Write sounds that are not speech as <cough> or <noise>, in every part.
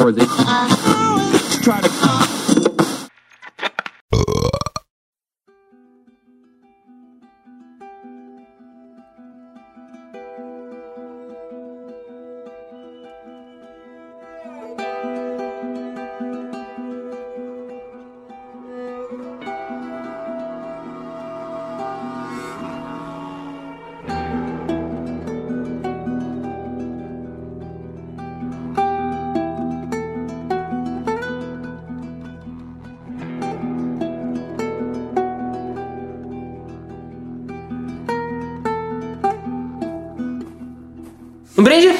or they try to Um brinde?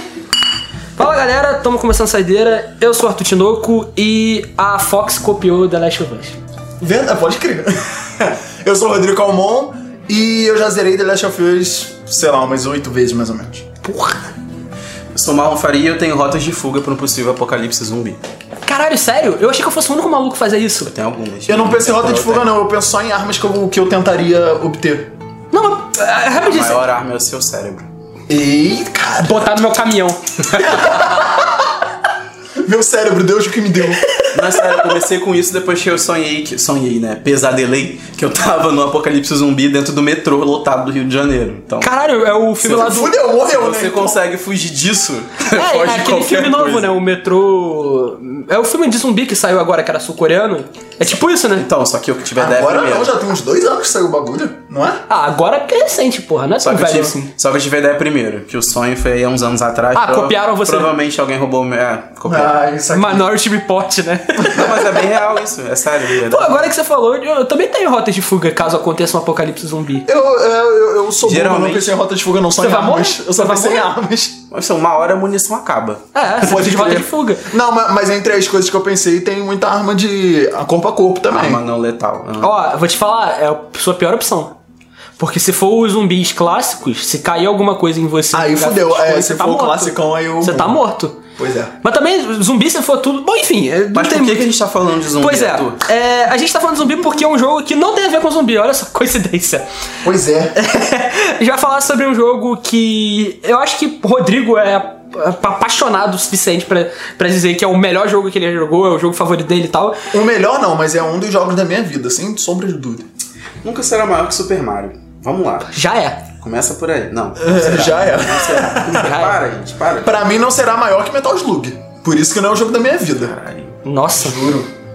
Fala galera, estamos começando a saideira. Eu sou o Arthur Tinoco e a Fox copiou The Last of Us. Venda, pode crer. <laughs> eu sou o Rodrigo Calmon e eu já zerei The Last of Us, sei lá, umas oito vezes mais ou menos. Porra! Eu sou Marlon Faria e eu tenho rotas de fuga para um possível apocalipse zumbi. Caralho, sério? Eu achei que eu fosse o único maluco que fazia isso. Tem algumas. Eu não penso em rota de fuga, Tem. não, eu penso só em armas que eu, que eu tentaria obter. Não, mas ah, A rapidinho. maior arma é o seu cérebro. Ei, cara, Botar no meu caminhão. meu cérebro, Deus o que me deu. Mas é sério, eu comecei com isso depois que eu sonhei, que, sonhei, né? Pesadelei, que eu tava no apocalipse zumbi dentro do metrô lotado do Rio de Janeiro. Então, Caralho, é o filme Você lá do. Fudeu, morreu, você né? consegue fugir disso? <laughs> É, foge é de aquele qualquer filme novo, coisa. né? O metrô. É o filme de zumbi que saiu agora, que era sul-coreano. É tipo isso, né? Então, só que eu que tiver ideia Agora não, tá primeiro. já tem uns dois anos que saiu o bagulho, não é? Ah, agora é porque é recente, porra. Não é Só tão que, eu velho tive, assim. só que eu tive ideia primeiro, que o sonho foi há uns anos atrás. Ah, copiaram você. Provavelmente alguém roubou o meu. É, copiaram. Ah, isso aqui. Minority Report, né? <laughs> Não, mas é bem real isso, é sério. é Pô, verdade. agora que você falou, eu, eu também tenho rotas de fuga caso aconteça um apocalipse zumbi. Eu, eu, eu, eu sou burro, eu não Geralmente- pensei em rota de fuga, não, só Você em vai armas. morrer? Eu só Você vai pensei em morrer? armas. Mas assim, uma hora a munição acaba. É, você tem rota de fuga. Não, ma- mas, entre as coisas que eu pensei, tem muita arma de a corpo a corpo também. Arma não letal. Ah. Ó, eu vou te falar, é a sua pior opção. Porque se for os zumbis clássicos, se cair alguma coisa em você... Aí pegar fudeu, essas é, coisas, se você tá for o morto. classicão, aí eu- Você tá morto. Pois é. Mas também, zumbi, se for tudo... Bom, enfim, é, não Mas tem por que, muito- que a gente tá falando de zumbi? Pois é, Arthur? é, a gente tá falando de zumbi porque é um jogo que não tem a ver com zumbi, olha só, coincidência. Pois é. a gente vai falar sobre um jogo que eu acho que Rodrigo é apaixonado o suficiente pra, pra dizer que é o melhor jogo que ele já jogou, é o jogo favorito dele e tal. O melhor não, mas é um dos jogos da minha vida, sem sombra de dúvida. Nunca será maior que Super Mario. Vamos lá. Já é. Começa por aí. <laughs> Não. já é. Não será. é. para, gente. Para. Pra mim não será maior que Metal Slug. Por isso que não é o jogo da minha vida. Caralho. Nossa.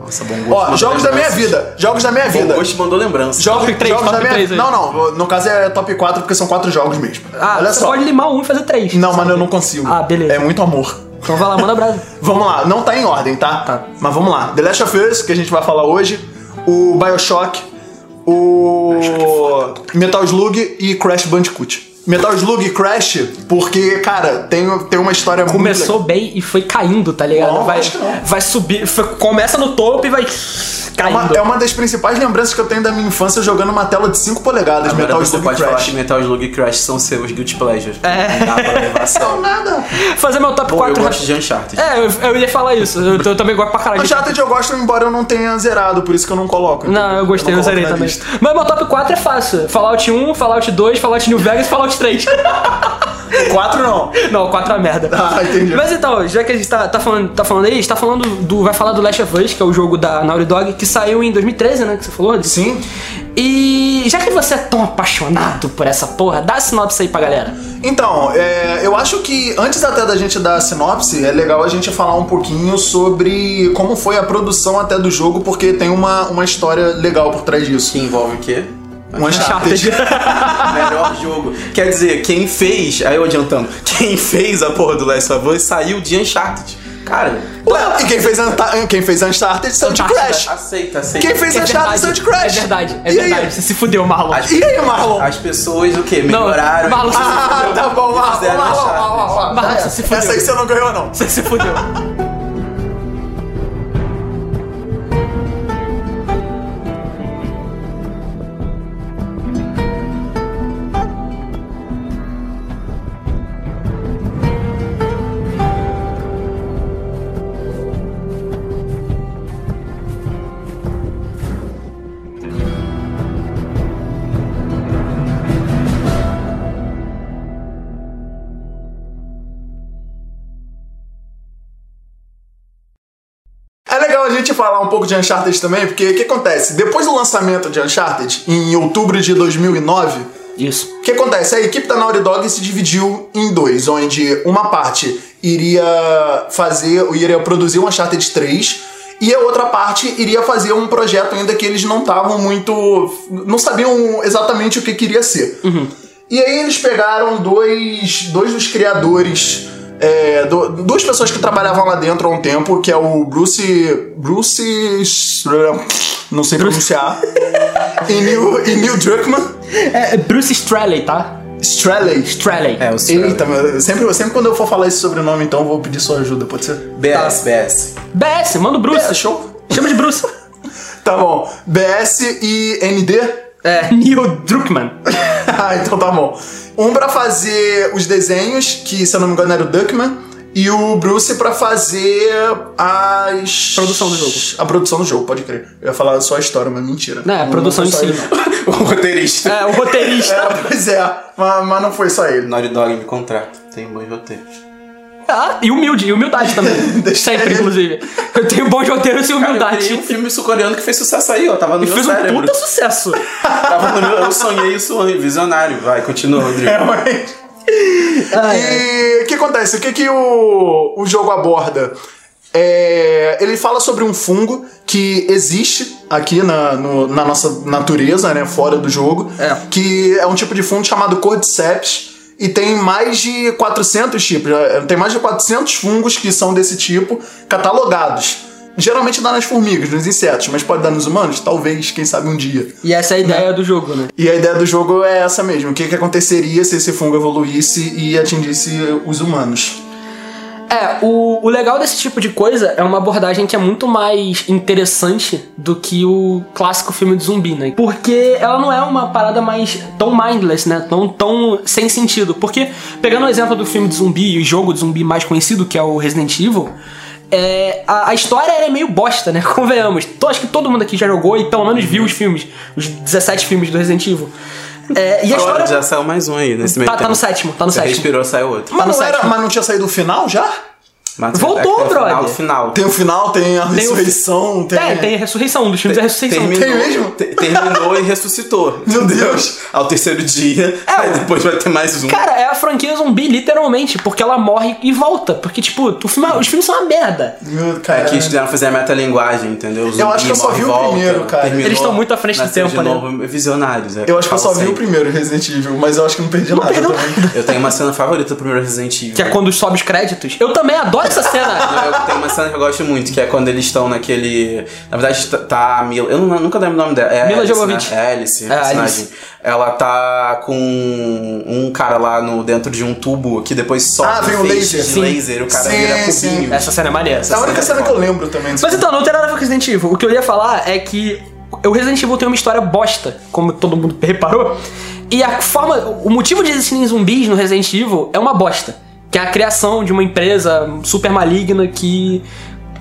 Nossa, bom gosto. Ó, mandou jogos da minha lembranças. vida. Jogos da minha vida. Bom gosto mandou lembrança. Jogos, Top três, jogos top da minha três aí. Não, não. No caso é top 4 porque são quatro jogos mesmo. Ah, Olha você só. pode limar um e fazer três. Não, mano, eu não consigo. Ah, beleza. É muito amor. Então vai lá, manda <laughs> brasa. Vamos lá, não tá em ordem, tá? Tá. Mas vamos lá. The Last of Us, que a gente vai falar hoje, o Bioshock, o Metal Slug e Crash Bandicoot. Metal Slug e Crash, porque, cara, tem, tem uma história Começou muito... bem e foi caindo, tá ligado? Não, vai, acho que não. vai subir, foi- começa no topo e vai legal. caindo. Uma- é uma das principais lembranças que eu tenho da minha infância jogando uma tela de 5 polegadas, Agora Metal você Slug e pode falar que Crash. Metal Slug e Crash são seus Guilty Pleasures. É. Não dá pra levar a sério. Não, nada. Fazer meu top Pô, eu 4 gosto de Uncharted. É, eu, eu ia falar isso. Eu, eu também gosto pra caralho. de- Uncharted eu gosto, embora eu não tenha zerado, por isso que eu não coloco. Não, eu gostei, eu, não coloco zerei na também. lista. Mas meu top 4 é fácil. Fallout 1, Fallout 2, Fallout New Vegas e Fallout 3. <laughs> Quatro não. Não, 4 é uma merda. Ah, entendi. Mas então, já que a gente tá, tá falando, tá falando aí, a gente tá falando do. Vai falar do Last of Us, que é o jogo da Naughty Dog, que saiu em 2013, né? Que você falou? Sim. E já que você é tão apaixonado por essa porra, dá a sinopse aí pra galera. Então, é, eu acho que antes até da gente dar a sinopse, é legal a gente falar um pouquinho sobre como foi a produção até do jogo, porque tem uma, uma história legal por trás disso. Que envolve o quê? Um Uncharted. Melhor jogo. Quer dizer, quem fez. Aí eu adiantando. Quem fez a porra do Last of Us saiu de Uncharted. Cara, <laughs> Ué, e quem fez, Anta- quem fez Uncharted são de Crash. aceita, aceita. Quem fez É Uncharted são de verdade, é Crash. verdade, é E aí? verdade. Você se fudeu, Marlon. E aí, Marlon? As pessoas o quê? Melhoraram. Marlon, <laughs> você se Ah, fudeu. tá bom, Marlon. Fizeram Marlon, Uncharted. Marlon, Marlon. Marlon, você se fudeu. Essa aí você não ganhou, não. Você se fudeu. É legal a gente falar um pouco de Uncharted também, porque o que acontece? Depois do lançamento de Uncharted, em outubro de 2009, Isso. o que acontece? A equipe da Naughty Dog se dividiu em dois, onde uma parte iria fazer, iria produzir um Uncharted 3 e a outra parte iria fazer um projeto ainda que eles não estavam muito, não sabiam exatamente o que queria ser. E aí eles pegaram dois, dois dos criadores, é, do- duas pessoas que trabalhavam lá dentro há um tempo, que é o Bruce, Bruce, não sei pronunciar, e Neil, e Neil Druckmann. É, é Bruce Straley, tá? Straley. Straley. É, o Strelly. Eita, meu, sempre, sempre quando eu for falar esse sobrenome, então eu vou pedir sua ajuda, pode ser? BS, BS. BS, manda o Bruce. BS, show. Chama de Bruce. Tá bom. BS e ND? É. <laughs> Neil Druckmann. <laughs> ah, então tá bom. Um pra fazer os desenhos, que se eu não me engano era o Duckman, e o Bruce pra fazer as. Produção do jogo. A produção do jogo, pode crer. Eu ia falar só a história, mas mentira. Não, é, a produção foi em só si. ele, não. <laughs> o roteirista. É, o roteirista. É, pois é, mas, mas não foi só ele. Naughty Dog me contrata. Tem bons roteiros. <laughs> Ah, e humilde, e humildade <laughs> também. Deixa Sempre, ele. inclusive. Eu tenho bons roteiros e Cara, eu humildade. criei um filme sul-coreano que fez sucesso aí, ó. Tava no e meu fez um cérebro. puta sucesso. É, Tava no meu, eu sonhei isso aí, visionário. Vai, continua, Rodrigo. É, E o que acontece? O que, que o, o jogo aborda? É, ele fala sobre um fungo que existe aqui na, no- na nossa natureza, né? Fora do jogo. É. Que é um tipo de fungo chamado Cordyceps. E tem mais de 400 tipos. é, Tem mais de 400 fungos que são desse tipo catalogados. Geralmente dá nas formigas, nos insetos, mas pode dar nos humanos? Talvez, quem sabe um dia. E essa é a ideia do jogo, né? E a ideia do jogo é essa mesmo. O que, que aconteceria se esse fungo evoluísse e atingisse os humanos? É, o, o legal desse tipo de coisa é uma abordagem que é muito mais interessante do que o clássico filme de zumbi, né? Porque ela não é uma parada mais tão mindless, né? Tão, tão sem sentido. Porque, pegando o exemplo do filme de zumbi e o jogo de zumbi mais conhecido, que é o Resident Evil, é, a, a história ela é meio bosta, né? <laughs> Convenhamos. Então, acho que todo mundo aqui já jogou e pelo menos viu os filmes, os 17 filmes do Resident Evil. É, e a Agora história. já saiu mais um aí nesse meio Tá, tá tempo. no sétimo, tá no Você sétimo. respirou, saiu outro. Mas no não, era, sétimo. mas não tinha saído o final já? Mas Voltou, é, é brother. um? o final, do final. Tem o final, tem a Tem o- ressurreição, tem. É, tem a ressurreição, um dos filmes é a ressurreição. Tem mesmo? te- terminou e ressuscitou. Meu Deus. Ao terceiro dia, É, aí o- depois vai ter mais um. Cara, é a franquia zumbi, literalmente, porque ela morre e volta. Porque, tipo, o filme- os filmes são uma merda. Meu, É cara. que eles quiseram fazer a metalinguagem, entendeu? Eu acho que eu só vi o primeiro, cara. Eles estão muito à frente do tempo, de né? novo, Visionários. é Eu acho que eu só falo vi o sempre. primeiro Resident Evil, mas eu acho que não perdi nada perdeu também. Eu tenho uma cena favorita do primeiro Resident Evil. Que é quando sobe os créditos. Eu também adoro essa cena. Eu tenho uma cena que eu gosto muito, que é quando eles estão naquele. Na verdade, tá- tá a Mila. Eu não- nunca lembro o nome dela. É Mila Alice, Jovovich. Né? É Alice, É, personagem. Alice. Ela tá com um cara lá no, dentro de um tubo que depois sobe Ah, vem um o feixe laser. de Sim. laser, o cara Sim, vira sim. <laughs> cubinho. essa cena é maneira. É a única cena que eu lembro também. Mas então, não tem nada a ver com Resident Evil. O que eu ia falar é que o Resident Evil tem uma história bosta, como todo mundo <laughs> reparou. E a forma. O motivo de existirem zumbis no Resident Evil é uma bosta. Que é a criação de uma empresa super maligna que.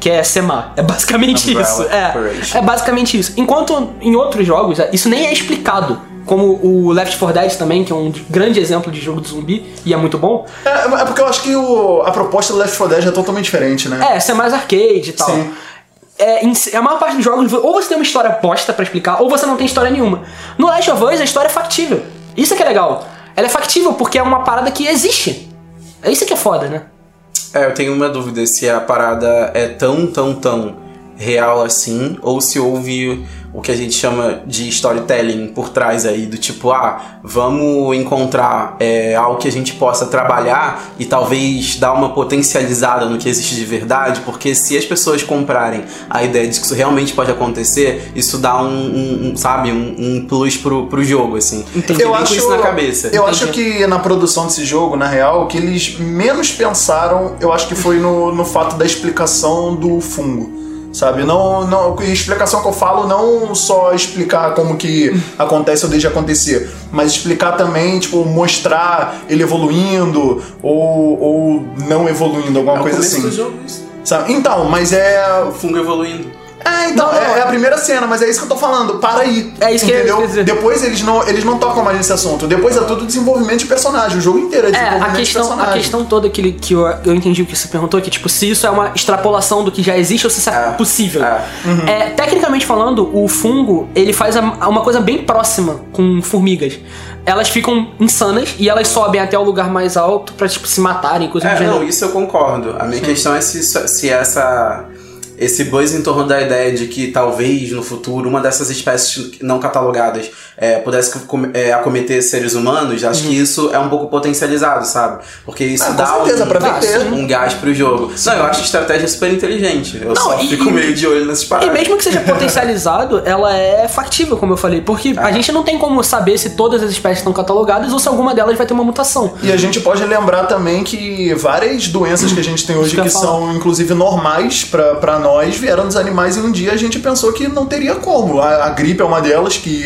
que é SEMA. É basicamente Umbrella isso. É, Corporation. é basicamente isso. Enquanto em outros jogos, isso nem é explicado. Como o Left 4 Dead também, que é um grande exemplo de jogo de zumbi e é muito bom. É, é porque eu acho que o- a proposta do Left 4 Dead é totalmente diferente, né? É, ser mais arcade e tal. Sim. É, em- a maior parte dos jogos, ou você tem uma história posta pra explicar, ou você não tem história nenhuma. No Last of Us, a história é factível. Isso é que é legal. Ela é factível porque é uma parada que existe. É isso que é foda, né? É, eu tenho uma dúvida se a parada é tão, tão, tão real assim, ou se houve o que a gente chama de storytelling por trás aí, do tipo, ah, vamos encontrar é, algo que a gente possa trabalhar e talvez dar uma potencializada no que existe de verdade, porque se as pessoas comprarem a ideia de que isso realmente pode acontecer, isso dá um, um- um, sabe, um, um plus pro, pro jogo, assim. Entendi. Eu acho, isso na cabeça. eu acho que na produção desse jogo, na real, o que eles menos pensaram, eu acho que foi no, no fato da explicação do fungo. Sabe? Não, não, e explicação que eu falo não só explicar como que acontece ou deixa acontecer, mas explicar também, tipo, mostrar ele evoluindo ou, ou não evoluindo, alguma É o coisa começo do assim. jogo, isso. Sabe? Então, mas é O fungo evoluindo. É, então, Não, não, é, é. é a primeira cena, mas é isso que eu tô falando. Para aí. É isso que eu entendeu? quis dizer. Depois eles não, eles não tocam mais nesse assunto. Depois é tudo desenvolvimento de personagem. O jogo inteiro é É, desenvolvimento a de questão, a personagem. questão toda que, ele- que eu, eu entendi o que você perguntou, que tipo, se isso é uma extrapolação do que já existe ou se isso é, É, possível. é. Uhum. É, tecnicamente falando, o fungo, ele faz a- uma coisa bem próxima com formigas. Elas ficam insanas e elas sobem até o lugar mais alto pra, tipo, se matarem, coisa do É, gênero. não, isso eu concordo. A minha questão é se, isso- se essa. Esse buzz em torno da ideia de que talvez no futuro uma dessas espécies não catalogadas é, pudesse com- é, acometer seres humanos, acho Uhum. que isso é um pouco potencializado, sabe? Porque isso Ah, com dá certeza, um, pra vender. um gás pro jogo. Não, eu acho a estratégia super inteligente. Eu só e- fico meio de olho nessas E paradas. mesmo que seja potencializado, <laughs> ela é factível, como eu falei, porque Ah. a gente não tem como saber se todas as espécies estão catalogadas ou se alguma delas vai ter uma mutação. E a gente pode lembrar também que várias doenças que a gente tem Isso hoje, que eu que ia são inclusive normais pra pra nós, vieram dos animais e um dia a gente pensou que não teria como. A, a gripe é uma delas, que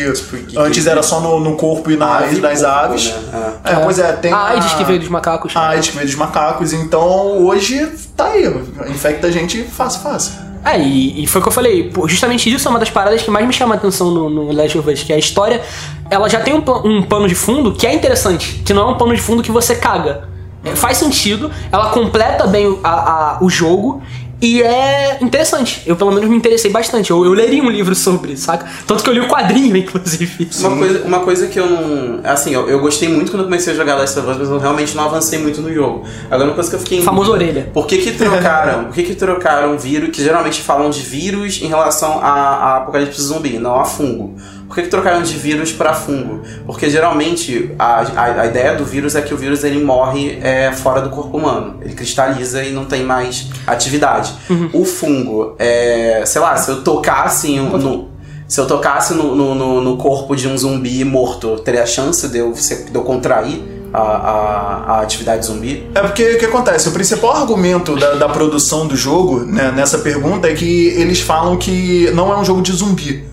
que- antes era só no, no corpo e na- Ave e nas e corpo, aves. né? É, pois é, tem. Ah, a AIDS que veio dos macacos. Ah, A AIDS que veio dos macacos, então hoje tá aí. Infecta a gente fácil, fácil. É, e, e foi o que eu falei, pô, justamente isso é uma das paradas que mais me chama a atenção no, no Last of Us, que a história, ela já tem um, pa- um pano de fundo que é interessante, que não é um pano de fundo que você caga. É, faz sentido, ela completa bem o- a- a- o jogo e é interessante. Eu pelo menos me interessei bastante, eu, eu leria um livro sobre, saca? Tanto que eu li o quadrinho, <laughs> inclusive. Uma coisa, uma coisa que eu não. Assim, eu, eu gostei muito quando eu comecei a jogar Last of Us, mas eu realmente não avancei muito no jogo. Agora, uma coisa que eu fiquei. em Famoso dúvida, orelha. Por que que trocaram? por que que trocaram vírus, que geralmente falam de vírus em relação a, a apocalipse zumbi, não a fungo? Por que que trocaram de vírus pra fungo? Porque geralmente a, a, a ideia do vírus é que o vírus ele morre é, fora do corpo humano. Ele cristaliza e não tem mais atividade. Uhum. O fungo, é, sei lá, se eu tocasse em um- no, se eu tocasse no, no- no- no corpo de um zumbi morto, teria a chance de eu, ser- de eu contrair a, a- a atividade zumbi? É porque o que acontece? O principal argumento da, da produção do jogo, né, nessa pergunta, é que eles falam que não é um jogo de zumbi.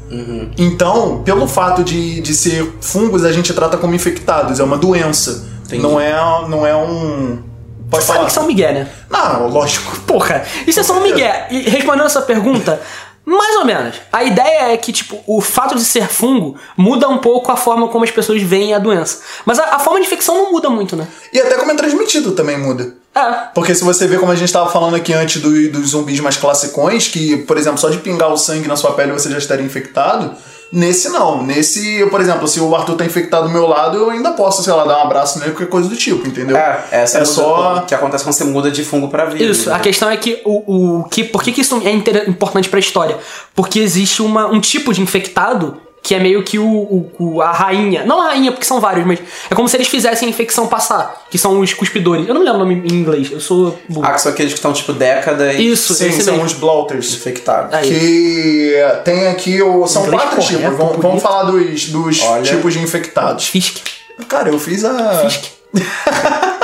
Então, pelo fato de, de ser fungos, a gente trata como infectados, é uma doença. Entendi. Não é, não é um. Pode Você sabe falar. que são Miguel, né? Não, lógico. Porra, isso é só um migué. E respondendo essa pergunta, mais ou menos. A ideia é que, tipo, o fato de ser fungo muda um pouco a forma como as pessoas veem a doença. Mas a, a forma de infecção não muda muito, né? E até como é transmitido também muda. É. Porque se você ver como a gente tava falando aqui antes do- dos zumbis mais classicões, que, por exemplo, só de pingar o sangue na sua pele você já estaria infectado, nesse não. Nesse, por exemplo, se o Arthur tá infectado do meu lado, eu ainda posso, sei lá, dar um abraço nele, qualquer coisa do tipo, entendeu? É, essa é é só. só que acontece quando você muda de fungo pra vírus. Isso, né? a questão é que o, o que por que, que isso é inter- importante pra história? Porque existe uma, um tipo de infectado que é meio que o, o- o- a rainha. Não a rainha, porque são vários, mas é como se eles fizessem a infecção passar, que são os cuspidores. Eu não lembro o nome em inglês, eu sou burro. Ah, que são aqueles que estão tipo década e Isso, Sim, esse são mesmo. os bloaters. infectados. Aí. Que tem aqui. o- São Inglês quatro correto, tipos. Vamos, bonito. vamos falar dos, dos Olha. tipos de infectados. Fisk. Cara, eu fiz a. Fisk.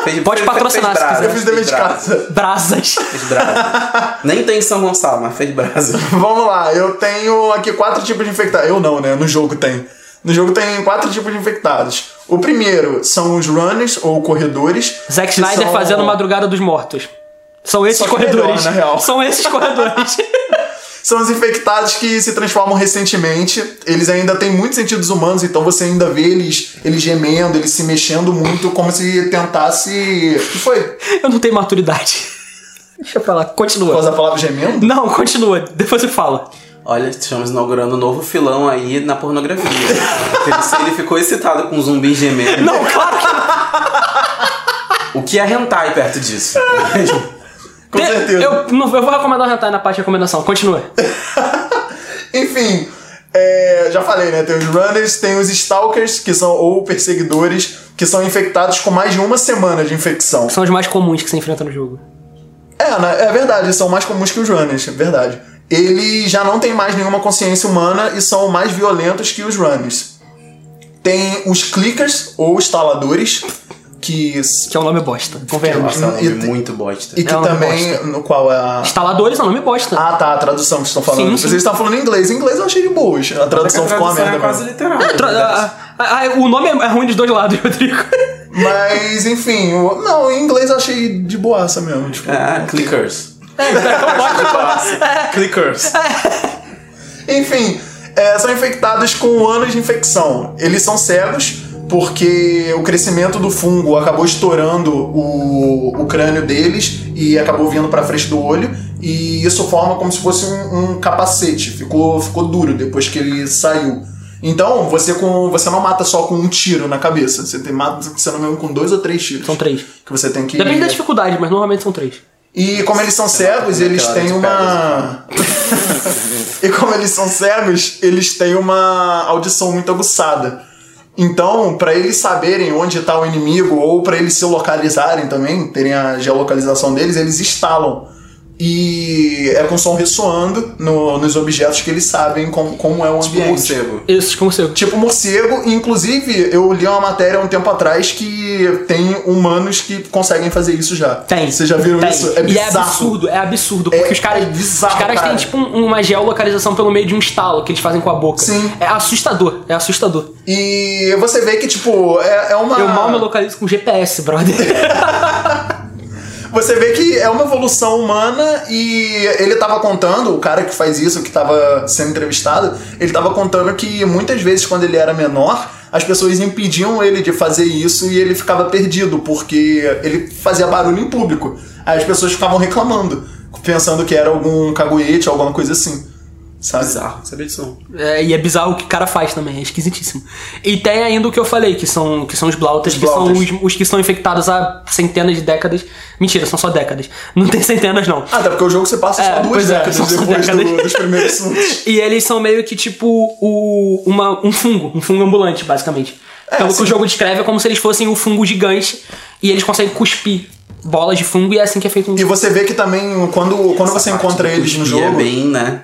Fez- Pode fez- patrocinar fez se brasa, quiser. <laughs> Eu fiz dever de brasa, casa. Brasas. <laughs> Fez <laughs> brasa. Nem tem em São Gonçalo, mas fez brasa. Vamos lá, eu tenho aqui quatro tipos de infectados. Eu não, né? No jogo tem. No jogo tem quatro tipos de infectados. O primeiro são os runners ou corredores. Zack que Snyder são- fazendo Madrugada dos Mortos. São esses Só que corredores. melhor, na real. São esses <laughs> corredores. São os infectados que se transformam recentemente. Eles ainda têm muitos sentidos humanos, então você ainda vê eles, eles gemendo, eles se mexendo muito, como se tentasse. O que foi? eu não tenho maturidade. Deixa eu falar. Por Continua. causa da palavra gemendo? Não, continua. Depois eu falo. Olha, estamos inaugurando um novo filão aí na pornografia. ele, se- ele ficou excitado com um zumbi gemendo. Não, claro que O que é hentai <laughs> perto disso? Com certeza. Eu, não, eu vou recomendar o Hentai na parte de recomendação. Continua. Enfim, é, já falei, né? Tem os runners, tem os stalkers, que são ou perseguidores, que são infectados com mais de uma semana de infecção. São os mais comuns que você enfrenta no jogo. É, né, é verdade, eles são mais comuns que os runners, é verdade. Eles já não têm mais nenhuma consciência humana e são mais violentos que os runners. Tem os clickers, ou instaladores, que. Que é um nome bosta. Convenhamos. Nossa, é um nome E tem- muito bosta. E que É uma também. bosta. um No qual é a. Instaladores é um nome bosta. Ah, tá, a tradução que vocês estão falando. Sim, sim. Vocês estavam falando em inglês. Em inglês eu achei de boas. A tradução, A ficou uma tradução merda. é quase mesmo. literal. Ah, tra- ah, ah, ah, o nome é ruim dos dois lados, <laughs> Rodrigo. Mas, enfim, o- não, em inglês eu achei de boaça mesmo. Tipo, Ah, É, clickers. É, então, bosta. Clickers. Enfim, é, são infectados com anos de infecção. Eles são cegos porque o crescimento do fungo acabou estourando o, o crânio deles e acabou vindo para frente do olho. E isso forma como se fosse um, um capacete. Ficou, ficou duro depois que ele saiu. Então, você, com, você não mata só com um tiro na cabeça. Você tem, mata, se não me engano, com dois ou três tiros. São três. Que você tem que. Depende da dificuldade, mas normalmente são três. E como eles são cegos, eles Aquela têm de assim. uma. <laughs> e como eles são cegos, eles têm uma audição muito aguçada. Então, pra eles saberem onde tá o inimigo, ou pra eles se localizarem também, terem a geolocalização deles, eles instalam. E é com som ressoando no- nos objetos que eles sabem como, como é o Tipo um ambiente. morcego. Esses como seu. Tipo morcego, inclusive eu li uma matéria há um tempo atrás que tem humanos que conseguem fazer isso já. Tem. Vocês já viram Tem. isso? e É é bizarro. absurdo, é absurdo. Porque É- os caras. é bizarro, os caras cara. têm tipo um- uma geolocalização pelo meio de um estalo que eles fazem com a boca. Sim. É assustador, é assustador. E você vê que, tipo, é, é uma. Eu mal me localizo com GPS, brother. <laughs> Você vê que é uma evolução humana e ele tava contando, o cara que faz isso, que tava sendo entrevistado, ele tava contando que muitas vezes quando ele era menor, as pessoas impediam ele de fazer isso e ele ficava perdido, porque ele fazia barulho em público. Aí as pessoas ficavam reclamando, pensando que era algum caguete, alguma coisa assim. Sabe? Bizarro, sabia disso não. É, e é bizarro o que o cara faz também, é esquisitíssimo. E tem ainda o que eu falei, que são, que são os Blauters, Os que são os, Blauters. os que são infectados há centenas de décadas. Mentira, são só décadas. Não tem <laughs> centenas, não. Ah, até porque o jogo você passa É, só duas pois é, décadas só duas depois do- décadas. dos primeiros assuntos. E eles são meio que tipo o, uma, um fungo, um fungo ambulante, basicamente. Pelo que sim. o jogo descreve, é como se eles fossem um fungo gigante e eles conseguem cuspir bolas de fungo e é assim que é feito um. E você vê que também, quando, quando você encontra eles no E jogo. é bem, né?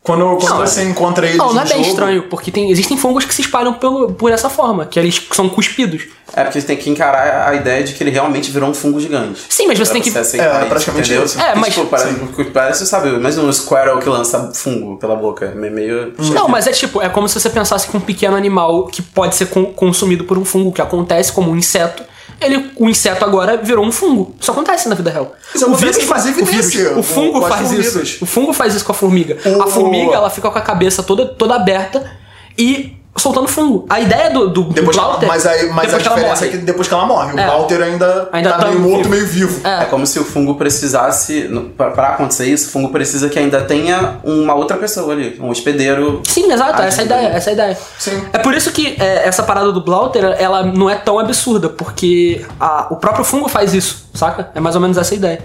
Quando, quando Não, você encontra eles Não, no não é bem jogo, estranho, porque tem, existem fungos que se espalham pelo, por essa forma, que eles são cuspidos. É porque você tem que encarar a ideia de que ele realmente virou um fungo gigante. Sim, mas você Pra tem que. aceitar É, isso, praticamente entendeu? isso. É, Porque, mas- Tipo, parece, parece, sabe, imagina um Squirrel que lança fungo pela boca. é Hum. Meio. Não, mas é tipo, é como se você pensasse que um pequeno animal que pode ser con- consumido por um fungo, que acontece como um inseto. Ele, o inseto agora virou um fungo. Isso acontece na vida real. Isso é um vírus, inclusive, o, vírus, desse, o fungo com as faz isso. formigas. O fungo faz isso com a formiga. O- A formiga, ela fica com a cabeça toda, toda aberta e soltando fungo. A ideia do, do, do Depois que ela- Blauter- mas aí, mas a depois que ela diferença é morre. que depois que ela morre, o É. Walter ainda, Ainda tá tá meio vivo. morto, meio vivo. É como se o fungo precisasse. no- Pra, pra acontecer isso, o fungo precisa que ainda tenha uma outra pessoa ali, um hospedeiro. Sim, exato, Ah, essa é a entendi. ideia, essa é a ideia. Sim. É por isso que é, essa parada do Blauter, ela não é tão absurda, porque a- o próprio fungo faz isso, saca? É mais ou menos essa a ideia.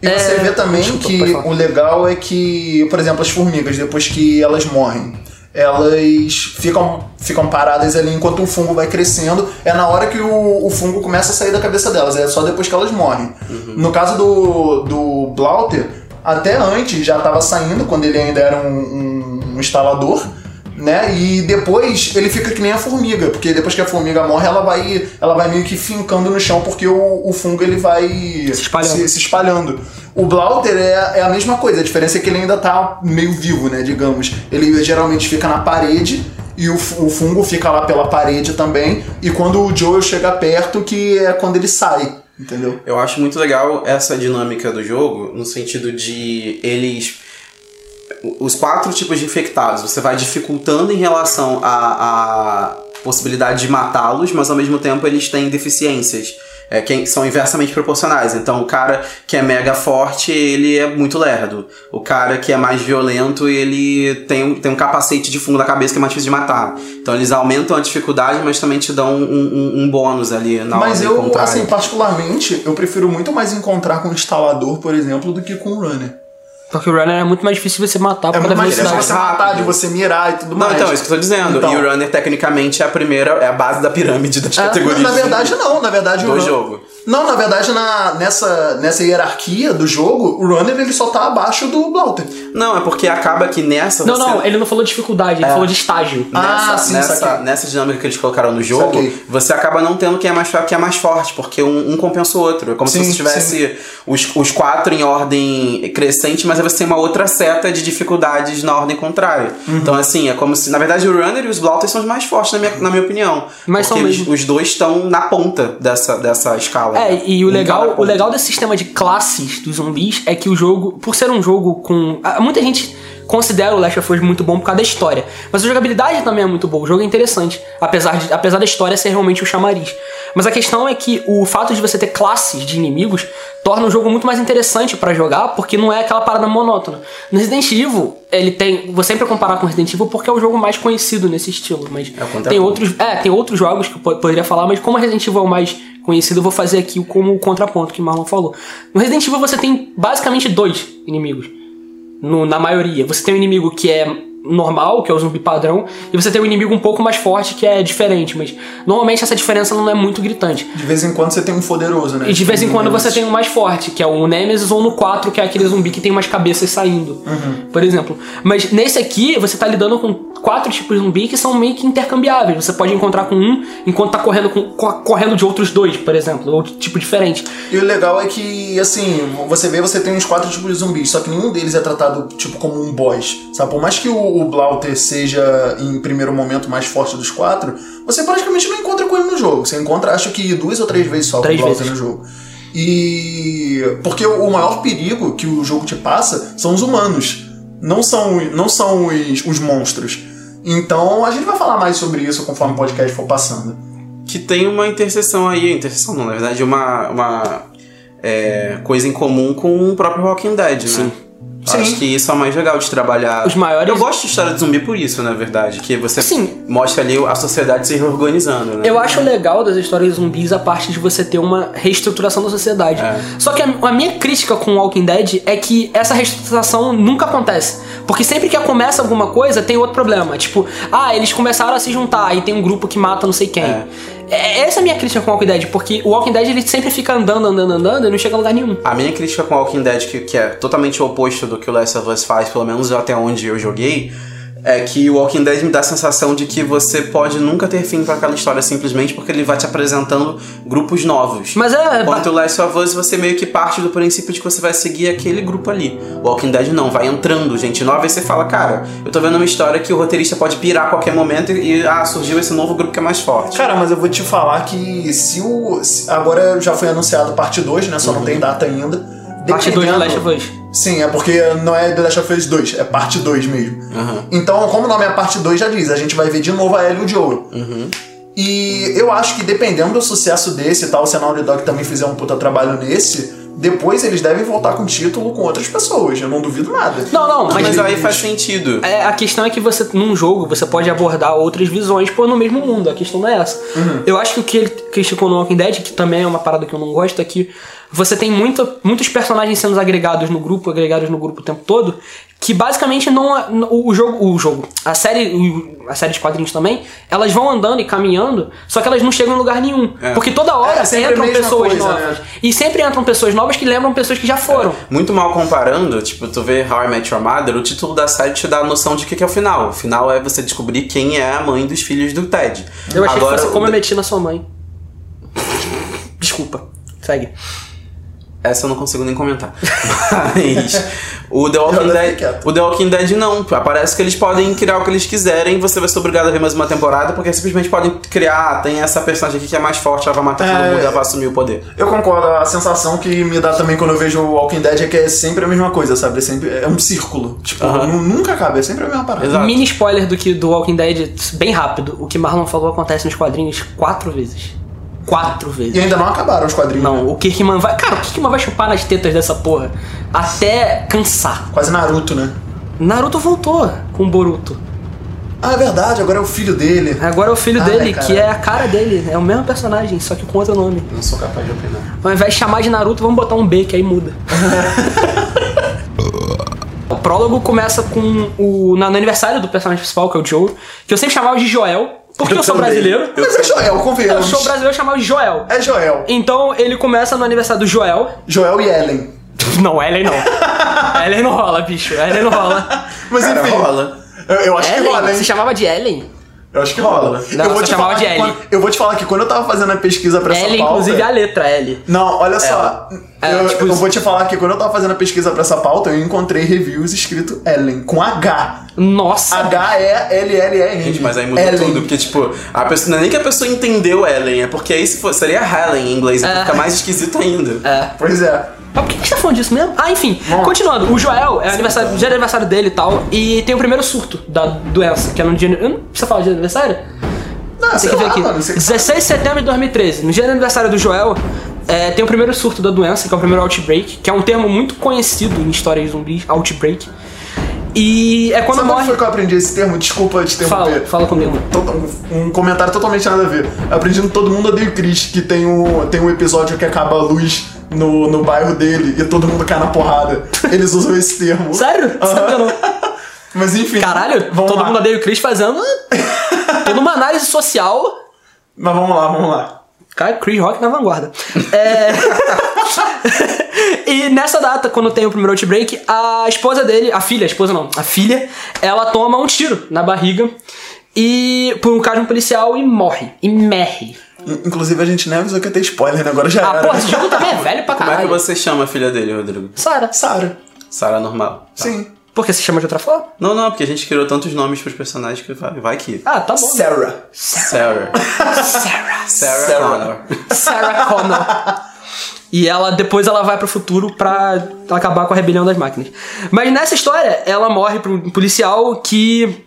E você É, vê também desculpa, que pode falar. o legal é que, por exemplo, as formigas, depois que elas morrem, elas ficam, ficam paradas ali enquanto o fungo vai crescendo. É na hora que o, o fungo começa a sair da cabeça delas, é só depois que elas morrem. Uhum. No caso do, do Blauter, até antes já estava saindo, quando ele ainda era um, um- um instalador. Né? E depois ele fica que nem a formiga, porque depois que a formiga morre, ela vai, ela vai meio que fincando no chão, porque o, o fungo ele vai Se espalhando. se espalhando. O Blauter é, é a mesma coisa, a diferença é que ele ainda tá meio vivo, né, digamos. Ele geralmente fica na parede e o, fu- o fungo fica lá pela parede também. E quando o Joel chega perto, que é quando ele sai, entendeu? Eu acho muito legal essa dinâmica do jogo, no sentido de eles. Os quatro tipos de infectados, você vai dificultando em relação à, à possibilidade de matá-los, mas ao mesmo tempo eles têm deficiências. É, que são inversamente proporcionais. Então, o cara que é mega forte, ele é muito lerdo. O cara que é mais violento, ele tem, um- tem um capacete de fungo na cabeça que é mais difícil de matar. Então, eles aumentam a dificuldade, mas também te dão um, um- um bônus ali na Mas ordem eu, contrária. assim, particularmente, eu prefiro muito mais encontrar com o instalador, por exemplo, do que com o runner. Porque o Runner é muito mais difícil você matar por É causa muito da mais difícil velocidade. você mais matar, rápido. de você mirar e tudo Não, mais. então, é isso que eu tô dizendo. Então. E o Runner, tecnicamente, é a primeira, é a base da pirâmide das Ah, categorias. Na verdade, não. Na verdade, Do o Run- jogo. Não, na verdade, na, nessa, nessa hierarquia do jogo, o Runner ele só tá abaixo do Blauter. Não, é porque acaba que nessa. Não, você- não, ele não falou dificuldade, ele falou de estágio. Nessa, É. Ah, sim, nessa, saquei. nessa dinâmica que eles colocaram no jogo, Saquei. você acaba não tendo quem é mais fraco quem é mais forte, porque um, um compensa o outro. É como Sim, se você tivesse os, os quatro em ordem crescente, mas aí você tem uma outra seta de dificuldades na ordem contrária. Uhum. Então, assim, é como se. Na verdade, o Runner e os Blauters são os mais fortes, na minha, na minha opinião. Mas porque são eles- mesmo. os dois estão na ponta dessa, dessa escala. né? É, e o Um cada legal, o ponta. legal desse sistema de classes dos zumbis é que o jogo, por ser um jogo com. ah, Muita gente considero o Last of Us muito bom por causa da história. Mas a jogabilidade também é muito boa, o jogo é interessante, apesar, de- apesar da história ser realmente o chamariz. Mas a questão é que o fato de você ter classes de inimigos torna o jogo muito mais interessante pra jogar, porque não é aquela parada monótona. No Resident Evil, ele tem. Vou sempre comparar com Resident Evil porque é o jogo mais conhecido nesse estilo, mas É o contraponto. tem outros, é, tem outros jogos que eu po- poderia falar, mas como Resident Evil é o mais conhecido, eu vou fazer aqui o- como o contraponto que o Marlon falou. No Resident Evil você tem basicamente dois inimigos. No- na maioria. Você tem um inimigo que é normal, que é o zumbi padrão, e você tem um inimigo um pouco mais forte, que é diferente, mas normalmente essa diferença não é muito gritante. De vez em quando você tem um poderoso, né? E de vez em Um quando você Nemesis. tem um mais forte, que é o Nemesis, ou no 4, que é aquele zumbi que tem umas cabeças saindo, Uhum. por exemplo. Mas nesse aqui, você tá lidando com quatro tipos de zumbi que são meio que intercambiáveis. Você pode encontrar com um enquanto tá correndo, com, co- correndo de outros dois, por exemplo, ou de tipo diferente. E o legal é que, assim, você vê, você tem uns quatro tipos de zumbis, só que nenhum deles é tratado, tipo, como um boss, sabe? Por mais que o, o Blauter seja, em primeiro momento, mais forte dos quatro, você praticamente não encontra com ele no jogo. Você encontra, acho que duas ou três vezes só Três com o Blauter vezes. no jogo. E... Porque o maior perigo que o jogo te passa são os humanos, não são, não são os, os monstros. Então, a gente vai falar mais sobre isso conforme o podcast for passando. que tem uma interseção aí, interseção não, na verdade, uma, uma é, coisa em comum com o próprio Walking Dead, né? Sim. Acho que isso é o mais legal de trabalhar. Os maiores- Eu gosto de história de zumbi por isso, na verdade. Que você Sim. mostra ali a sociedade se reorganizando, né? Eu acho legal das histórias de zumbis a parte de você ter uma reestruturação da sociedade. É. Só que a, a minha crítica com Walking Dead é que essa reestruturação nunca acontece. Porque sempre que começa alguma coisa, tem outro problema. Tipo, ah, eles começaram a se juntar e tem um grupo que mata não sei quem. É. É- Essa é a minha crítica com Walking Dead, porque o Walking Dead ele sempre fica andando, andando, andando e não chega a lugar nenhum. A minha crítica com Walking Dead, que, que é totalmente o oposto do que o Last of Us faz, pelo menos até onde eu joguei, é que o Walking Dead me dá a sensação de que você pode nunca ter fim pra aquela história simplesmente porque ele vai te apresentando grupos novos. Mas é. Enquanto o Last of Us, você meio que parte do princípio de que você vai seguir aquele grupo ali. Walking Dead não, vai entrando gente nova e você fala, cara, eu tô vendo uma história que o roteirista pode pirar a qualquer momento e, e, ah, surgiu esse novo grupo que é mais forte. Cara, mas eu vou te falar que se o. se- Agora já foi anunciado parte 2, né? Só não tem data ainda. Parte 2 do Dependendo- Last of Us. Sim, é porque não é The Last of Us 2, é parte 2 mesmo. Aham. Então, como o nome é parte 2, já diz, a gente vai ver de novo a Ellie e o Joel. E eu acho que dependendo do sucesso desse e tal, se a Naughty Dog também fizer um puta trabalho nesse, depois eles devem voltar com o título com outras pessoas, eu não duvido nada. Não, não, Mas, mas. aí faz sentido. É, a questão é que você, num jogo, você pode abordar outras visões pô, no mesmo mundo. A questão não é essa. Uhum. Eu acho que o que ele criticou no Walking Dead, que também é uma parada que eu não gosto, é que você tem muita- muitos personagens sendo agregados no grupo, agregados no grupo o tempo todo, que basicamente não. é- não- O jogo. O jogo. A série. o- A série de quadrinhos também, elas vão andando e caminhando, só que elas não chegam em lugar nenhum. É. Porque toda hora É, sempre a entram mesma pessoas coisa, novas. né? E sempre entram pessoas novas que lembram pessoas que já foram. Muito mal comparando, tipo, tu vê How I Met Your Mother, o título da série te dá a noção de o que, que é o final. O final é você descobrir quem é a mãe dos filhos do Ted. Eu achei Agora, que fosse como o- eu meti na sua mãe. Desculpa. Segue. Essa eu não consigo nem comentar. <laughs> Mas o The Walking Eu fiquei Dead. quieto. O The Walking Dead não. Parece que eles podem criar o que eles quiserem, você vai ser obrigado a ver mais uma temporada, porque simplesmente podem criar, ah, tem essa personagem aqui que é mais forte, ela vai matar É. todo mundo, ela vai assumir o poder. Eu concordo, a sensação que me dá também quando eu vejo o Walking Dead é que é sempre a mesma coisa, sabe? É, sempre, é um círculo. Tipo, Aham. nu- nunca acaba, é sempre a mesma parada. Exato. Mini spoiler do que do Walking Dead, bem rápido. O que Marlon falou acontece nos quadrinhos quatro vezes. Quatro E vezes. ainda não acabaram os quadrinhos. né? Não, o Kirkman vai. Cara, o Kirkman vai chupar nas tetas dessa porra até cansar. Quase Naruto, né? Naruto voltou com o Boruto. Ah, é verdade, agora é o filho dele. Agora é o filho Ai, dele, caralho. que é a cara dele. É o mesmo personagem, só que com outro nome. Não sou capaz de opinar. Ao invés de chamar de Naruto, vamos botar um B, que aí <laughs> muda. o prólogo começa com o. na- no aniversário do personagem principal, que é o Joe, que eu sempre chamava de Joel, porque eu, sou também. brasileiro. Mas é Joel, Eu convenhamos. sou brasileiro, eu chamava de Joel. É Joel. Então ele começa no aniversário do Joel. <laughs> Joel e Ellen. Não, Ellen <laughs> não. Ellen não rola, bicho. Ellen não rola. Mas Cara, enfim. rola. Eu, eu acho que rola, Ellen? hein? Você chamava de Ellen? Eu acho que rola. Não, eu vou você te chamava falar de que Ellen. quando- Eu vou te falar que quando eu tava fazendo a pesquisa pra essa Ellen, pauta. inclusive, é a letra L. Não, olha só. É, eu, tipo eu isso. vou te falar que quando eu tava fazendo a pesquisa pra essa pauta, eu encontrei reviews escrito Ellen, com H. Nossa. H-E-L-L-E-N. Gente, mas aí mudou Ellen. tudo, porque, tipo, a pessoa, não é nem que a pessoa entendeu Ellen, é porque aí se for, seria Helen em inglês, então É. fica mais esquisito ainda. É. Pois é. Mas por que a gente tá falando disso mesmo? Ah, enfim. Continuando, o Joel é aniversário, dia de aniversário dele e tal. E tem o primeiro surto da doença, que é no dia. Eu não preciso falar de aniversário? Tem Não, Ah, sei que ver lá, aqui. mano. sei- 16 de setembro de 2013, no dia do aniversário do Joel, é, tem o primeiro surto da doença, que é o primeiro outbreak, que é um termo muito conhecido em história de zumbis, outbreak. E é quando Sabe morre. quando foi que eu aprendi esse termo? Desculpa te interromper. Fala, fala comigo. To- Um comentário totalmente nada a ver. Aprendi no Todo Mundo Odeia o Chris, que tem um, tem um episódio que acaba a luz no, no bairro dele e todo mundo cai na porrada. Eles usam esse termo. Sério? Sabia não. <laughs> Mas enfim. Caralho, vamos todo lá. mundo odeia o Chris fazendo <laughs> toda uma análise social Mas vamos lá, vamos lá. Cara, Chris Rock na vanguarda. É... <laughs> e nessa data, quando tem o primeiro outbreak, a esposa dele, a filha, a esposa não, a filha, ela toma um tiro na barriga e por um caso de um policial e morre. E merre. In- Inclusive a gente nem avisou que ia ter spoiler, né? Agora já Ah, era. porra, esse jogo também é velho pra Como é que caralho. você chama a filha dele, Rodrigo? Sara. Sara. Sara normal. Tá. Sim. Por que se chama de outra forma? Não, não, porque a gente criou tantos nomes pros personagens que vai, vai que. Ah, tá bom. Sarah. Sarah. Sarah. Sarah, Sarah. Connor. Sarah Connor. E ela depois ela vai pro futuro pra acabar com a rebelião das máquinas. Mas nessa história, ela morre pro policial que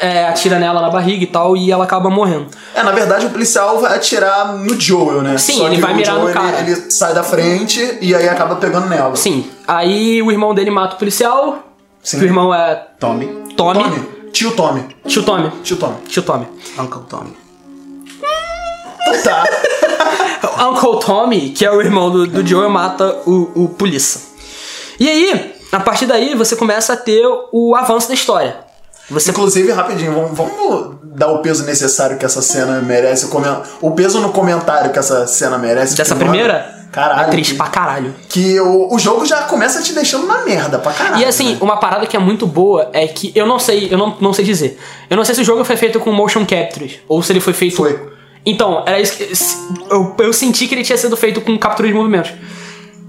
é, atira nela na barriga e tal, e ela acaba morrendo. É, na verdade o policial vai atirar no Joel, né? Sim, Só ele que vai o mirar Joel, no cara. Ele, ele sai da frente e aí acaba pegando nela. Sim. Aí o irmão dele mata o policial. Sim. O irmão é Tommy. Tommy. Tommy. Tio Tommy. tio Tommy. Tio Tommy. Tio Tommy. Uncle Tommy. <laughs> Tá. Uncle Tommy, que é o irmão do, do Joel, mata o, o polícia. E aí, a partir daí, você começa a ter o avanço da história. Você Inclusive, rapidinho, vamos, vamos dar o peso necessário que essa cena merece. O, comen- o peso no comentário que essa cena merece. Dessa porque, mano, primeira? Caralho. é triste que- pra caralho. Que o, o jogo já começa te deixando na merda pra caralho. E assim, né? uma parada que é muito boa é que eu não sei, eu não, não sei dizer. Eu não sei se o jogo foi feito com motion captures ou se ele foi feito. Foi. Então, era isso que. se- Eu, eu senti que ele tinha sido feito com captura de movimentos.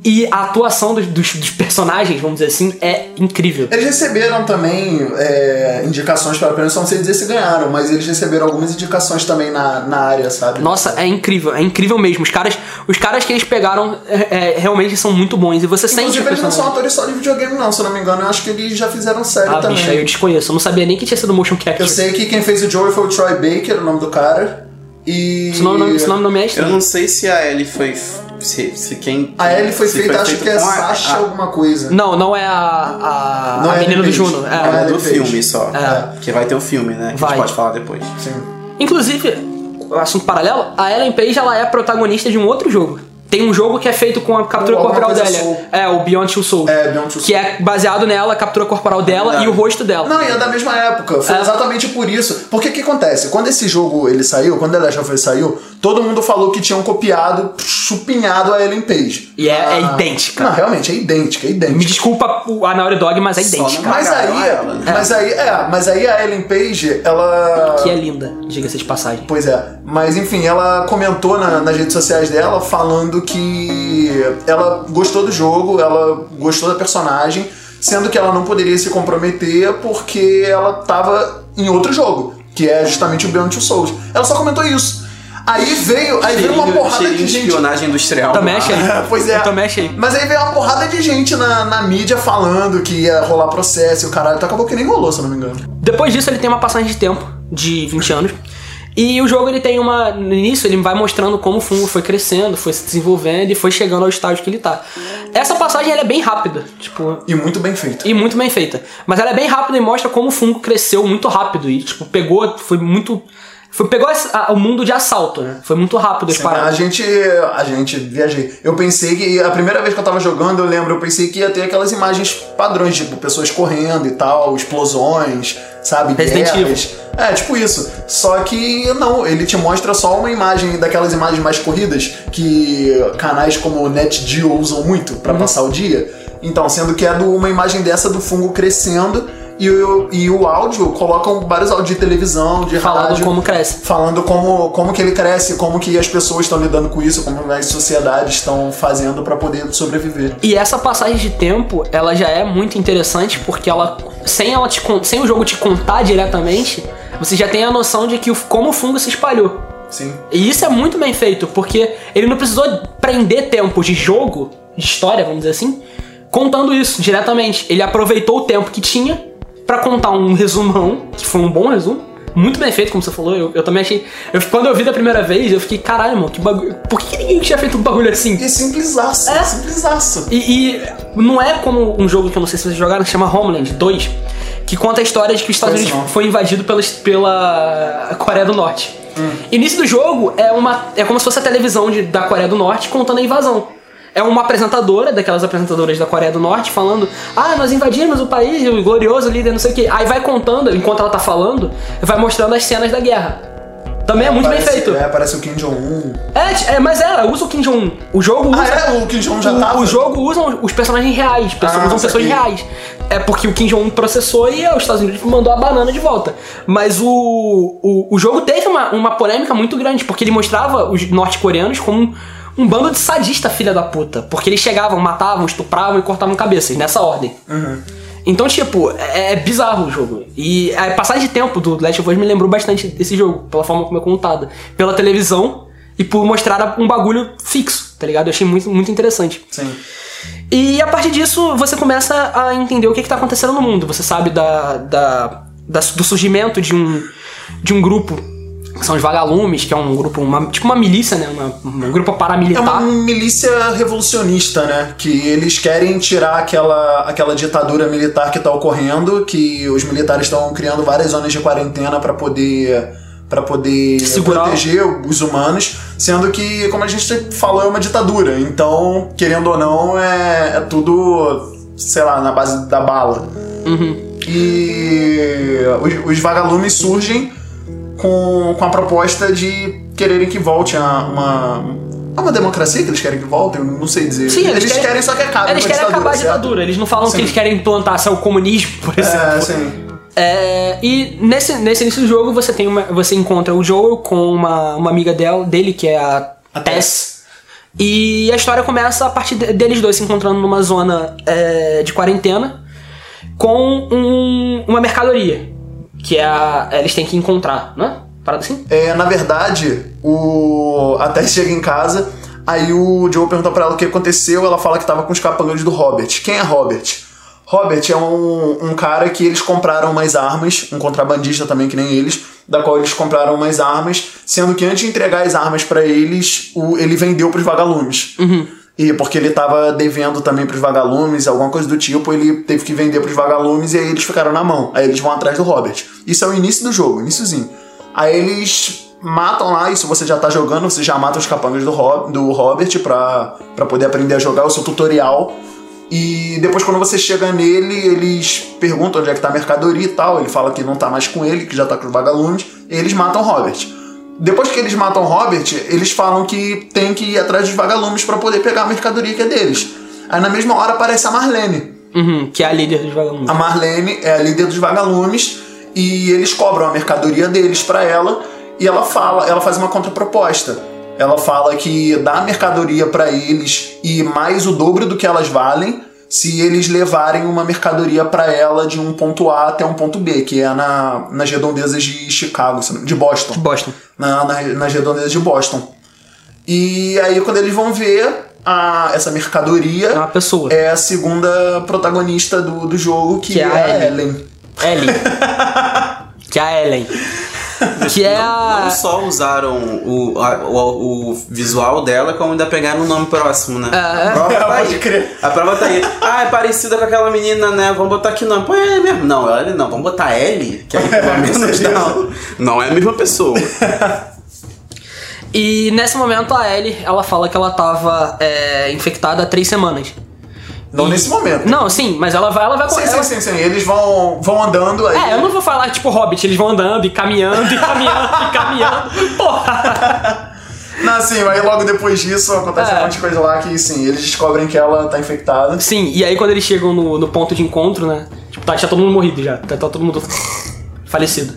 E a atuação dos, dos, dos personagens, vamos dizer assim, é incrível. Eles receberam também é, indicações para prêmios, só não sei dizer se ganharam, mas eles receberam algumas indicações também na, na área, sabe? Nossa, é incrível, é incrível mesmo. Os caras, os caras que eles pegaram é, é, realmente são muito bons. E você sente. o Inclusive, eles não são personagem. atores só de videogame, não, se eu não me engano. Eu acho que eles já fizeram série Ah, também. bicho, aí eu desconheço. Eu não sabia nem que tinha sido motion capture. Eu sei que quem fez o Joey foi o Troy Baker, o nome do cara. E. Esse nome, esse nome não me é Eu estranho. não sei se a Ellie foi. Se, se quem. A Ellie foi se feita, acho feito que é com a- Sasha a- alguma coisa. Não, não é a. A, Não a é menina do Ellie Page. Juno. É, Não É Ellie do Page. filme só. É. Que vai ter o filme, né? Que a Vai. gente pode falar depois. Sim. Inclusive, assunto paralelo, a Ellen Page ela é a protagonista de um outro jogo. Tem um jogo que é feito com a captura Ou alguma corporal coisa dela. Soul. É, o Beyond Two Souls. É, Beyond Two Que é baseado nela, a captura corporal dela Verdade. e o rosto dela. Não, e é da mesma época. Foi É. exatamente por isso. Porque o que acontece? Quando esse jogo ele saiu, quando The Last of Us saiu, todo mundo falou que tinham copiado, chupinhado a Ellen Page. E é- é Ah, idêntica. Não, realmente, é idêntica, é idêntica. Me desculpa o- a Naughty Dog, mas é Só idêntica. não- Mas aí, Cagaram ela, né? mas aí, é, mas aí a Ellen Page, ela. Que é linda, diga-se de passagem. Pois é. Mas enfim, ela comentou na- nas redes sociais dela falando que ela gostou do jogo, ela gostou da personagem, sendo que ela não poderia se comprometer porque ela tava em outro jogo, que é justamente o Beyond Two Souls. Ela só comentou isso. Aí veio, aí veio uma Cheirinho- porrada cheirinho de de gente. espionagem industrial. Também Ah, achei. <laughs> Pois é. Eu também achei. Mas aí veio uma porrada de gente na, na mídia falando que ia rolar processo e o caralho. Então acabou que nem rolou, se eu não me engano. Depois disso, ele tem uma passagem de tempo de 20 anos. E o jogo ele tem uma. No início, ele vai mostrando como o fungo foi crescendo, foi se desenvolvendo e foi chegando ao estágio que ele tá. Essa passagem ela é bem rápida. Tipo, E muito bem feito. E muito bem feita. Mas ela é bem rápida e mostra como o fungo cresceu muito rápido. E, tipo, pegou, foi muito. Foi, pegou esse- a- o mundo de assalto, né? Foi muito rápido as A paradas. gente. A gente viajei. Eu pensei que. A primeira vez que eu tava jogando, eu lembro, eu pensei que ia ter aquelas imagens padrões, tipo, pessoas correndo e tal, explosões, sabe? Resident Evil. guerras. É, tipo isso. Só que não, ele te mostra só uma imagem daquelas imagens mais corridas que canais como o NetGeo usam muito pra Uhum. passar o dia. Então, sendo que é do- uma imagem dessa do fungo crescendo e o, e o áudio, colocam vários áudios de televisão, de Falando rádio como cresce. falando como, como que ele cresce, como que as pessoas estão lidando com isso, como as sociedades estão fazendo pra poder sobreviver. E essa passagem de tempo, ela já é muito interessante porque ela sem ela te con- sem o jogo te contar diretamente, você já tem a noção de que o- como o fungo se espalhou. Sim. E isso é muito bem feito, porque ele não precisou prender tempo de jogo, de história, vamos dizer assim, contando isso diretamente. Ele aproveitou o tempo que tinha pra contar um resumão, que foi um bom resumo. Muito bem feito, como você falou. Eu, eu também achei. eu- quando eu vi da primeira vez, eu fiquei, caralho, mano, que bagulho. Por que que ninguém tinha feito um bagulho assim? E simplisaço, É. simplisaço. E, e não é como um jogo que eu não sei se vocês jogaram, que chama Homeland 2, que conta a história de que os Estados Conheço Unidos não. foi invadido pelas, pela Coreia do Norte. Início do jogo é, uma, é como se fosse a televisão de- da Coreia do Norte contando a invasão. É uma apresentadora, daquelas apresentadoras da Coreia do Norte, falando: Ah, nós invadimos o país, o glorioso líder, não sei o quê. Aí vai contando, enquanto ela tá falando, vai mostrando as cenas da guerra. Também é muito parece, bem feito. É, parece o Kim Jong-un. É, t- é, mas é, usa o Kim Jong-un. O jogo usa. Ah, é? O Kim Jong já o- tava? O jogo usa os personagens reais, pessoas, Ah, usam pessoas saquei. reais. É porque o Kim Jong-un processou e os Estados Unidos mandou a banana de volta. Mas o, o, o jogo teve uma, uma polêmica muito grande, porque ele mostrava os norte-coreanos como um, um bando de sadista filha da puta. Porque eles chegavam, matavam, estupravam e cortavam cabeças, nessa ordem. Então, tipo, é, é bizarro o jogo. E a passagem de tempo do Last of Us me lembrou bastante desse jogo, pela forma como é contada. Pela televisão e por mostrar um bagulho fixo, tá ligado? Eu achei muito, muito interessante. Sim. E a partir disso, você começa a entender o que, que tá acontecendo no mundo. Você sabe da, da, da- do surgimento de um, de um grupo, que são os vagalumes, que é um grupo, uma, tipo uma milícia, né? Uma- um grupo É paramilitar. uma milícia revolucionista, né? Que eles querem tirar aquela, aquela ditadura militar que tá ocorrendo, que os militares estão criando várias zonas de quarentena pra poder para poder Segurar. proteger os humanos, sendo que, como a gente sempre falou, é uma ditadura. Então, querendo ou não, é, é tudo, sei lá, na base da bala. E os, os vagalumes surgem com, com a proposta de quererem que volte a uma. É uma democracia que eles querem que volte? Eu não sei dizer. Sim, eles querem- só que acabe Eles com a querem acabar a certo? ditadura, eles não falam Sim. que eles querem implantar, se é o comunismo, por exemplo. É, sim. É, e nesse, nesse início do jogo você tem uma, você encontra o Joel com uma, uma amiga dela, dele, que é a, Tess. E a história começa a partir de- deles dois se encontrando numa zona é, de quarentena com um- uma mercadoria. Que é a, eles têm que encontrar, né? Parada assim? É, na verdade, o. Até <laughs> chega em casa, aí o Joe pergunta pra ela o que aconteceu, ela fala que tava com os capangas do Robert. Quem é Robert? Robert é um, um cara que eles compraram umas armas, um contrabandista também, que nem eles, da qual eles compraram umas armas, sendo que antes de entregar as armas pra eles, o, ele vendeu pros vagalumes. E porque ele tava devendo também pros vagalumes, alguma coisa do tipo, ele teve que vender pros vagalumes e aí eles ficaram na mão. Aí eles vão atrás do Robert. Isso é o início do jogo, iníciozinho. Aí eles matam lá, isso você já tá jogando, você já mata os capangas do, Rob, do Robert pra, pra poder aprender a jogar o seu tutorial. E depois quando você chega nele, eles perguntam onde é que tá a mercadoria e tal. Ele fala que não tá mais com ele, que já tá com os vagalumes. E eles matam o Robert. Depois que eles matam o Robert, eles falam que tem que ir atrás dos vagalumes pra poder pegar a mercadoria que é deles. Aí na mesma hora aparece a Marlene. Uhum, que é a líder dos vagabundos. A Marlene é a líder dos vagalumes e eles cobram a mercadoria deles pra ela e ela fala, ela faz uma contraproposta. Ela fala que dá a mercadoria pra eles e mais o dobro do que elas valem se eles levarem uma mercadoria pra ela de um ponto A até um ponto B, que é na, nas redondezas de Chicago, se não- de Boston Que bosta. na, na- nas redondezas de Boston. E aí, quando eles vão ver a, essa É uma mercadoria, pessoa. é a segunda protagonista do, do jogo, que, Que é é a a Ellie. Ellen. Ellen. <laughs> que é a Ellen. Que é a. Não só usaram o, a- o, o visual dela, como ainda pegaram o nome próximo, né? É. a prova tá Pode aí. crer. A prova tá aí. Ah, é parecida com aquela menina, né? Vamos botar que nome. Põe ele mesmo. Não, ela não. Vamos botar L, que aí pelo menos certeza. não. Não é a mesma pessoa. E nesse momento a Ellie, ela fala que ela tava é, infectada há três semanas. Não E- nesse momento. Não, sim, mas ela vai, ela vai Sim, ela- sim, sim, sim. Eles vão, vão andando aí. É, eu não vou falar tipo Hobbit, eles vão andando e caminhando e <laughs> caminhando e caminhando. Porra! Não, sim, aí logo depois disso acontece É. um monte de coisa lá que, sim, eles descobrem que ela tá infectada. <laughs> Sim, e aí quando eles chegam no, no ponto de encontro, né? Tipo, tá, já todo mundo morrido já. Tá, tá todo mundo falecido.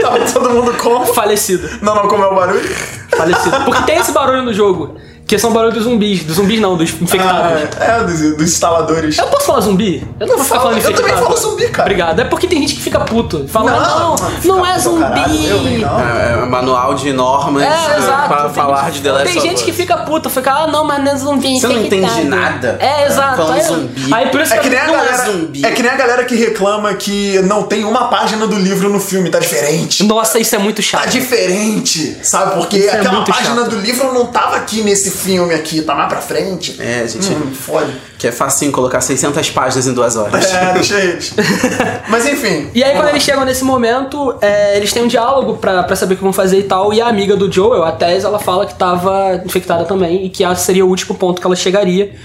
Tava Tá todo mundo como? Falecido. Não, não, como é o barulho? Falecido. Porque tem esse barulho no jogo. Que são barulhos dos zumbis. Dos zumbis não, dos infectados. Ah, é, dos, dos instaladores. Eu posso falar zumbi? Eu não vou ficar Fala- falando eu infectado. também falo zumbi, cara. Obrigado. É porque tem gente que fica puto. Fala, não, não, fica não é puto, zumbi. caralho, eu nem não. É, é, manual de normas É, né, exato. pra Tem- falar de The Last Tem of gente Us. que fica puta, fica, ah, não, mas não é zumbi. Você não infectado." entende nada. É, exato. Fala Aí- zumbi. Aí por isso É que, nem a não é galera, zumbi. é que nem a galera que reclama que não tem uma página do livro no filme, tá diferente. Nossa, isso é muito Tá chato. diferente, sabe? Porque Isso é aquela muito página chato. do livro não tava aqui nesse filme aqui, tá mais pra frente. É, gente. Hum, foda. Que é facinho colocar 600 páginas em duas horas. É, deixa eles. <laughs> Mas enfim. E aí, quando eles chegam nesse momento, é, eles têm um diálogo pra, pra saber o que vão fazer e tal. E a amiga do Joel, a Tess, ela fala que tava infectada também e que esse seria o último ponto que ela chegaria,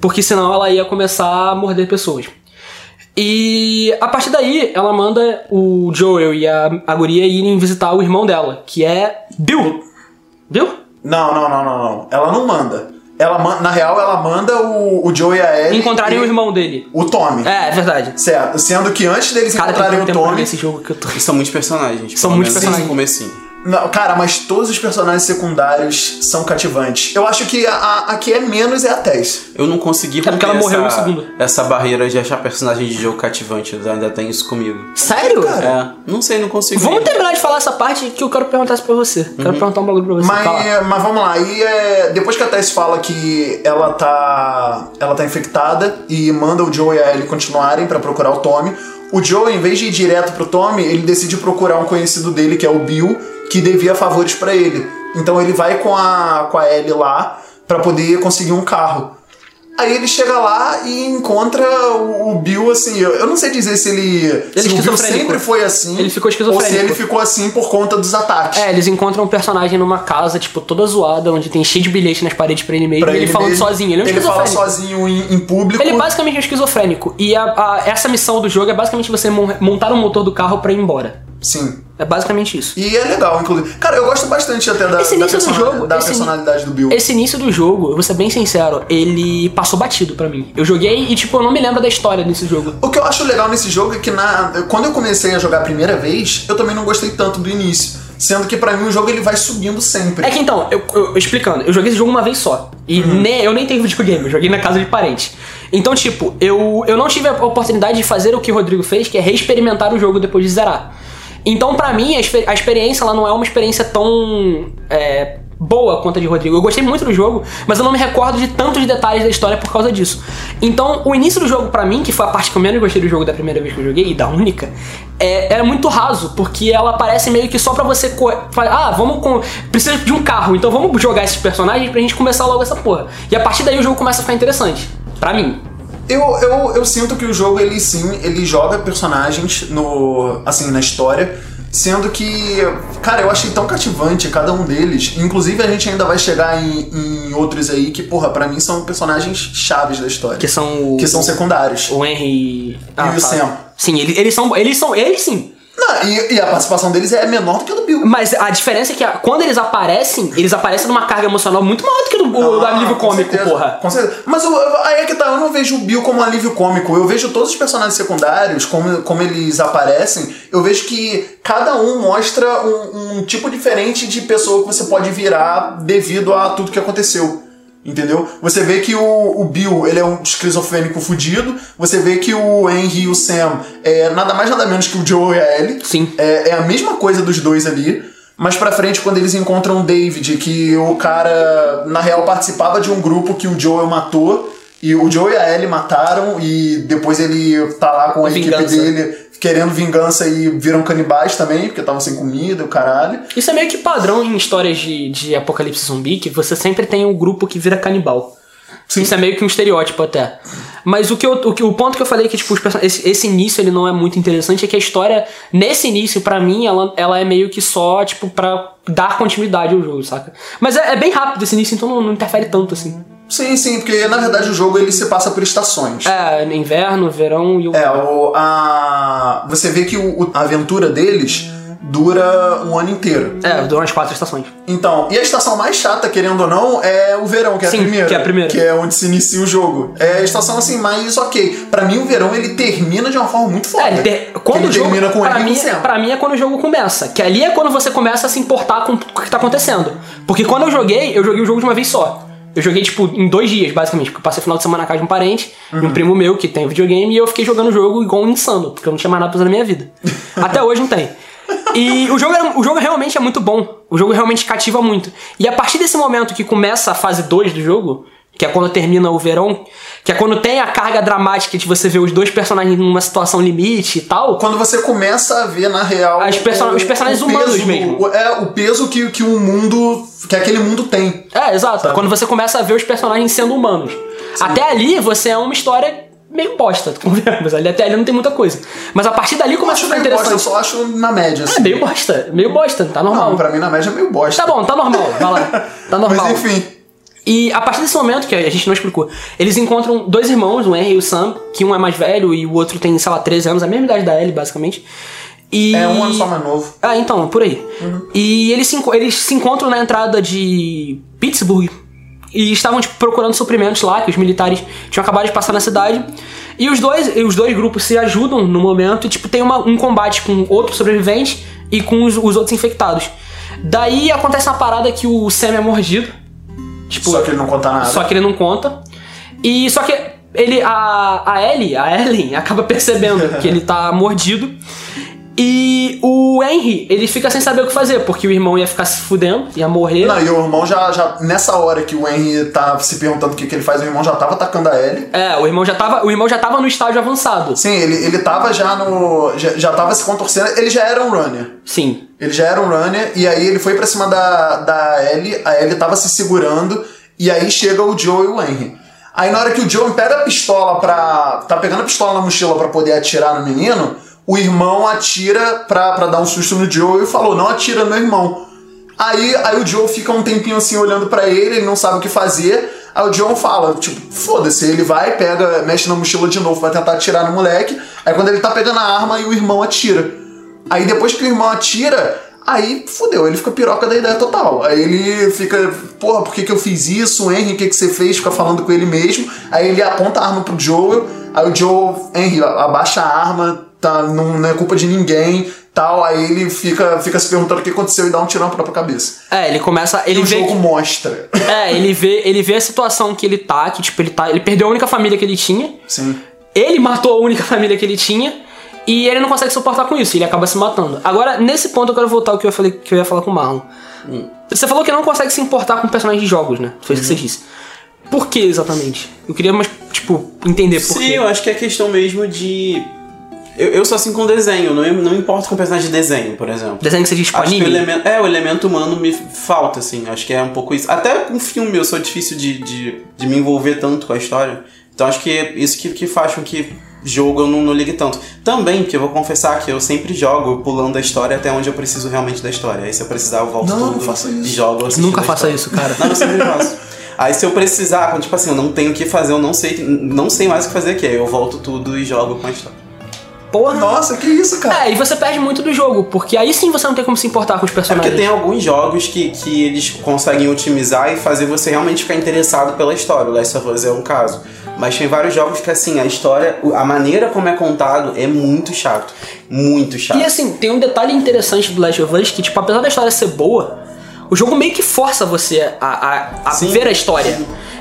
porque senão ela ia começar a morder pessoas. E a partir daí, ela manda o Joel e a, a guria irem visitar o irmão dela, que é Bill. Bill? Não, não, não, não, não. Ela não manda. Ela man- Na real, ela manda o, o Joe e a Ellie. Encontrarem e o irmão dele. O Tommy. É, é verdade. Certo. Sendo que antes deles Cara, tem encontrarem tanto o tempo pra ver Tommy. esse jogo que eu tô... E são muitos personagens. tipo, São pelo muitos menos desde o comecinho. Não, cara, mas todos os personagens secundários são cativantes. Eu acho que a, a- a que é menos é a Tess. Eu não consegui porque romper ela morreu essa, em um segundo. essa barreira de achar personagem de jogo cativante. Eu ainda tenho isso comigo. Sério? É, não sei, não consigo. Vamos terminar de falar essa parte que eu quero perguntar isso pra você. Quero perguntar um bagulho pra você. Fala. Uhum. Mas, mas vamos lá, aí é, depois que a Tess fala que ela tá. ela tá infectada e manda o Joe e a Ellie continuarem pra procurar o Tommy, o Joe, em vez de ir direto pro Tommy, ele decide procurar um conhecido dele, que é o Bill, que devia favores pra ele. Então ele vai com a, com a Ellie lá pra poder conseguir um carro. Aí ele chega lá e encontra o, o Bill, assim, eu, eu não sei dizer se ele. se o Bill esquizofrênico. sempre foi assim. Ele ficou Ou se esquizofrênico. ele ficou assim por conta dos ataques. É, eles encontram um personagem numa casa, tipo, toda zoada, onde tem cheio de bilhete nas paredes pra ele mesmo, pra e ele, falando mesmo. sozinho. Ele é um fala esquizofrênico. sozinho em, em público. Ele basicamente é um esquizofrênico. E a- a- essa missão do jogo é basicamente você mon- montar um motor do carro pra ir embora. Sim. É basicamente isso. E é legal, inclusive. Cara, eu gosto bastante até da, Esse da, início do persona- jogo, da esse personalidade do Bill. Esse início do jogo, eu vou ser bem sincero, ele passou batido pra mim. Eu joguei e, tipo, eu não me lembro da história desse jogo. O que eu acho legal nesse jogo é que na, quando eu comecei a jogar a primeira vez, eu também não gostei tanto do início. Sendo que pra mim o jogo ele vai subindo sempre. É que então, eu, eu- explicando, eu joguei esse jogo uma vez só. E nem, eu nem tenho videogame, eu joguei na casa de parente. Então, tipo, eu, eu não tive a oportunidade de fazer o que o Rodrigo fez, que é reexperimentar o jogo depois de zerar. Então, pra mim, a, exper- a experiência ela não é uma experiência tão é, boa quanto a de Rodrigo. Eu gostei muito do jogo, mas eu não me recordo de tantos detalhes da história por causa disso. Então, o início do jogo, pra mim, que foi a parte que eu menos gostei do jogo da primeira vez que eu joguei, e da única, é, é muito raso, porque ela aparece meio que só pra você. co- fa- Ah, vamos com. Precisa de um carro, então vamos jogar esses personagens pra gente começar logo essa porra. E a partir daí o jogo começa a ficar interessante. Pra mim. Eu, eu, eu sinto que o jogo, ele sim, ele joga personagens no. assim, na história. Sendo que, cara, eu achei tão cativante cada um deles. Inclusive, a gente ainda vai chegar em, em outros aí que, porra, pra mim são personagens chaves da história. Que são o. que são secundários. O Henry. ah, tá. E o Sam. Sim, eles, eles são. Eles são. Eles sim. Não, e, e a participação deles é menor do que a do Bill. Mas a diferença é que a- quando eles aparecem, eles aparecem numa carga emocional muito maior do que do, do Ah, alívio com cômico, certeza, porra. Com certeza. Mas eu- eu- aí é que tá, eu não vejo o Bill como um alívio cômico. Eu vejo todos os personagens secundários, como, como eles aparecem, eu vejo que cada um mostra um, um tipo diferente de pessoa que você pode virar devido a tudo que aconteceu. Entendeu? Você vê que o, o Bill ele é um esquizofrênico fudido. Você vê que o Henry e o Sam é nada mais nada menos que o Joe e a Ellie. Sim. É, é a mesma coisa dos dois ali. Mas pra frente, quando eles encontram o David, que o cara, na real, participava de um grupo que o Joel matou. E o Joel e a Ellie mataram. E depois ele tá lá com a Vingança. equipe dele querendo vingança e viram canibais também, porque estavam sem comida, o caralho. Isso é meio que padrão em histórias de, de apocalipse zumbi, que você sempre tem um grupo que vira canibal. Sim. Isso é meio que um estereótipo até. Mas o, que eu- o, que- o ponto que eu falei que tipo, os person- esse, esse início ele não é muito interessante é que a história, nesse início, pra mim, ela, ela é meio que só, tipo, pra dar continuidade ao jogo, saca? Mas é, é bem rápido esse início, então não, não interfere tanto assim. Sim, sim, porque na verdade o jogo ele se passa por estações. É, inverno, verão e o. É, o, a, você vê que o- o- a aventura deles dura um ano inteiro. É, duram as quatro estações. Então, e a estação mais chata, querendo ou não, é o verão, que é Sim, a primeira. que é a primeira. Que é onde se inicia o jogo. É a estação, assim, mais ok. Pra mim, o verão, ele termina de uma forma muito foda. É, ele ter- quando ele o jogo, termina com pra, ele mim, com pra mim é quando o jogo começa. Que ali é quando você começa a se importar com o que tá acontecendo. Porque quando eu joguei, eu joguei o jogo de uma vez só. Eu joguei, tipo, em dois dias, basicamente, porque eu passei o final de semana na casa de um parente, de um primo meu que tem videogame, e eu fiquei jogando o jogo igual um insano, porque eu não tinha mais nada pra fazer na minha vida. Até hoje não tem. E o jogo, era- o jogo realmente é muito bom. O jogo realmente cativa muito. E a partir desse momento que começa a fase 2 do jogo, que é quando termina o verão, que é quando tem a carga dramática de você ver os dois personagens numa situação limite e tal, Quando você começa a ver, na real. As perso- os personagens humanos mesmo. o- é, o peso que, que um mundo. que aquele mundo tem. É, exato. Quando você começa a ver os personagens sendo humanos. Até ali, você é uma história meio bosta, <laughs> convenhamos. Ali, até ali não tem muita coisa. Mas a partir dali Eu começa a acho ficar meio bosta, eu interessante. só acho na média. É Assim. meio bosta. Meio bosta, tá normal. Não, pra mim na média é meio bosta. Tá bom, tá normal. <laughs> Vai lá. Tá normal. Mas enfim. E a partir desse momento, que a gente não explicou, eles encontram dois irmãos, o Henry e o Sam, que um é mais velho e o outro tem, sei lá, 13 anos, é a mesma idade da Ellie, basicamente. E... É um ano só mais novo. Ah, então, por aí. E eles se, enco- eles se encontram na entrada de Pittsburgh e estavam tipo, procurando suprimentos lá, que os militares tinham acabado de passar na cidade. E os dois, e os dois grupos se ajudam no momento e tipo, tem uma- um combate com outro sobrevivente e com os, os outros infectados. Daí acontece uma parada que o Sam é mordido. Tipo, Só que ele não conta nada. só que ele não conta. E só que ele a a Ellie, a Ellen <laughs> acaba percebendo que ele tá mordido. E o Henry, ele fica sem saber o que fazer, porque o irmão ia ficar se fudendo, ia morrer. Não, e o irmão já, já. Nessa hora que o Henry tá se perguntando o que, que ele faz, o irmão já tava atacando a Ellie. É, o irmão já tava, o irmão já tava no estágio avançado. Sim, ele, ele tava já no. Já, já tava se contorcendo. Ele já era um runner. Sim. Ele já era um runner, e aí ele foi pra cima da, da Ellie, a Ellie tava se segurando, e aí chega o Joe e o Henry. Aí na hora que o Joe pega a pistola pra. tá pegando a pistola na mochila pra poder atirar no menino, o irmão atira pra, pra dar um susto no Joe e falou: não atira no meu irmão. Aí, aí o Joe fica um tempinho assim olhando pra ele, ele não sabe o que fazer. Aí o John fala, tipo, foda-se, ele vai, pega, mexe na mochila de novo, vai tentar atirar no moleque. Aí quando ele tá pegando a arma, aí o irmão atira. Aí depois que o irmão atira, aí fudeu, ele fica piroca da ideia total. Aí ele fica, porra, por que, que eu fiz isso, Henry, o que, que você fez? Fica falando com ele mesmo. Aí ele aponta a arma pro Joel, aí o Joel, Henry, abaixa a arma, tá, não, não é culpa de ninguém, tal. Aí ele fica, fica se perguntando o que aconteceu e dá um tirão na própria cabeça. É, ele começa, ele E o vê jogo mostra. que- É, ele vê, ele vê a situação que ele tá, que tipo, ele tá, ele perdeu a única família que ele tinha. Sim. Ele matou a única família que ele tinha e ele não consegue suportar com isso, ele acaba se matando. Agora, nesse ponto, eu quero voltar ao que eu falei que eu ia falar com o Marlon. Você falou que não consegue se importar com personagens de jogos, né? Foi isso que Uhum. você disse. Por que exatamente? Eu queria, mas, tipo, entender por Sim, quê. eu acho que é questão mesmo de. Eu, eu sou assim com desenho, não, não me importo com personagem de desenho, por exemplo. Desenho que você diz, tipo, Acho que o anime? elemento, é, o elemento humano me falta, assim. Acho que é um pouco isso. Até com filme eu sou difícil de, de, de me envolver tanto com a história. Então acho que é isso que, que faz com que jogo eu não, não ligue tanto. Também, porque eu vou confessar que eu sempre jogo pulando a história até onde eu preciso realmente da história. Aí se eu precisar, eu volto Não, tudo não faça isso. e jogo. assistindo Nunca a faça história. isso, cara. Não, eu sempre faço. Aí se eu precisar, quando, tipo assim, eu não tenho o que fazer, eu não sei, não sei mais o que fazer aqui. Aí eu volto tudo e jogo com a história. Porra. Nossa, que isso, cara. É, e você perde muito do jogo, porque aí sim você não tem como se importar com os É porque personagens. tem alguns jogos que, que eles conseguem otimizar e fazer você realmente ficar interessado pela história. O Last of Us é um caso. Mas tem vários jogos que, assim, a história, a maneira como é contado é muito chato. Muito chato. E assim, tem um detalhe interessante do Last of Us que, tipo, apesar da história ser boa, o jogo meio que força você a, a- a Sim. ver a história.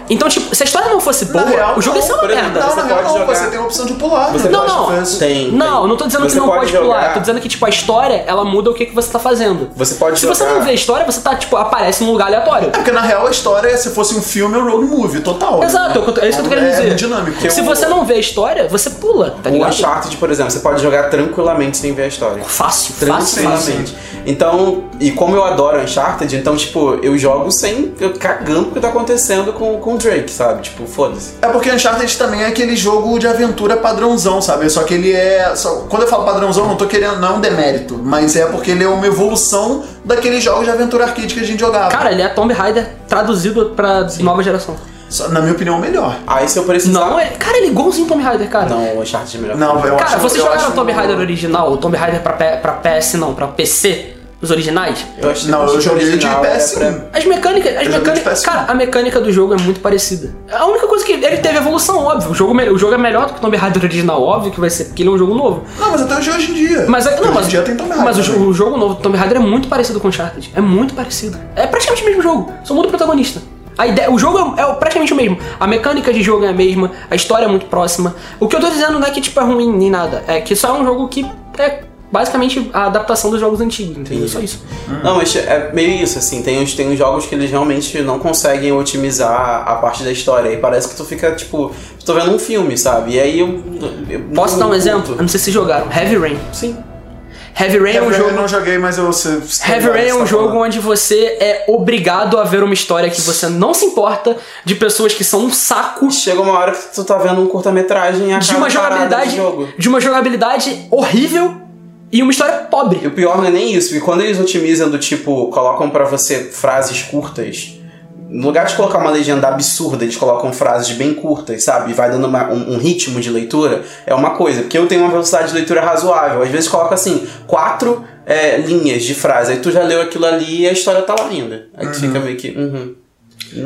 Então, tipo, se a história não fosse boa, real, o jogo ia ser não, uma por exemplo, tá merda. Não, você na real, pode não, jogar. você tem a opção de pular. Você né? Não, não. Faz- Tem, Não, tem. não tô dizendo que Você não pode pode, jogar. pular. Tô dizendo que, tipo, a história, ela muda o que, que você tá fazendo. Você pode Se você jogar- não vê a história, você tá, tipo, aparece num lugar aleatório. É porque na real a história, se fosse um filme, é um road movie, total. Exato, eu- é isso que eu tô querendo É dizer. dinâmico. Se você não vê a história, você pula, tá O ligado? Uncharted, por exemplo, você pode jogar tranquilamente sem ver a história. Fácil, fácil, fácil. Tranquilamente. Então, e como eu adoro Uncharted, então, tipo, eu jogo sem. Eu cagando o que tá acontecendo com, com o Drake, sabe? Tipo, foda-se. É porque Uncharted também é aquele jogo de aventura padrãozão, sabe? Só que ele é. só- quando eu falo padrãozão, eu não tô querendo, não é um demérito, mas é porque ele é uma evolução daqueles jogos de aventura arcade que a gente jogava. Cara, ele é Tomb Raider traduzido pra nova geração. Só- na minha opinião, é melhor. Aí se eu precisar. Não, é... cara, ele é igualzinho Tomb Raider, cara. Não, o Uncharted é melhor. Não, eu Cara, acho vocês eu jogaram acho- o Tomb Raider original, o Tomb Raider pra, P- pra PS não, pra PC, os originais? Eu acho que Não, eu o joguei de original é PS1. pra- As mecânicas, as Eu joguei de mecânicas, PS1. cara, a mecânica do jogo é muito parecida. A única coisa que ele teve evolução, óbvio. O jogo, me- o jogo é melhor do que o Tomb Raider original, óbvio que vai ser, porque ele é um jogo novo. Não, mas até hoje em dia. Mas é- hoje não, em mas, dia tem Tomb Raider. mas o, jo- também. o jogo novo do Tomb Raider é muito parecido com o Uncharted, é muito parecido. É praticamente o mesmo jogo, só muda o protagonista. A ideia, o jogo é, é praticamente o mesmo. A mecânica de jogo é a mesma, a história é muito próxima. O que eu tô dizendo não é que tipo, é ruim nem nada, é que só é um jogo que é basicamente a adaptação dos jogos antigos, entendeu? Só isso. Hum. Não, mas é meio isso, assim, tem uns, tem uns jogos que eles realmente não conseguem otimizar a parte da história. E parece que tu fica, tipo, tô vendo um filme, sabe? E aí eu. eu- Posso não- dar um não exemplo? Eu curto. não sei se jogaram. Heavy Rain. Sim. Heavy Rain é um Heavy Rain eu jogo. não joguei, mas eu sei. tá Heavy Rain é um jogo onde você é obrigado a ver uma história que você não se importa, de pessoas que são um saco Chega uma hora que tu tá vendo um curta-metragem e de acaba uma parado jogabilidade de jogo. de uma jogabilidade horrível e uma história E pobre. o pior não é nem isso, porque quando eles otimizam do tipo, colocam pra você frases curtas, no lugar de colocar uma legenda absurda, eles colocam frases bem curtas, sabe? E vai dando uma- um, um ritmo de leitura, é uma coisa, porque eu tenho uma velocidade de leitura razoável. Às vezes coloca assim, quatro é, linhas de frase, aí tu já leu aquilo ali e a história tá lá ainda. Aí tu fica meio que. Uhum.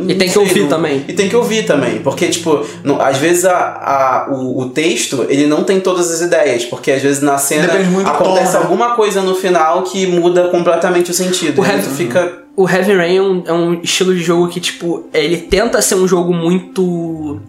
E tem que Sei, ouvir não- também. E tem que ouvir também, porque, tipo, não- às vezes a, a- o, o texto, ele não tem todas as ideias, porque às vezes na cena Depende muito do acontece tom, né? alguma coisa no final que muda completamente o sentido. O Né? Uhum. O Heavy- resto fica... O Heavy Rain é um, é um estilo de jogo que, tipo, ele tenta ser um jogo muito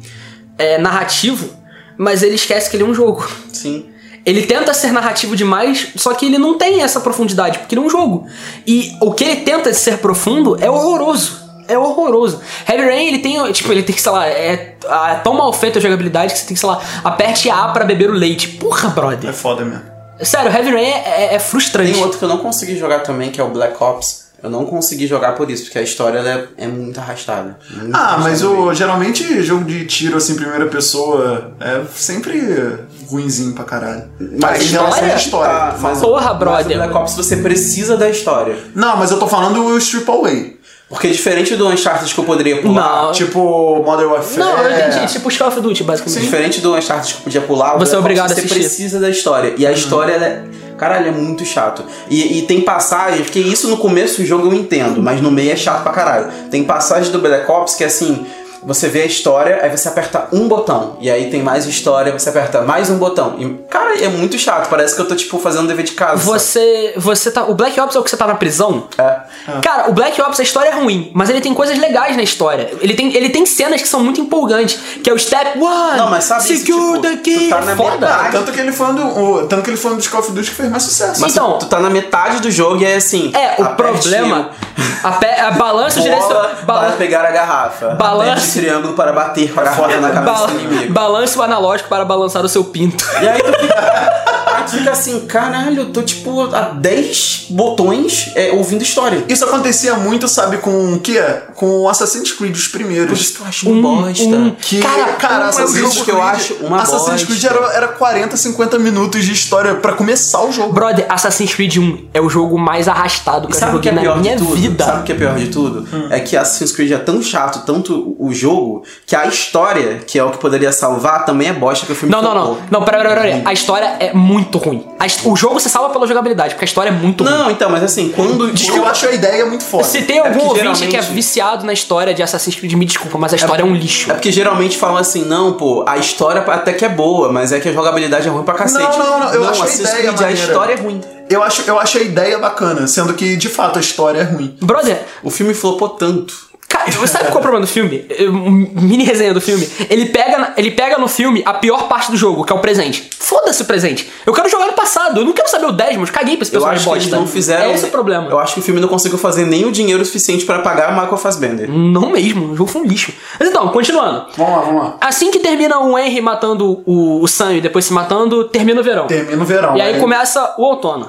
é, narrativo, mas ele esquece que ele é um jogo. <laughs> Sim. Ele tenta ser narrativo demais, só que ele não tem essa profundidade, porque ele é um jogo. E o que ele tenta ser profundo é horroroso. É horroroso. Heavy Rain, ele tem, tipo, ele tem que, sei lá, é, é tão mal feita a jogabilidade que você tem que, sei lá, aperte A pra beber o leite. Porra, É brother. foda mesmo. Sério, Heavy Rain é, é- é frustrante. Tem um outro que eu não consegui jogar também, que é o Black Ops. Eu não consegui jogar por isso, porque a história ela é, é muito arrastada. Muito Ah, mas arrastada o, geralmente jogo de tiro, assim, primeira pessoa, é sempre ruinzinho pra caralho. Mas em relação à história? é história. Ah, tô falando. mas- Porra, Mas o brother. Black Ops você precisa da história. Não, mas eu tô falando os AAA. Porque diferente do Uncharted que eu poderia pular... Não, Tipo Modern Warfare. Ah. não, é- eu entendi. Tipo Call of Duty, basicamente. Diferente do Uncharted que podia pular, o Você é Black obrigado Ops a você assistir. Uhum. precisa da história. E a história, ela é... Caralho, é muito chato. E, e tem passagens, porque isso no começo do jogo eu entendo, mas no meio é chato pra caralho. Tem passagem do Black Ops que é assim. Você vê a história, aí você aperta um botão. E aí tem mais história, você aperta mais um botão. E, cara, é muito chato. Parece que eu tô, tipo, fazendo dever de casa. É. Você, você tá, o Black Ops é o que você tá na prisão? Ah. Cara, o Black Ops, a história é ruim, mas ele tem coisas legais na história. Ele tem, ele tem cenas que são muito empolgantes, que é o Step One, Não, mas sabe isso, Secure tipo, the tu Key, tá na é foda. metade. Ah, tanto que ele foi um do, o- tanto que ele foi um dos Call of Duty que fez mais sucesso. Mas Então- tu tá na metade do jogo e é assim. É, o aperte problema, é a, pe, a balança Bola direção, para balan- pegar a garrafa. Balança- Aperte triângulo para bater <laughs> com a garrafa na cabeça bala- do inimigo. balança o analógico para balançar o seu pinto. E aí tu fica, aí tu fica assim, caralho, eu tô tipo a 10 botões é, ouvindo história. Isso acontecia muito, sabe, com o quê? Com Assassin's Creed, os primeiros. eu acho um, bosta. um- Que, Cara, um é o Assassin's jogo Creed, que eu acho uma Assassin's bosta. Creed era, era 40, 50 minutos de história pra começar o jogo. Brother, Assassin's Creed 1 é o jogo mais arrastado E que eu sabe o que joguei é na pior minha de tudo? vida. Sabe o que é pior de tudo? É que Assassin's Creed é tão chato, tanto o jogo, que a história, que é o que poderia salvar, também é bosta que o filme Não, não, flopou. não. Não, pera, pera, pera. A história é muito ruim. A his- o jogo se salva pela jogabilidade, porque a história é muito ruim. Não, então, mas assim, quando. Porque eu acho a ideia muito foda. Se tem É algum porque ouvinte geralmente- que é viciado na história de Assassin's Creed, me desculpa, mas a história é, um lixo. É porque geralmente falam assim, não, pô, a história até que é boa, mas é que a jogabilidade é ruim pra Não, cacete. não, não, eu acho a Assassin's ideia Creed, a maneira. história é ruim. Eu acho, eu acho a ideia bacana, sendo que de fato a história é ruim. Brother, O filme flopou tanto. cara, você sabe qual é o problema do filme? Eu- Mini resenha do filme. Ele pega, na- ele pega no filme a pior parte do jogo, que é o presente. Foda-se o presente. Eu quero jogar no passado, eu não quero saber o Desmond, caguei pra esse Eu personagem acho que eles bosta. não fizeram. É esse o problema. Eu acho que o filme não conseguiu fazer nem o dinheiro suficiente pra pagar a Michael Fassbender. Não mesmo, o jogo foi um lixo. Mas então, continuando. Vamos lá, vamos lá. Assim que termina o Henry matando o, o Sam e depois se matando, termina o verão. Termina o verão. E aí né? começa o outono.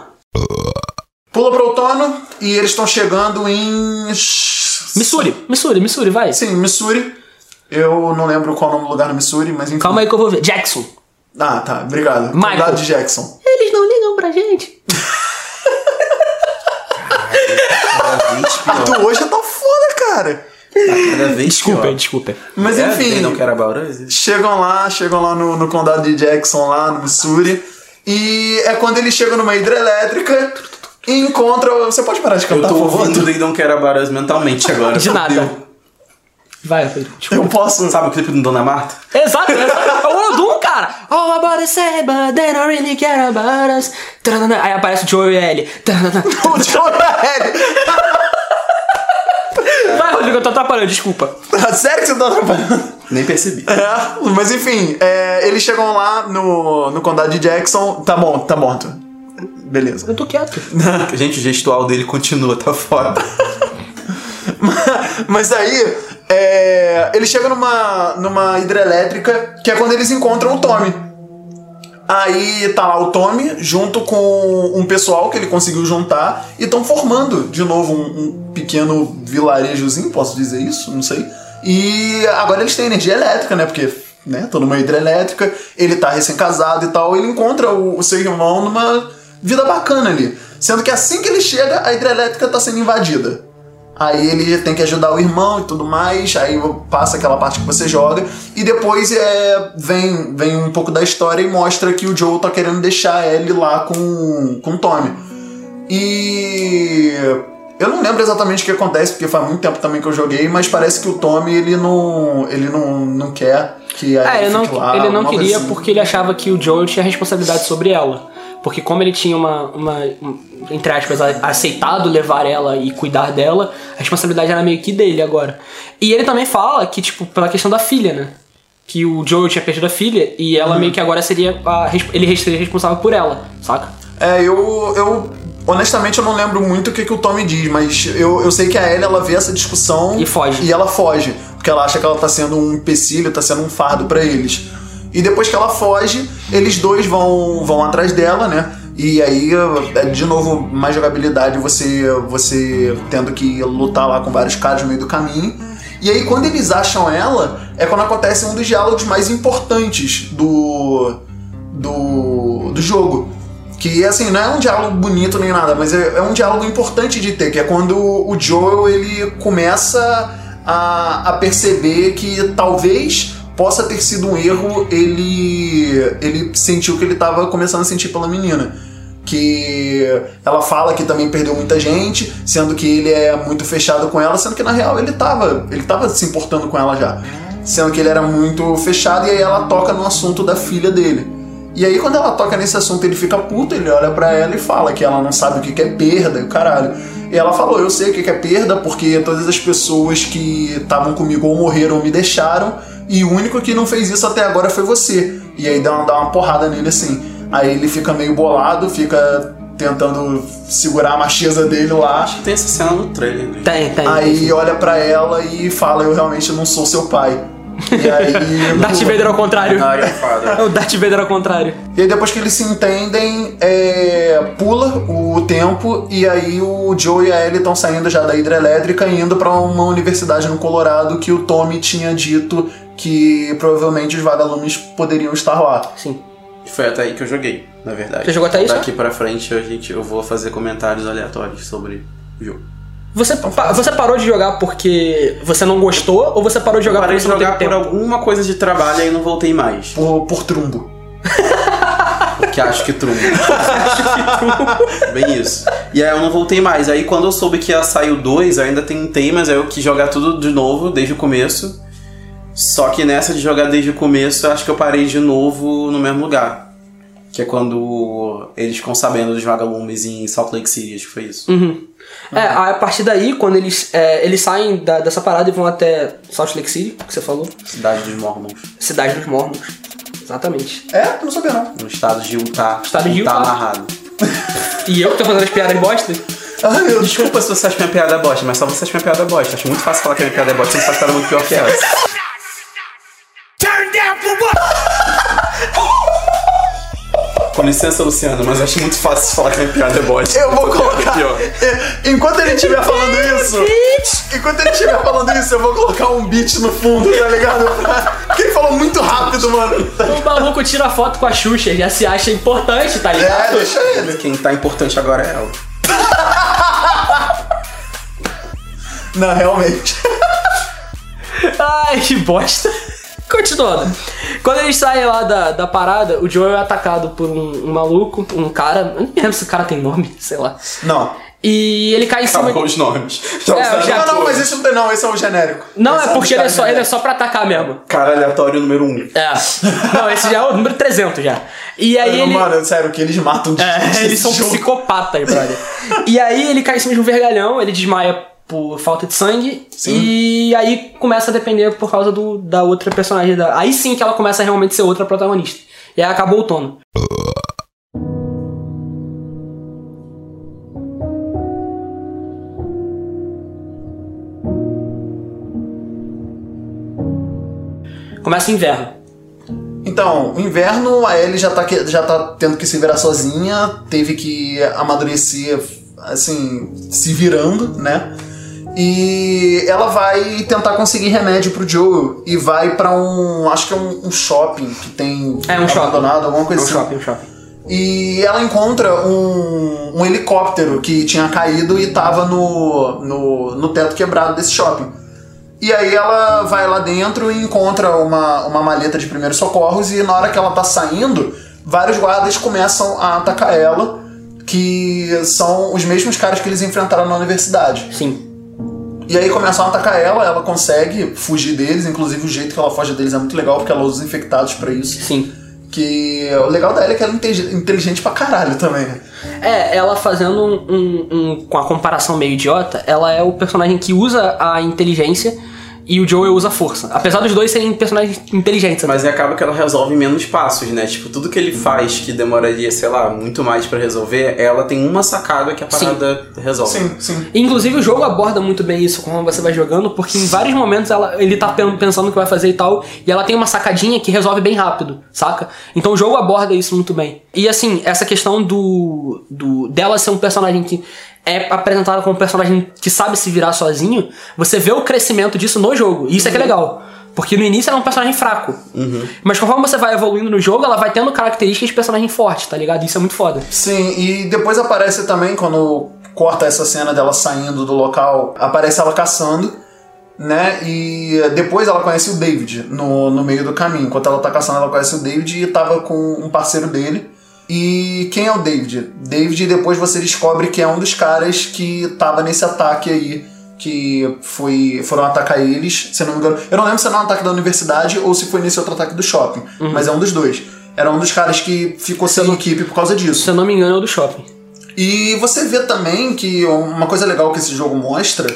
Pula pro outono e eles estão chegando em. Missouri. Missouri, Missouri, Missouri, vai. Sim, Missouri. Eu não lembro qual o nome do lugar no Missouri, mas enfim. Calma aí que eu vou ver. Jackson. Ah, tá. Obrigado. Michael. Condado de Jackson. Eles não ligam pra gente. Cada <laughs> vez pior. Tu hoje tá foda, cara. Cada vez pior. desculpa. Mas É, enfim. they don't care about us. Chegam lá, chegam lá no, no condado de Jackson, lá no Missouri. E é quando eles chegam numa hidrelétrica e encontram. Você pode parar de Eu cantar, tô por favor? ouvindo They Don't Care About Us <laughs> mentalmente agora. De nada. fudeu. Vai, Pedro. Eu <laughs> posso. Sabe o clipe do Dona Marta? Exato, exato. É o Odum, cara. All about the same, but they don't really care about us. Taranana. Aí aparece o Então, Joey L. Taranana. O Joel. Vai, Rodrigo, que eu tô atrapalhando, desculpa. Sério que você tá atrapalhando? Nem percebi. É, mas enfim, é, eles chegam lá no, no condado de Jackson. Tá bom, tá morto. Beleza. Eu tô quieto. Gente, o gestual dele continua, tá foda. Mas aí, é, eles chegam numa, numa hidrelétrica, que é quando eles encontram o Tommy. Aí tá lá o Tommy junto com um pessoal que ele conseguiu juntar e estão formando de novo um, um pequeno vilarejozinho, posso dizer isso? Não sei. E agora eles têm energia elétrica, né? Porque né, tô numa hidrelétrica, ele tá recém-casado e tal, ele encontra o, o seu irmão numa vida bacana ali. Sendo que assim que ele chega, a hidrelétrica tá sendo invadida. Aí ele tem que ajudar o irmão e tudo mais, aí passa aquela parte que você joga, e depois é, vem, vem um pouco da história e mostra que o Joe tá querendo deixar ele lá com, com o Tommy. E eu não lembro exatamente o que acontece, porque faz muito tempo também que eu joguei, mas parece que o Tommy ele não. ele não, não quer que a É, Ellie ele não, fique lá, ele não alguma queria coisa assim. porque ele achava que o Joel tinha responsabilidade sobre ela. Porque como ele tinha uma, uma um, entre aspas, a- aceitado levar ela e cuidar dela, a responsabilidade era meio que dele agora. E ele também fala que, tipo, pela questão da filha, né? Que o Joel tinha perdido a filha e ela meio que agora seria a, res- ele seria responsável por ela, saca? É, eu. eu honestamente eu não lembro muito o que, que o Tommy diz, mas eu, eu sei que a Ellie ela vê essa discussão. E foge. E ela foge. Porque ela acha que ela tá sendo um empecilho, tá sendo um fardo pra eles. E depois que ela foge, eles dois vão, vão atrás dela, né? E aí, é de novo, mais jogabilidade, você, você tendo que lutar lá com vários caras no meio do caminho. E aí, quando eles acham ela, é quando acontece um dos diálogos mais importantes do, do, do jogo. Que, assim, não é um diálogo bonito nem nada, mas é, é um diálogo importante de ter, que é quando o Joel, ele começa a, a perceber que talvez possa ter sido um erro ele, ele sentiu que ele estava começando a sentir pela menina. Que ela fala que também perdeu muita gente, sendo que ele é muito fechado com ela, sendo que na real ele tava, ele tava se importando com ela já. Sendo que ele era muito fechado, e aí ela toca no assunto da filha dele. E aí quando ela toca nesse assunto, ele fica puto, ele olha pra ela e fala que ela não sabe o que que é perda e o caralho. E ela falou, eu sei o que que é perda, porque todas as pessoas que estavam comigo ou morreram ou me deixaram, e o único que não fez isso até agora foi você. E aí dá uma, dá uma porrada nele assim. Aí ele fica meio bolado, fica tentando segurar a macheza dele lá. Acho que tem essa cena no trailer, né? Tem, tem. Aí olha pra ela e fala, eu realmente não sou seu pai. E aí. <laughs> Darth Vader é ao contrário. Ah, gafada. É <laughs> o Darth Vader ao contrário. E aí depois que eles se entendem, é, pula o tempo e aí o Joe e a Ellie estão saindo já da hidrelétrica e indo para uma universidade no Colorado que o Tommy tinha dito que provavelmente os vagalumes poderiam estar lá. Sim. E Foi até aí que eu joguei, na verdade. Você jogou até aí, Daqui pra frente a gente, eu vou fazer comentários aleatórios sobre o jogo. Você, pa- você parou de jogar porque você não gostou ou você parou de Eu jogar parei porque você de não jogar teve por tempo? alguma coisa de trabalho e não voltei mais. Por, por trumbo. Porque acho que <laughs> trunco. Bem isso. E aí eu não voltei mais. Aí quando eu soube que ia sair o 2, eu ainda tentei, mas aí eu quis jogar tudo de novo, desde o começo. Só que nessa de jogar desde o começo, eu acho que eu parei de novo no mesmo lugar. Que é quando eles ficam sabendo dos vagalumes em Salt Lake City, acho que foi isso. Uhum. É, aí, a partir daí, quando eles, é, eles saem da- dessa parada e vão até Salt Lake City, que você falou, Cidade dos Mormons. Cidade dos Mormons. Exatamente. É, não sabia não. <laughs> No Um estado de Utah. Estado de Utah. amarrado. E eu que tô fazendo as piadas bosta? Ai, meu Deus. Desculpa se você acha minha piada bosta, mas só você acha minha piada bosta. Acho muito fácil falar que minha piada é bosta, você não faz piada muito pior que essa. Com licença, Luciano, mas acho muito fácil falar que minha piada é bosta. Eu vou Tô pior que colocar. pior. É, <laughs> Enquanto ele estiver falando isso. Enquanto ele estiver falando isso, eu vou colocar um beat no fundo, tá ligado? <laughs> Porque ele falou muito rápido, mano. <laughs> O maluco tira foto com a Xuxa, ele já se acha importante, tá ligado? É, deixa ele. Quem tá importante agora é ela. Não, realmente. <laughs> É. Ai, que bosta. Continuando. Quando eles saem lá da, da parada, o Joel é atacado por um, um maluco, um cara. Eu nem lembro se o cara tem nome, sei lá. Não. E ele cai em cima. Acabou Tá os nomes. É, eu já- Então, Não, não, mas esse não tem, não. Esse é o genérico. Não, Esse é porque ele é, só, o ele é só pra atacar mesmo. Cara aleatório número 1. Um. É. Não, esse já é o número 300 já. E aí genérico. ele. Mano, é sério, que eles matam de <laughs> É, eles são jogo. psicopatas, brother. E aí ele cai em cima de um vergalhão, ele desmaia por por falta de sangue. E aí começa a depender por causa do, da outra personagem. Da... Aí sim que ela começa a realmente ser outra protagonista. E aí acabou o tono. Começa o inverno. Então, o inverno, a Ellie já tá, que- já tá tendo que se virar sozinha, teve que amadurecer, assim, se virando, né? E ela vai tentar conseguir remédio pro Joe e vai pra um. Acho que é um, um shopping que tem É, um shopping. abandonado, alguma É coisa um assim. shopping, é um shopping. E ela encontra um, um helicóptero que tinha caído e tava no, no, no teto quebrado desse shopping. E aí ela vai lá dentro e encontra uma, uma maleta de primeiros socorros e na hora que ela tá saindo, vários guardas começam a atacar ela, que são os mesmos caras que eles enfrentaram na universidade. Sim. E aí começam a atacar ela, ela consegue fugir deles, inclusive o jeito que ela foge deles é muito legal porque ela usa os infectados pra isso. Sim. Que o legal da Ellie é que ela é inte- inteligente pra caralho também. né? É, ela fazendo um, um- um- com a comparação meio idiota, ela é o personagem que usa a inteligência e o Joel usa a força. Apesar dos dois serem personagens inteligentes, né? Mas é acaba que ela resolve em menos passos, né? Tipo, tudo que ele faz que demoraria, sei lá, muito mais pra resolver, ela tem uma sacada que a Sim. parada resolve. Sim, Assim, sim. Inclusive o jogo aborda muito bem isso como você vai jogando, porque em vários momentos ela, ele tá pen- pensando o que vai fazer e tal, e ela tem uma sacadinha que resolve bem rápido, saca? Então o jogo aborda isso muito bem. E assim, essa questão do, do dela ser um personagem que é apresentado como um personagem que sabe se virar sozinho, você vê o crescimento disso no jogo. E isso é que é legal. Porque no início ela é um personagem fraco. Mas conforme você vai evoluindo no jogo, ela vai tendo características de personagem forte, tá ligado? Isso é muito foda. Sim, e depois aparece também, quando corta essa cena dela saindo do local, aparece ela caçando, né? E depois ela conhece o David no, no meio do caminho. Enquanto ela tá caçando, ela conhece o David e tava com um parceiro dele. E quem é o David? David, depois você descobre que é um dos caras que tava nesse ataque aí. Que foi, foram atacar eles, se eu não me engano. Eu não lembro se era um ataque da universidade ou se foi nesse outro ataque do shopping, Uhum. mas é um dos dois. Era um dos caras que ficou sendo equipe por causa disso. Se eu não me engano, é o do shopping. E você vê também que uma coisa legal que esse jogo mostra,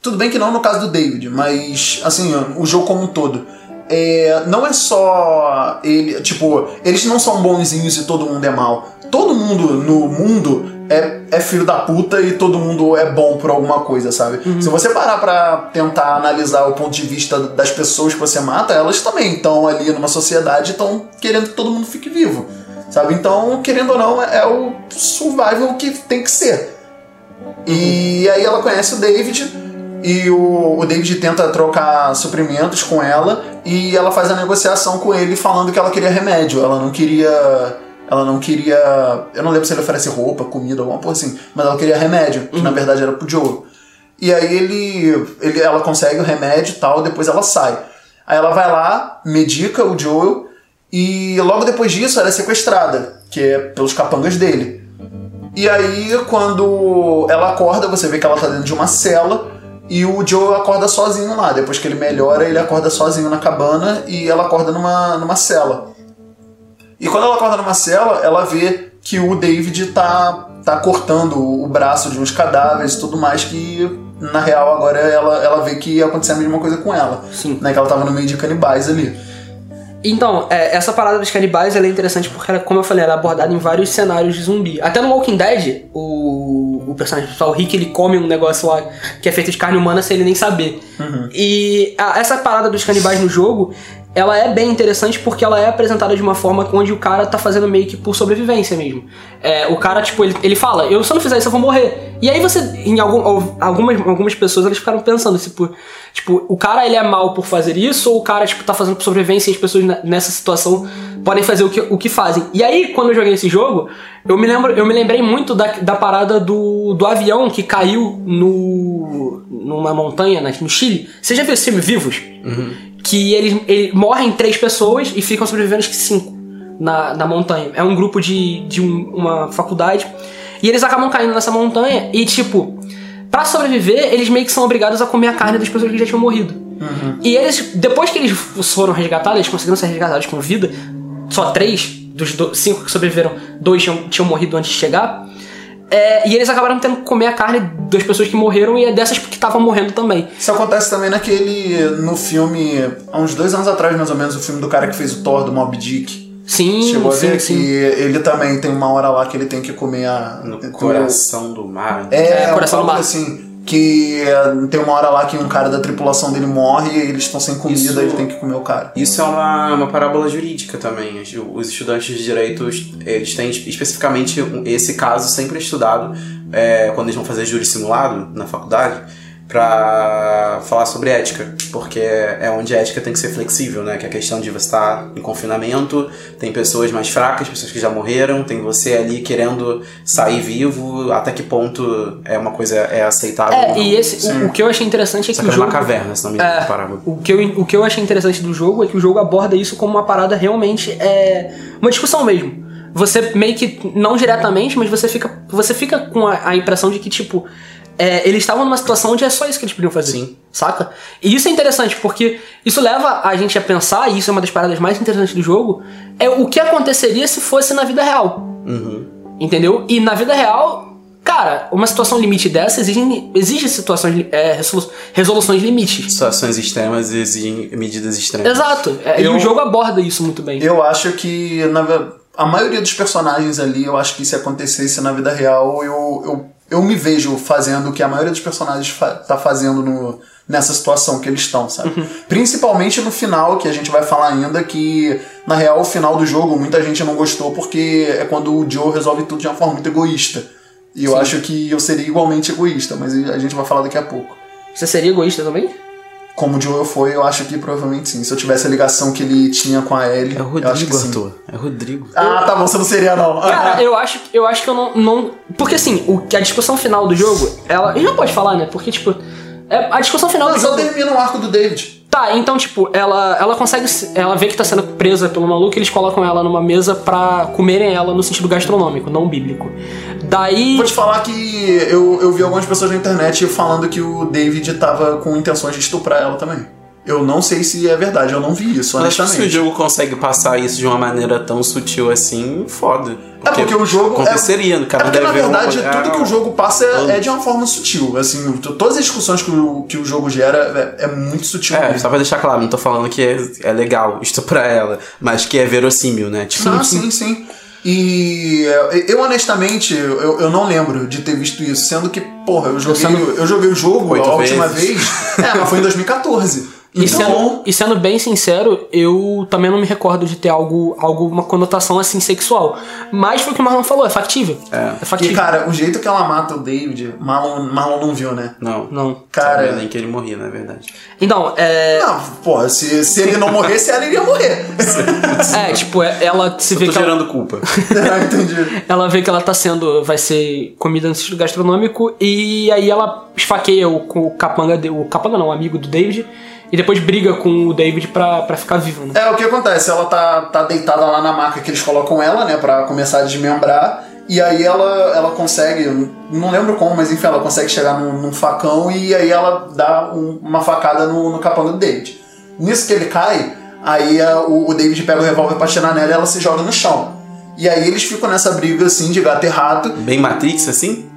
tudo bem que não no caso do David, mas assim, o jogo como um todo. É, não é só ele, tipo, eles não são bonzinhos e todo mundo é mal. Todo mundo no mundo é, é filho da puta e todo mundo é bom por alguma coisa, sabe? Se você parar pra tentar analisar o ponto de vista das pessoas que você mata, elas também estão ali numa sociedade e estão querendo que todo mundo fique vivo. Sabe? Então, querendo ou não, é o survival que tem que ser. E aí ela conhece o David. E o, o David tenta trocar suprimentos com ela. E ela faz a negociação com ele falando que ela queria remédio. Ela não queria. Ela não queria. Eu não lembro se ele oferece roupa, comida, alguma coisa assim. Mas ela queria remédio, que na verdade era pro Joe. E aí ele, ele, ela consegue o remédio e tal, depois ela sai. Aí ela vai lá, medica o Joel, e logo depois disso ela é sequestrada, que é pelos capangas dele. E aí, quando ela acorda, você vê que ela tá dentro de uma cela, e o Joel acorda sozinho lá. Depois que ele melhora, ele acorda sozinho na cabana, e ela acorda numa, numa cela. E quando ela acorda numa cela, ela vê que o David tá, tá cortando o braço de uns cadáveres e tudo mais, que na real agora ela, ela vê que ia acontecer a mesma coisa com ela. Sim. Né, que ela tava no meio de canibais ali. Então, é, essa parada dos canibais ela é interessante porque, ela, como eu falei, ela é abordada em vários cenários de zumbi. Até no Walking Dead, o, o personagem principal, o Rick, ele come um negócio lá que é feito de carne humana sem ele nem saber. E a- essa parada dos canibais no jogo, ela é bem interessante porque ela é apresentada de uma forma onde o cara tá fazendo meio que por sobrevivência mesmo. É, o cara, tipo, ele, ele fala, eu se eu não fizer isso eu vou morrer. E aí você, em algum- al- algumas, algumas pessoas, elas ficaram pensando, tipo, tipo, o cara ele é mal por fazer isso ou o cara, tipo, tá fazendo por sobrevivência e as pessoas ne- nessa situação podem fazer o que, o que fazem. E aí, quando eu joguei esse jogo, eu me lembro, eu me lembrei muito da, da parada do, do avião que caiu no numa montanha na- no Chile. Você já viu esse filme Vivos? Que eles, eles morrem três pessoas e ficam sobrevivendo acho que cinco na, na montanha. É um grupo de, de um- uma faculdade. E eles acabam caindo nessa montanha e, tipo, pra sobreviver, eles meio que são obrigados a comer a carne das pessoas que já tinham morrido. Uhum. E eles, depois que eles foram resgatados, eles conseguiram ser resgatados com vida, só três dos do- cinco que sobreviveram, dois tinham, tinham morrido antes de chegar. É, e eles acabaram tendo que comer a carne das pessoas que morreram e é dessas que estavam morrendo também. Isso acontece também naquele. no filme. Há uns dois anos atrás, mais ou menos, o filme do cara que fez o Thor do Mob Dick. Sim, Chegou a sim, ver sim. que ele também tem uma hora lá que ele tem que comer a. No comer o- coração do mar. É, É, um coração do bagulho mar. assim. Que é, tem uma hora lá que um cara da tripulação dele morre e eles estão sem comida, Isso- ele tem que comer o cara. Isso é uma, uma parábola jurídica também. Os- Os estudantes de direito, eles têm especificamente um- esse caso sempre estudado é, quando eles vão fazer júri simulado na faculdade pra falar sobre ética, porque é onde a ética tem que ser flexível, né? Que é a questão de você estar em confinamento, tem pessoas mais fracas, pessoas que já morreram, tem você ali querendo sair vivo, até que ponto é uma coisa é aceitável ou É, não. e esse, Sim. o, o que eu achei interessante é Só que o que era uma jogo. caverna, se não me engano, É. a parábola. O que, eu, o que eu achei interessante do jogo é que o jogo aborda isso como uma parada realmente é uma discussão mesmo. Você meio que não diretamente, mas você fica você fica com a, a impressão de que tipo é, eles estavam numa situação onde é só isso que eles podiam fazer, Sim. saca? E isso é interessante porque isso leva a gente a pensar e isso é uma das paradas mais interessantes do jogo é o que aconteceria se fosse na vida real. Uhum. Entendeu? E na vida real, cara, uma situação limite dessa exige, exige situações, li- é, resolu- resoluções limites. Situações extremas exigem medidas extremas. Exato. É, E Eu- o jogo aborda isso muito bem. Eu acho que na, ve- a maioria dos personagens ali, eu acho que se acontecesse na vida real, eu, eu, eu me vejo fazendo o que a maioria dos personagens fa tá fazendo no, nessa situação que eles estão, sabe? Uhum. Principalmente no final, que a gente vai falar ainda, que na real o final do jogo muita gente não gostou porque é quando o Joe resolve tudo de uma forma muito egoísta. E eu acho que eu seria igualmente egoísta, mas a gente vai falar daqui a pouco. Você seria egoísta também? Como o Joel foi, eu acho que provavelmente sim. Se eu tivesse a ligação que ele tinha com a Ellie, É o eu acho que Rodrigo, sim. Arthur. É o Rodrigo. Ah, tá bom, você não seria, não. Ah, Cara, eu acho, eu acho que eu não, não. Porque assim, o, que a discussão final do jogo, ela. A gente não pode falar, né? Porque, tipo. é- a discussão final do Mas só jogo. termina o arco do David. Tá, então, tipo, ela, ela consegue. se- Ela vê que tá sendo presa pelo maluco e eles colocam ela numa mesa pra comerem ela no sentido gastronômico, não bíblico. Daí. Vou te falar que eu, eu vi algumas pessoas na internet falando que o David tava com intenções de estuprar ela também. Eu não sei se é verdade, eu não vi isso, Mas se o honestamente. jogo consegue passar isso de uma maneira tão sutil assim, foda. É porque o jogo. é- aconteceria, o É cara porque, na deve ver um- verdade, é, tudo que o jogo passa Antes. é, é de uma forma sutil. Assim, o- todas as discussões que o, que o jogo gera é, é muito sutil É, mesmo. só pra deixar claro, não tô falando que é, é legal isto pra ela, mas que é verossímil, né? Tipo, Não, sim, sim. E é, eu honestamente, eu, eu não lembro de ter visto isso, sendo que, porra, eu joguei, eu joguei o jogo Oito a última vezes. vez. É, mas foi em 2014. E sendo, Então, e sendo bem sincero, eu também não me recordo de ter algo, alguma conotação assim sexual. Mas foi o que o Marlon falou, é factível. É, e factível. cara, o jeito que ela mata o David, Marlon, Marlon não viu, né? não. Não. Cara- Sabia nem que ele morria, na verdade. Então, é. Não, porra, se, se ele não morresse, ela iria morrer. <laughs> É, tipo, é- ela se Eu vê tô que ela, gerando culpa. Ah, Entendi. ela vê que ela tá sendo. vai ser comida no sentido gastronômico. E aí ela esfaqueia o, com o capanga. de- O capanga não, o amigo do David. E depois briga com o David pra, pra ficar vivo, né? É, o que acontece? Ela tá, tá deitada lá na maca que eles colocam ela, né, pra começar a desmembrar. E aí ela, ela consegue, eu não lembro como, mas enfim, ela consegue chegar num, num facão e aí ela dá um- uma facada no, no capanga do David. Nisso que ele cai, aí a- o, o David pega o revólver pra tirar nela e ela se joga no chão. E aí eles ficam nessa briga assim de gato e rato. Bem Matrix, assim?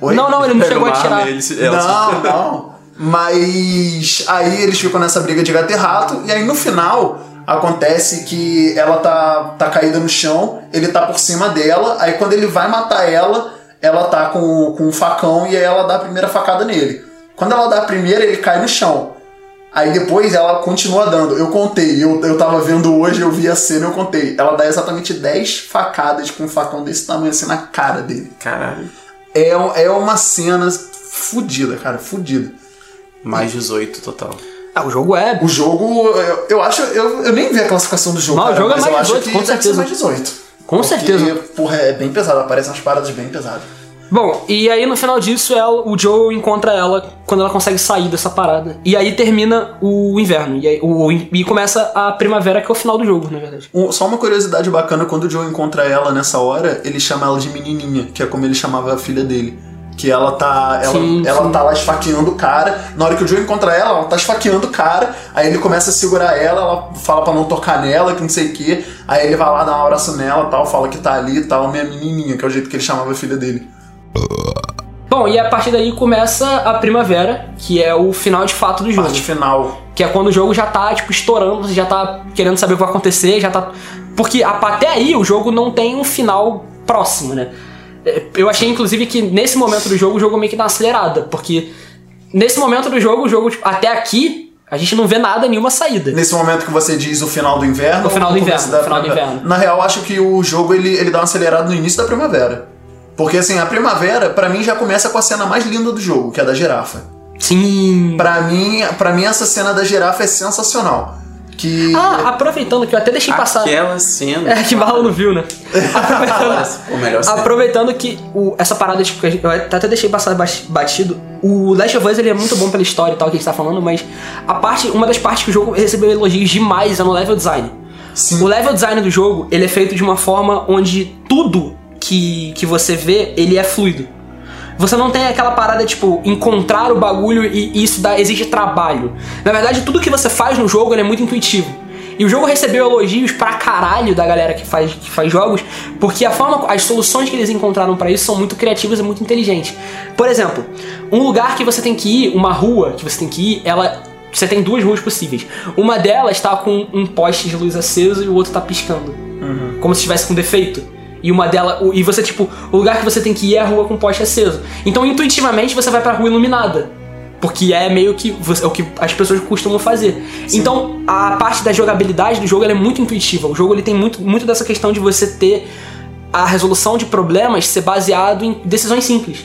Oi? Não, não, ele não Pega chegou a uma arma tirar. e ele se- ela se- Não, não. Mas aí eles ficam nessa briga de gato e rato, e aí no final acontece que ela tá, tá caída no chão, ele tá por cima dela, aí quando ele vai matar ela, ela tá com, com um facão e aí ela dá a primeira facada nele. Quando ela dá a primeira, ele cai no chão. Aí depois ela continua dando. Eu contei, eu, eu tava vendo hoje, eu vi a cena, eu contei. Ela dá exatamente 10 facadas com um facão desse tamanho assim na cara dele. Caralho. É, um- é uma cena fudida, cara, fudida. Mais 18 total. Ah, o jogo é. O jogo, é, eu, eu acho, eu, eu nem vi a classificação do jogo, Não, o cara, jogo é mas mais eu 18, acho que com deve certeza. ser mais 18. Com Porque, certeza. Porra, é bem pesado, aparecem umas paradas bem pesadas. Bom, e aí no final disso ela, o Joe encontra ela quando ela consegue sair dessa parada. E aí termina o inverno. E, aí- o, e começa a primavera, que é o final do jogo, na verdade. Um- só uma curiosidade bacana, quando o Joe encontra ela nessa hora, ele chama ela de menininha, que é como ele chamava a filha dele. Que ela tá. Ela, Sim, ela sim. tá lá esfaqueando o cara. Na hora que o Joe encontra ela, ela tá esfaqueando o cara. Aí ele começa a segurar ela, ela fala pra não tocar nela, que não sei o quê. Aí ele vai lá, dá um abraço nela tal, fala que tá ali e tal, minha menininha, que é o jeito que ele chamava a filha dele. Bom, e a partir daí começa a primavera, que é o final de fato do jogo. Parte final. Que é quando o jogo já tá, tipo, estourando, você já tá querendo saber o que vai acontecer, já tá. Porque a- até aí o jogo não tem um final próximo, né? É, Eu achei, inclusive, que nesse momento do jogo o jogo meio que dá uma acelerada, porque nesse momento do jogo, o jogo, tipo, até aqui, a gente não vê nada, nenhuma saída. Nesse momento que você diz o final do inverno. O final do ou começo inverno, da o final do primavera? inverno. Na real, acho que o jogo ele, ele dá uma acelerada no início da primavera. Porque assim, a primavera, pra mim, já começa com a cena mais linda do jogo, que é a da girafa. Sim. Pra mim, pra mim essa cena da girafa é sensacional. Que. Ah, aproveitando que eu até deixei passar. Aquela cena. É, que Barro não viu, né? Aproveitando. O melhor cena. Aproveitando que o- essa parada, tipo, que a gente- eu até deixei passar bas- batido, o Last of Us ele é muito bom pela história e tal que a gente tá falando, mas a parte, uma das partes que o jogo recebeu elogios demais é no level design. Sim. O level design do jogo, ele é feito de uma forma onde tudo que, que você vê, ele é fluido. Você não tem aquela parada, tipo, encontrar o bagulho e isso dá, exige trabalho. Na verdade, tudo que você faz no jogo ele é muito intuitivo. E o jogo recebeu elogios pra caralho da galera que faz, que faz jogos, porque a forma, as soluções que eles encontraram pra isso são muito criativas e muito inteligentes. Por exemplo, um lugar que você tem que ir, uma rua que você tem que ir, ela. Você tem duas ruas possíveis. Uma delas tá com um poste de luz aceso e o outro tá piscando. Como se estivesse com defeito. E uma dela. o- E você, tipo, o lugar que você tem que ir é a rua com poste aceso. Então, intuitivamente, você vai pra rua iluminada. Porque é meio que. você- É o que as pessoas costumam fazer. Então, a parte da jogabilidade do jogo ela é muito intuitiva. O jogo ele tem muito, muito dessa questão de você ter a resolução de problemas ser baseado em decisões simples.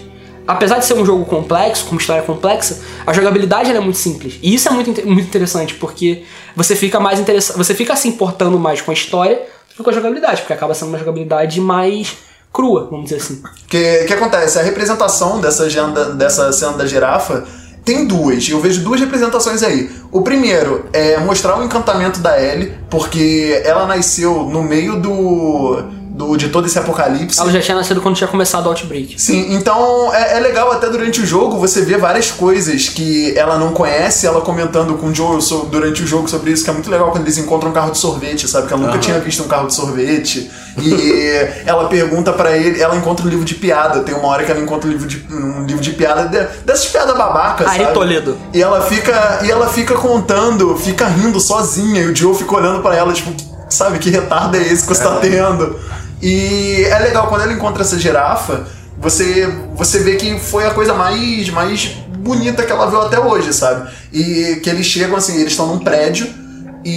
Apesar de ser um jogo complexo, com uma história complexa, a jogabilidade ela é muito simples. E isso é muito, inte- muito interessante, porque você fica mais interessa você fica se importando mais com a história do que com a jogabilidade, porque acaba sendo uma jogabilidade mais crua, vamos dizer assim. Que, que acontece? A representação dessa, agenda, dessa cena da girafa tem duas. Eu vejo duas representações aí. O primeiro é mostrar o encantamento da Ellie, porque ela nasceu no meio do, do de todo esse apocalipse. Ela já tinha nascido quando tinha começado o Outbreak. Sim, então é, é legal até durante o jogo você ver várias coisas que ela não conhece, ela comentando com o Joel so- durante o jogo sobre isso, que é muito legal quando eles encontram um carro de sorvete, sabe? Que ela nunca Aham. tinha visto um carro de sorvete. E <laughs> ela pergunta pra ele, ela encontra um livro de piada. Tem uma hora que ela encontra um livro de, um livro de piada, de- dessas piadas babacas, Ari sabe? Toledo. E ela fica, e ela fica contando, fica rindo sozinha, e o Joe fica olhando pra ela, tipo, sabe, que retardo é esse que você tá tendo? E é legal, quando ela encontra essa girafa, você, você vê que foi a coisa mais, mais bonita que ela viu até hoje, sabe? E que eles chegam assim, eles estão num prédio.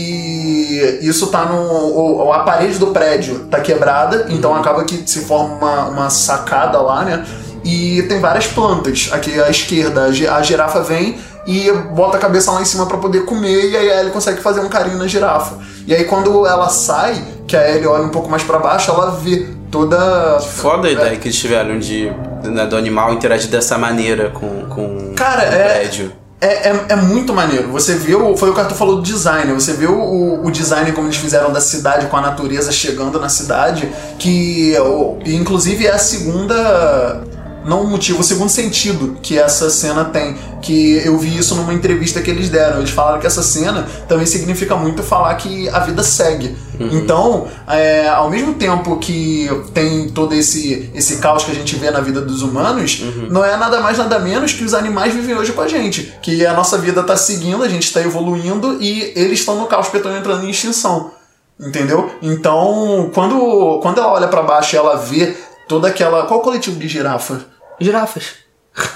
E isso tá no. O, o- a parede do prédio tá quebrada, então acaba que se forma uma, uma sacada lá, né? E tem várias plantas aqui à esquerda. A gi- A girafa vem e bota a cabeça lá em cima pra poder comer, e aí a Ellie consegue fazer um carinho na girafa. E aí quando ela sai, que a Ellie olha um pouco mais pra baixo, ela vê toda. Foda a ideia que eles tiveram de, né, do animal interagir dessa maneira com, com Cara, o é- prédio. É, é, é muito maneiro. Você viu, foi o que o Arthur falou do design. Você viu o, o design como eles fizeram da cidade, com a natureza chegando na cidade, que o- e, inclusive é a segunda. Não o motivo, o segundo sentido que essa cena tem. Que eu vi isso numa entrevista que eles deram. Eles falaram que essa cena também significa muito falar que a vida segue. Então, é, ao mesmo tempo que tem todo esse, esse caos que a gente vê na vida dos humanos, não é nada mais nada menos que os animais vivem hoje com a gente. Que a nossa vida tá seguindo, a gente tá evoluindo e eles estão no caos porque estão entrando em extinção. Entendeu? Então, quando, quando ela olha pra baixo e ela vê toda aquela. Qual coletivo de girafa? Girafas.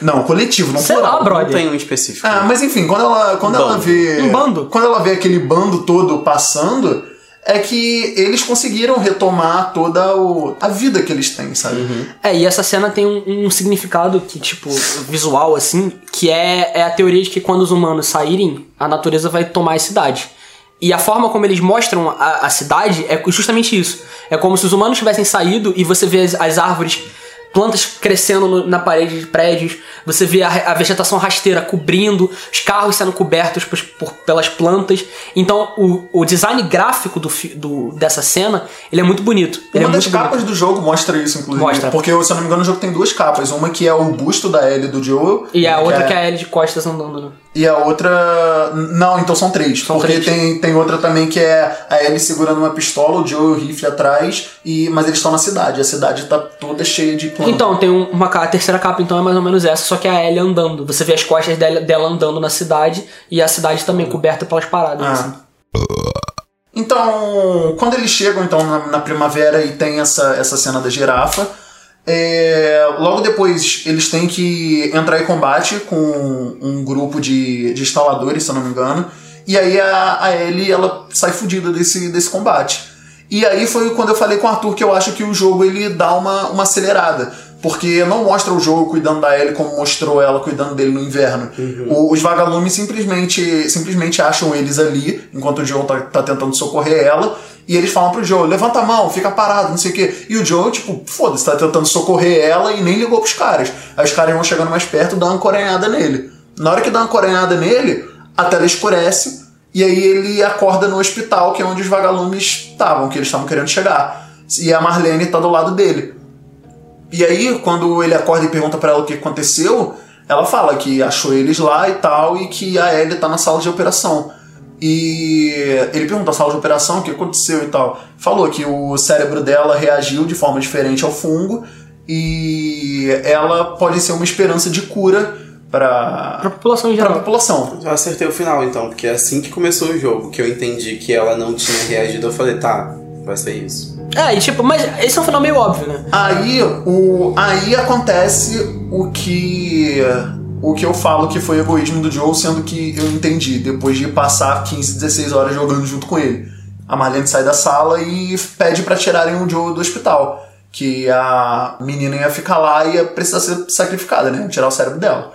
Não, coletivo, não Sei plural. lá, brother. Não tem um específico. Ah, mas enfim, quando ela, quando Um ela bando. vê. Um bando. Quando ela vê aquele bando todo passando, é que eles conseguiram retomar toda o, a vida que eles têm, sabe? É, e essa cena tem um, um significado que, tipo, visual, assim, que é, é a teoria de que quando os humanos saírem, a natureza vai tomar a cidade. E a forma como eles mostram a, a cidade é justamente isso. É como se os humanos tivessem saído e você vê as, as árvores, plantas crescendo no- na parede de prédios, você vê a, re- a vegetação rasteira cobrindo, os carros sendo cobertos por- por- pelas plantas. Então, o, o design gráfico do, fi- do- dessa cena, ele é muito bonito. Ele é Uma das muito bonito. capas do jogo mostra isso, inclusive. Mostra. Porque, se eu não me engano, o jogo tem duas capas. Uma que é o busto da Ellie do Joel. E a outra que é a Ellie de costas andando, né? E a outra. Não, então são três. São porque três. Tem, tem outra também que é a Ellie segurando uma pistola, o Joe e o rifle atrás, e... mas eles estão na cidade. A cidade tá toda cheia de andando. Então, tem um- uma ca- a terceira capa, então é mais ou menos essa, só que é a Ellie andando. Você vê as costas dela, dela andando na cidade e a cidade também coberta pelas Ah. paradas. assim. Então, quando eles chegam então na, na primavera e tem essa, essa cena da girafa, é, logo depois eles têm que entrar em combate com um grupo de, de instaladores, se eu não me engano, e aí a, a Ellie ela sai fudida desse, desse combate. E aí foi quando eu falei com o Arthur que eu acho que o jogo ele dá uma, uma acelerada. Porque não mostra o jogo cuidando da Ellie como mostrou ela cuidando dele no inverno. O- os vagalumes simplesmente, simplesmente acham eles ali, enquanto o Joe tá, tá tentando socorrer ela. E eles falam pro Joe, levanta a mão, fica parado, não sei o quê. E o Joe, tipo, foda-se, tá tentando socorrer ela e nem ligou pros caras. Aí os caras vão chegando mais perto, dá uma coronhada nele. Na hora que dá uma coronhada nele, a tela escurece e aí ele acorda no hospital, que é onde os vagalumes estavam, que eles estavam querendo chegar. E a Marlene tá do lado dele. E aí, quando ele acorda e pergunta pra ela o que aconteceu, ela fala que achou eles lá e tal, e que a Ellie tá na sala de operação. E ele pergunta a sala de operação o que aconteceu e tal. Falou que o cérebro dela reagiu de forma diferente ao fungo e ela pode ser uma esperança de cura Pra para população em a geral. população. Eu acertei o final, então, porque assim que começou o jogo, que eu entendi que ela não tinha reagido, eu falei, tá, vai ser isso. É, e tipo, mas esse é um final meio óbvio, né? Aí, o, aí acontece o que o que eu falo que foi egoísmo do Joe, sendo que eu entendi depois de passar 15, 16 horas jogando junto com ele. A Marlene sai da sala e pede pra tirarem o Joe do hospital, que a menina ia ficar lá e ia precisar ser sacrificada, né? Tirar o cérebro dela.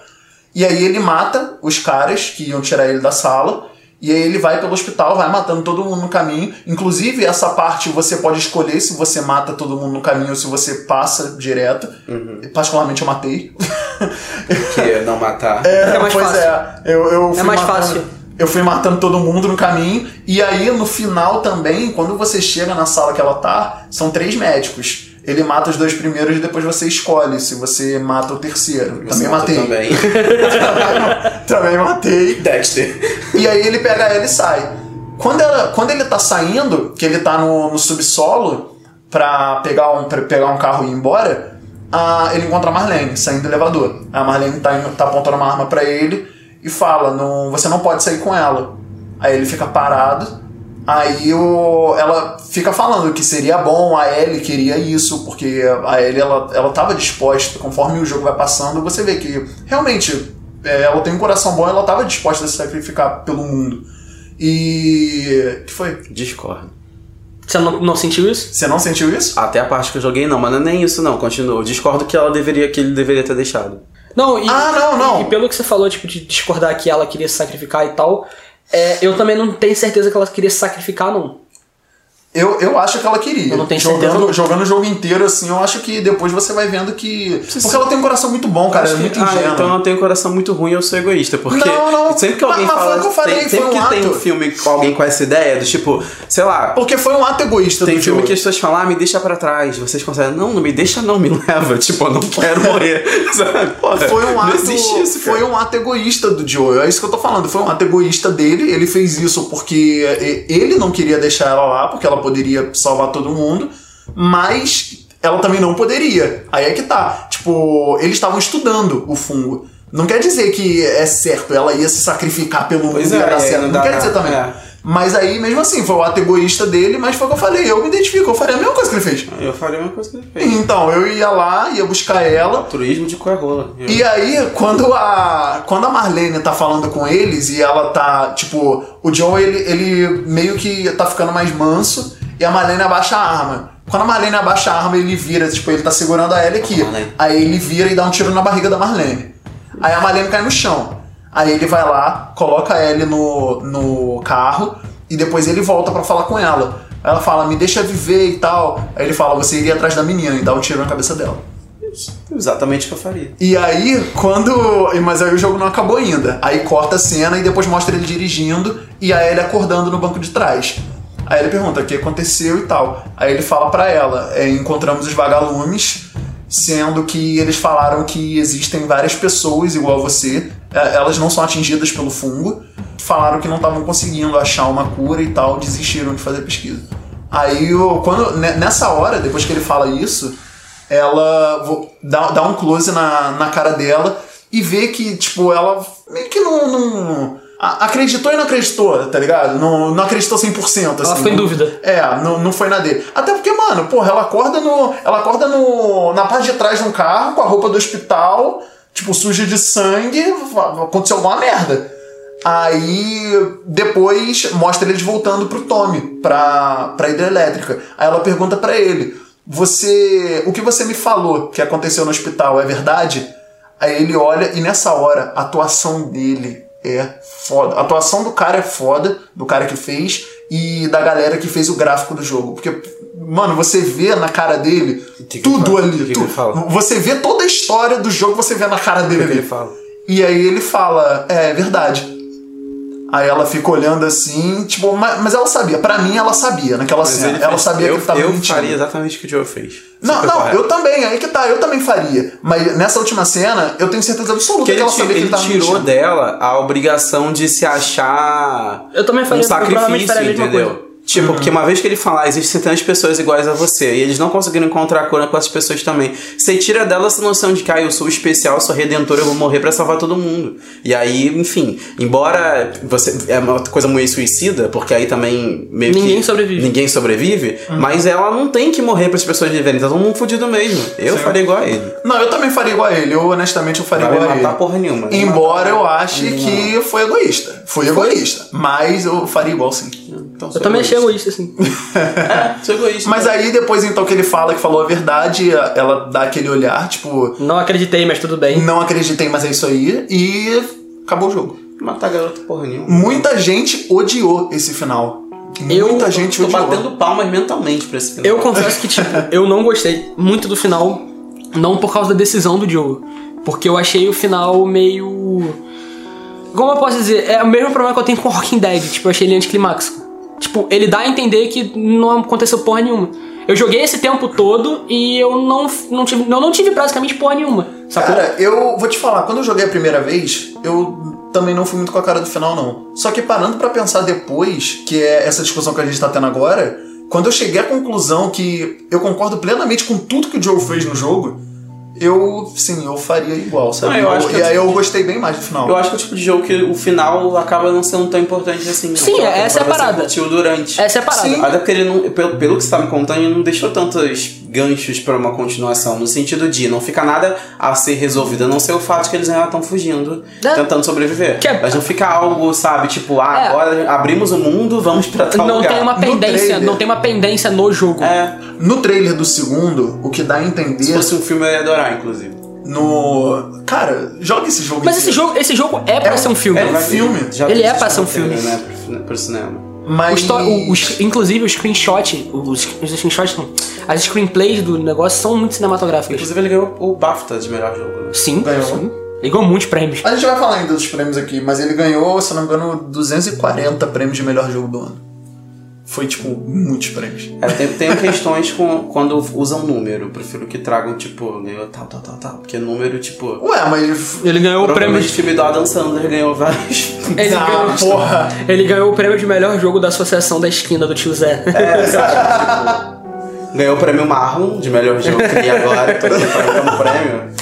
E aí ele mata os caras que iam tirar ele da sala. E aí ele vai pelo hospital, vai matando todo mundo no caminho. Inclusive, essa parte você pode escolher se você mata todo mundo no caminho ou se você passa direto. Uhum. Particularmente eu matei. Que não matar. <laughs> É mais pois fácil. é, eu, eu fui mais matando- fácil. Eu fui matando todo mundo no caminho. E aí, no final também, quando você chega na sala que ela tá, são três médicos. Ele mata os dois primeiros e depois você escolhe se você mata o terceiro. Você também matou matei. Também. <laughs> também matei. Dexter. E aí ele pega ela e sai. Quando, ela, quando ele tá saindo, que ele tá no, no subsolo pra pegar, um, pra pegar um carro e ir embora, ah, ele encontra a Marlene saindo do elevador. A Marlene tá, indo- tá apontando uma arma pra ele e fala: não, Você não pode sair com ela. Aí ele fica parado. Aí o, ela fica falando que seria bom, a Ellie queria isso, porque a Ellie ela, ela tava disposta, conforme o jogo vai passando, você vê que realmente é, ela tem um coração bom, ela tava disposta a se sacrificar pelo mundo. E. O que foi? Discordo. Você não, não sentiu isso? Você não sentiu isso? Até a parte que eu joguei, não, mas não é nem isso, não. Continua. Eu discordo que ela deveria, que ele deveria ter deixado. Não, e, Ah, não, não. e pelo que você falou, tipo, de discordar que ela queria se sacrificar e tal, é, eu também não tenho certeza que ela queria se sacrificar, não. Eu, eu acho que ela queria. Eu não tenho certeza, jogando, não. jogando o jogo inteiro, assim, eu acho que depois você vai vendo que. Porque ela tem um coração muito bom, cara. Acho É que- muito ah, ingênua. então eu tenho um coração muito ruim, eu sou egoísta, porque Não, não. sempre que alguém Mas- mas foi fala, o que eu falei, tem- foi sempre um que tem ato. um filme com alguém com essa ideia do tipo, sei lá, Porque foi um ato egoísta tem do filme jogo. que as pessoas falam, ah, me deixa pra trás, vocês conseguem, não, não me deixa não, me leva, <laughs> tipo, eu não <laughs> quero morrer, <laughs> sabe? Porra, foi um É, não ato existe isso, cara. foi um ato egoísta do Joe é isso que eu tô falando foi um ato egoísta dele ele fez isso porque e- ele não queria deixar ela lá porque ela poderia salvar todo mundo mas ela também não poderia aí é que tá tipo eles estavam estudando o fungo não quer dizer que é certo ela ia se sacrificar pelo mundo Pois e ia é, dar é, certo não não, dá quer nada, dizer também é. mas aí mesmo assim foi o ato egoísta dele mas foi o que eu falei eu me identifico eu faria a mesma coisa que ele fez Eu falei uma coisa que ele fez. então eu ia lá ia buscar ela Altruísmo de coerrola. Eu- e aí, quando a, quando a Marlene tá falando com eles e ela tá, tipo, o John ele, ele meio que tá ficando mais manso e a Marlene abaixa a arma. Quando a Marlene abaixa a arma, ele vira, tipo, ele tá segurando a Ellie aqui. Marlene. Aí ele vira e dá um tiro na barriga da Marlene. Aí a Marlene cai no chão. Aí ele vai lá, coloca a Ellie no, no carro e depois ele volta pra falar com ela. Ela fala, me deixa viver e tal. Aí ele fala, você iria atrás da menina e dá um tiro na cabeça dela. Exatamente o que eu faria. E aí, quando. Mas aí o jogo não acabou ainda. Aí corta a cena e depois mostra ele dirigindo e a Ellie acordando no banco de trás. Aí ele pergunta o que aconteceu e tal. Aí ele fala pra ela: é, encontramos os vagalumes, sendo que eles falaram que existem várias pessoas igual a você, é, elas não são atingidas pelo fungo, falaram que não estavam conseguindo achar uma cura e tal, desistiram de fazer pesquisa. Aí, o- quando, ne- nessa hora, depois que ele fala isso, ela. vo- dá, dá um close na, na cara dela e vê que, tipo, ela meio que não. não- a- acreditou e não acreditou, tá ligado? Não, não acreditou 100%. Assim, Ela ficou em dúvida. É, não, não foi na dele. Até porque, mano, porra, ela acorda no. Ela acorda no. na parte de trás de um carro, com a roupa do hospital, tipo, suja de sangue, aconteceu alguma merda. Aí depois mostra eles voltando pro Tommy, pra, pra hidrelétrica. Aí ela pergunta pra ele: Você. O que você me falou que aconteceu no hospital é verdade? Aí ele olha e nessa hora a atuação dele é foda. A atuação do cara é foda, do cara que fez e da galera que fez o gráfico do jogo. Porque, mano, você vê na cara dele que que tudo ele fala? ali. Que que tu- ele fala? Você vê toda a história do jogo, você vê na cara dele É que que ali. ele fala? E aí ele fala: É, é verdade. Aí ela fica olhando assim, tipo, ma- mas, ela sabia. Pra mim, ela sabia naquela Mas cena. ele Ela fez- sabia eu, que ele tava Eu mentindo. faria exatamente o que o Joe fez. Não, Super não, correto. eu também, aí que tá, eu também faria. Mas nessa última cena, eu tenho certeza absoluta Porque que ele, ela ti- sabia que ele ele tava tirou mentindo. dela a obrigação de se achar Eu também faria- um eu provavelmente sacrifício, faria a mesma Uhum. entendeu? Tipo, porque uma vez que ele fala, "Ah, existem tantas pessoas iguais a você, e eles não conseguiram encontrar a cura com essas pessoas também. Você tira dela essa noção de que, ah, eu sou especial, sou redentor, eu vou morrer pra salvar todo mundo. E aí, enfim, embora você é uma coisa meio suicida, porque aí também meio Ninguém que sobrevive. Uhum. Ninguém sobrevive, mas ela não tem que morrer para as pessoas viverem, tá todo mundo fudido mesmo. Eu faria igual a ele. Não, eu também faria igual a ele. Eu, honestamente, eu faria Não vai igual a matar ele. porra nenhuma. né? Vai Embora eu ache que foi egoísta. Foi egoísta. Mas eu faria igual <laughs> sim. Então, Eu também achei egoísta, assim. Sou egoísta. né? Mas aí, depois, então, que ele fala que falou a verdade, a- ela dá aquele olhar, tipo, Não acreditei, mas tudo bem. não acreditei, mas é isso aí. E acabou o jogo. Matar garoto porra nenhuma. Muita gente odiou esse final. Eu Muita gente Tô odiou. batendo palmas mentalmente pra esse final. Eu confesso que, <laughs> tipo, eu não gostei muito do final, não por causa da decisão do Diogo, porque eu achei o final meio. Como eu posso dizer? É o mesmo problema que eu tenho com Walking Dead, tipo, eu achei ele anticlimáxico. Tipo, ele dá a entender que não aconteceu porra nenhuma. Eu joguei esse tempo todo e eu não, não, tive, eu não tive basicamente porra nenhuma, sacou? Cara, eu vou te falar, quando eu joguei a primeira vez, eu também não fui muito com a cara do final, não. Só que parando pra pensar depois, que é essa discussão que a gente tá tendo agora, quando eu cheguei à conclusão que eu concordo plenamente com tudo que o Joe fez no jogo, eu, sim, eu faria igual, sabe? Ah, eu acho que e eu- aí eu gostei bem mais do final. Eu acho que é o tipo de jogo que o final acaba não sendo tão importante assim. né? Sim, Tipo, é- essa é a você parada. curtiu durante. Essa é a parada. Sim. Até porque ele não, pelo, pelo que você tá me contando, ele não deixou tantos ganchos pra uma continuação. No sentido de não fica nada a ser resolvido, a não ser o fato que eles ainda estão fugindo, É. tentando sobreviver. Que é- Mas não fica algo, sabe, tipo, ah, É. agora abrimos o mundo, vamos pra tal Não lugar. tem uma é. No pendência, trailer. não tem uma pendência no jogo. É, No trailer do segundo, o que dá a se entender fosse um filme eu ia adorar, inclusive. no. Cara, joga esse jogo Mas esse inteiro. jogo, esse jogo é pra É um- ser um filme. é um vai- filme. já Ele é existe pra ser um roteiro, filme. Né, pro, cine- pro cinema. O Mas. histó- o- os- inclusive, o screenshot, os, os screenshots não, as screenplays do negócio são muito cinematográficas. Inclusive ele ganhou o BAFTA de melhor jogo. Né? Sim, Ganhou. sim. Ligou muitos prêmios. A gente vai falar ainda dos prêmios aqui, mas ele ganhou, se eu não me engano, 240 prêmios de melhor jogo do ano. Foi, tipo, muitos prêmios. É, tem, tem <laughs> questões com quando usam número. Eu prefiro que tragam, tipo, meio tal, tal, tal, tal. Porque número, tipo. Ué, mas. Ele ganhou o prêmio. Provavelmente o De, filme do Adam Sandler ganhou vários. <laughs> ele, ah, ganhou, tipo, porra! ele ganhou o prêmio de melhor jogo da Associação da Esquina do tio Zé. Ganhou o prêmio Marlon de melhor jogo. E agora, todo mundo vai ganhar um prêmio.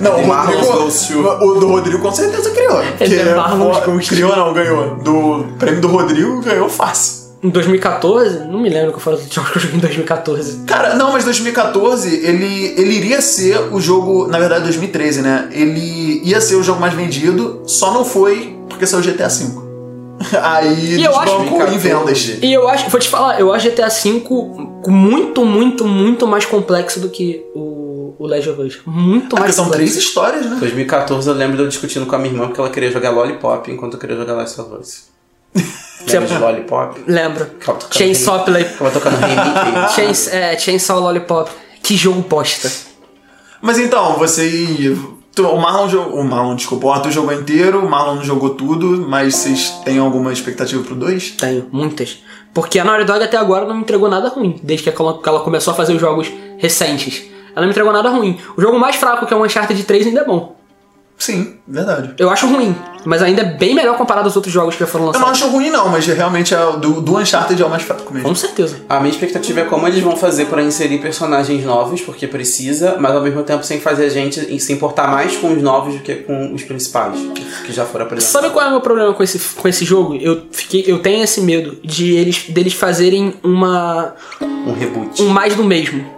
Não, o De Marlon Rodrigo. Gaucio. O do Rodrigo com certeza criou. porque, é Marlon pô, Gaucio. Criou não, ganhou. Do prêmio do Rodrigo ganhou fácil. <laughs> em 2014? Não me lembro qual foi o jogo que eu joguei em 2014. Cara, não, mas 2014 ele, ele iria ser o jogo, na verdade 2013, né? Ele ia ser o jogo mais vendido, só não foi porque saiu GTA V. <laughs> Aí E eu acho- desbancou em vendas. E eu acho, vou te falar, eu acho GTA V muito, muito, muito mais complexo do que o, o Last of Us. Muito Ah, porque mais são complexo. três histórias, né? 2014 eu lembro de eu discutindo com a minha irmã porque ela queria jogar Lollipop enquanto eu queria jogar Last of <laughs> Us. Lembra é de Lollipop? Lembra? Ficava tocando Chainsaw Play. Ficava tocando remake. Chains, é, Chainsaw Lollipop. Que jogo bosta. Mas então, você. tu- O Marlon jogou. O Marlon, desculpa, o Arthur jogou inteiro, o Marlon não jogou tudo, mas vocês têm alguma expectativa pro 2? Tenho, muitas. Porque a Naughty Dog até agora não me entregou nada ruim, desde que ela, que ela começou a fazer os jogos recentes. Ela não me entregou nada ruim. O jogo mais fraco, que é o Uncharted 3, ainda é bom. Sim, verdade. Eu acho ruim, mas ainda é bem melhor comparado aos outros jogos que já foram Eu não lançados. acho ruim, não, mas realmente é o do, do Uncharted é o mais fraco Com mesmo. certeza. A minha expectativa é como eles vão fazer pra inserir personagens novos, porque precisa, mas ao mesmo tempo sem fazer a gente se importar mais com os novos do que com os principais, que já foram apresentados. Sabe qual é o meu problema com esse, com esse jogo? Eu, fiquei, eu tenho esse medo de eles deles fazerem uma Um reboot. um mais do mesmo.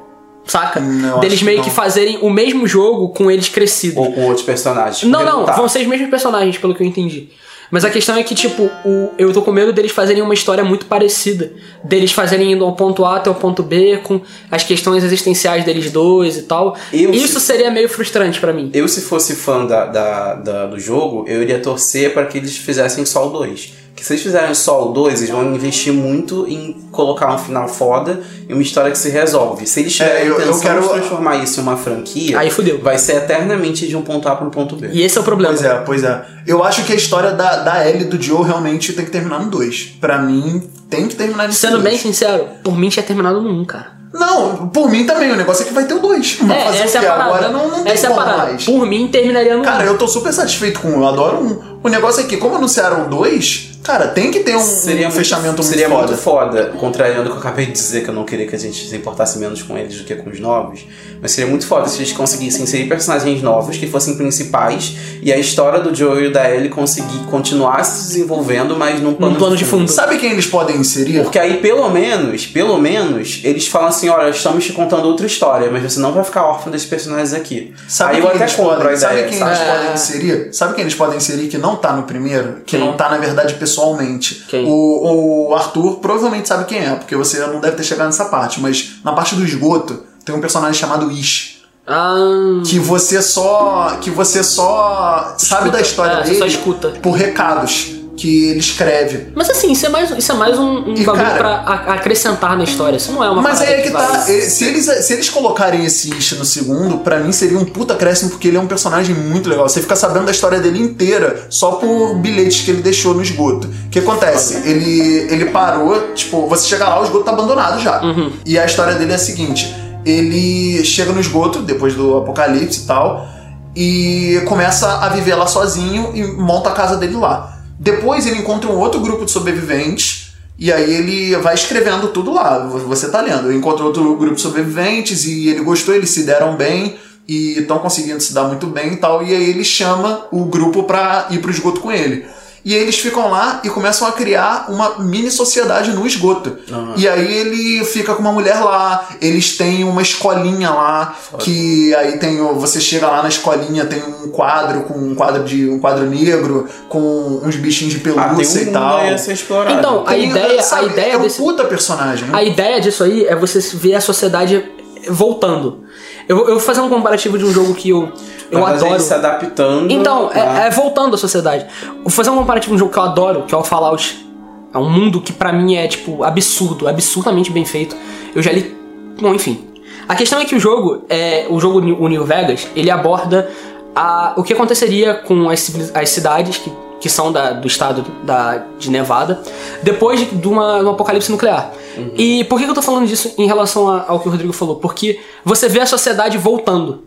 Saca? Não, deles acho que meio não. que fazerem o mesmo jogo com eles crescidos. Ou com outros personagens. tá. Não, não, tá. Rebutar. vão ser os mesmos personagens, pelo que eu entendi. Mas a questão é que, tipo, o, eu tô com medo deles fazerem uma história muito parecida. Deles fazerem indo ao ponto A até o ponto B, com as questões existenciais deles dois e tal. Eu- Isso seria meio frustrante pra mim. Eu, se fosse fã da, da- da- do jogo, eu iria torcer pra que eles fizessem só o 2. Que se eles fizerem só o 2, eles vão investir muito em colocar um final foda e uma história que se resolve. Se eles tiverem É, eu- a intenção eu quero- de transformar isso em uma franquia, Aí fudeu. vai ser eternamente de um ponto A para um ponto B. E esse é o problema. Pois é, pois é. Eu acho que a história da, da Ellie e do Joe realmente tem que terminar no 2. Pra mim, tem que terminar nesse Sendo dois. bem sincero, por mim tinha terminado no 1, cara. Não, por mim também. O negócio é que vai ter o 2. É, essa é a parada. Agora não, não tem essa é a como parada. mais. Por mim terminaria no 1. Cara, eu tô super satisfeito com um, eu adoro um. O negócio é que, como anunciaram o 2, cara, tem que ter um, um fechamento muito seria foda. muito foda, contrariando o que eu acabei de dizer, que eu não queria que a gente se importasse menos com eles do que com os novos. Mas seria muito foda se eles conseguissem inserir personagens novos que fossem principais e a história do Joel e da Ellie conseguir continuar se desenvolvendo, mas num plano, Num um, plano de fundo. Sabe quem eles podem inserir? Porque aí, pelo menos, pelo menos, eles falam assim: olha, estamos te contando outra história, mas você não vai ficar órfão desses personagens aqui. Sabe aí eu quem até eles compro a podem, ideia. sabe quem sabe? eles É. podem inserir? Sabe quem eles podem inserir que não tá no primeiro? Que Quem? não tá, na verdade, pessoalmente. Quem? O, o Arthur provavelmente sabe quem é, porque você não deve ter chegado nessa parte, mas na parte do esgoto tem um personagem chamado Ish. Ah, Que você só. Que você só sabe da história é, você dele só escuta. por recados que ele escreve. Mas assim, isso é mais, isso é mais um, um E, bagulho cara- pra a- acrescentar na história. Isso não é uma Mas parada aí é que vai- tá. eh, Se eles, se eles colocarem esse Ish no segundo, pra mim seria um puta acréscimo, porque ele é um personagem muito legal. Você fica sabendo da história dele inteira só por bilhetes que ele deixou no esgoto. O que acontece? Ele, ele parou, tipo, você chega lá, o esgoto tá abandonado já. E a história dele é a seguinte: ele chega no esgoto, depois do apocalipse e tal, e começa a viver lá sozinho e monta a casa dele lá. Depois ele encontra um outro grupo de sobreviventes e aí ele vai escrevendo tudo lá, vo- você tá lendo. Ele encontra outro grupo de sobreviventes e ele gostou, eles se deram bem e estão conseguindo se dar muito bem e tal. E aí ele chama o grupo pra ir pro esgoto com ele. E aí eles ficam lá e começam a criar uma mini sociedade no esgoto. E aí ele fica com uma mulher lá, eles têm uma escolinha lá, que aí tem. o- Você chega lá na escolinha, tem um quadro com um quadro de. um quadro negro, com uns bichinhos de Ah, tem pelúcia um e mundo tal. aí a ser explorado. Então, a Tem- ideia, sabe, a ideia é um desse, puta personagem. né? Uhum. a ideia disso aí é você ver a sociedade voltando. Eu, eu vou fazer um comparativo de um jogo que eu, eu Mas adoro. Eles se adaptando. Então, né? é, é voltando à sociedade. Vou fazer um comparativo de um jogo que eu adoro, que é o Fallout. É um mundo que pra mim é, tipo, absurdo, absurdamente bem feito. Eu já li. Bom, enfim. A questão é que o jogo, é, o jogo New- o New Vegas, ele aborda a- o que aconteceria com as, civili- as cidades que, que são da- do estado da- de Nevada depois de, de uma- de um apocalipse nuclear. E por que que eu tô falando disso em relação a- ao que o Rodrigo falou? Porque você vê a sociedade voltando.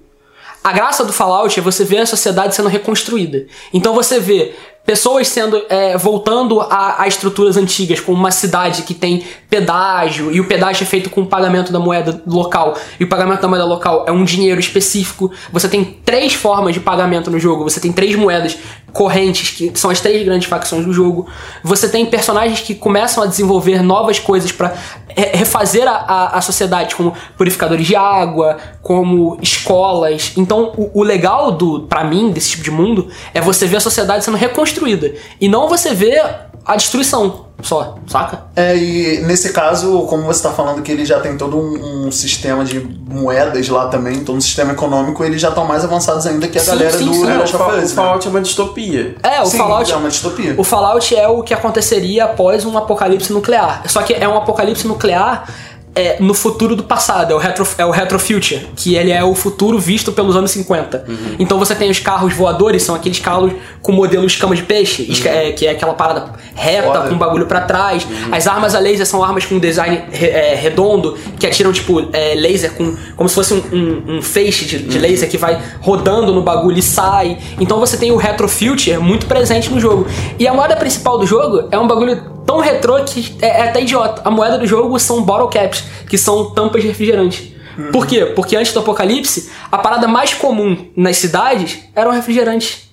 A graça do Fallout é você ver a sociedade sendo reconstruída. Então você vê pessoas sendo é, voltando a, a estruturas antigas, como uma cidade que tem pedágio, e o pedágio é feito com o pagamento da moeda local, e o pagamento da moeda local é um dinheiro específico. Você tem três formas de pagamento no jogo, você tem três moedas correntes, que são as três grandes facções do jogo. Você tem personagens que começam a desenvolver novas coisas pra re- refazer a, a, a sociedade, como purificadores de água, como escolas. Então, o, o legal do para mim desse tipo de mundo é você ver a sociedade sendo reconstruída e não você ver a destruição só, saca? É, e nesse caso, como você tá falando que ele já tem todo um, um sistema de moedas lá também, todo um sistema econômico, eles já estão mais avançados ainda que a Sim, galera sim, do sim. É, Last o, of Fa- o Us, né? Fallout é uma distopia. É, o Sim, Fallout é uma distopia. O Fallout é o que aconteceria após um apocalipse nuclear. Só que é um apocalipse nuclear é no futuro do passado, é o, retro, é o retrofuture, que ele é o futuro visto pelos anos 50. Então você tem os carros voadores, são aqueles carros com modelo escama de peixe, esca- é, que é aquela parada reta, Foda. com um bagulho pra trás. As armas a laser são armas com design re- é, redondo, que atiram, tipo, é, laser com. como se fosse um, um- um feixe de, de laser que vai rodando no bagulho e sai. Então você tem o retrofuture muito presente no jogo. E a moeda principal do jogo é um bagulho tão retrô que é, é até idiota. A moeda do jogo são bottle caps, que são tampas de refrigerante. Por quê? Porque antes do apocalipse, a parada mais comum nas cidades eram refrigerantes.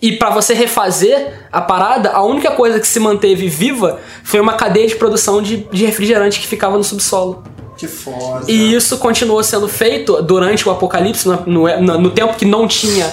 E pra você refazer a parada, a única coisa que se manteve viva foi uma cadeia de produção de, de refrigerante que ficava no subsolo. Que foda. E isso continuou sendo feito durante o apocalipse, na- no, na- no tempo que não tinha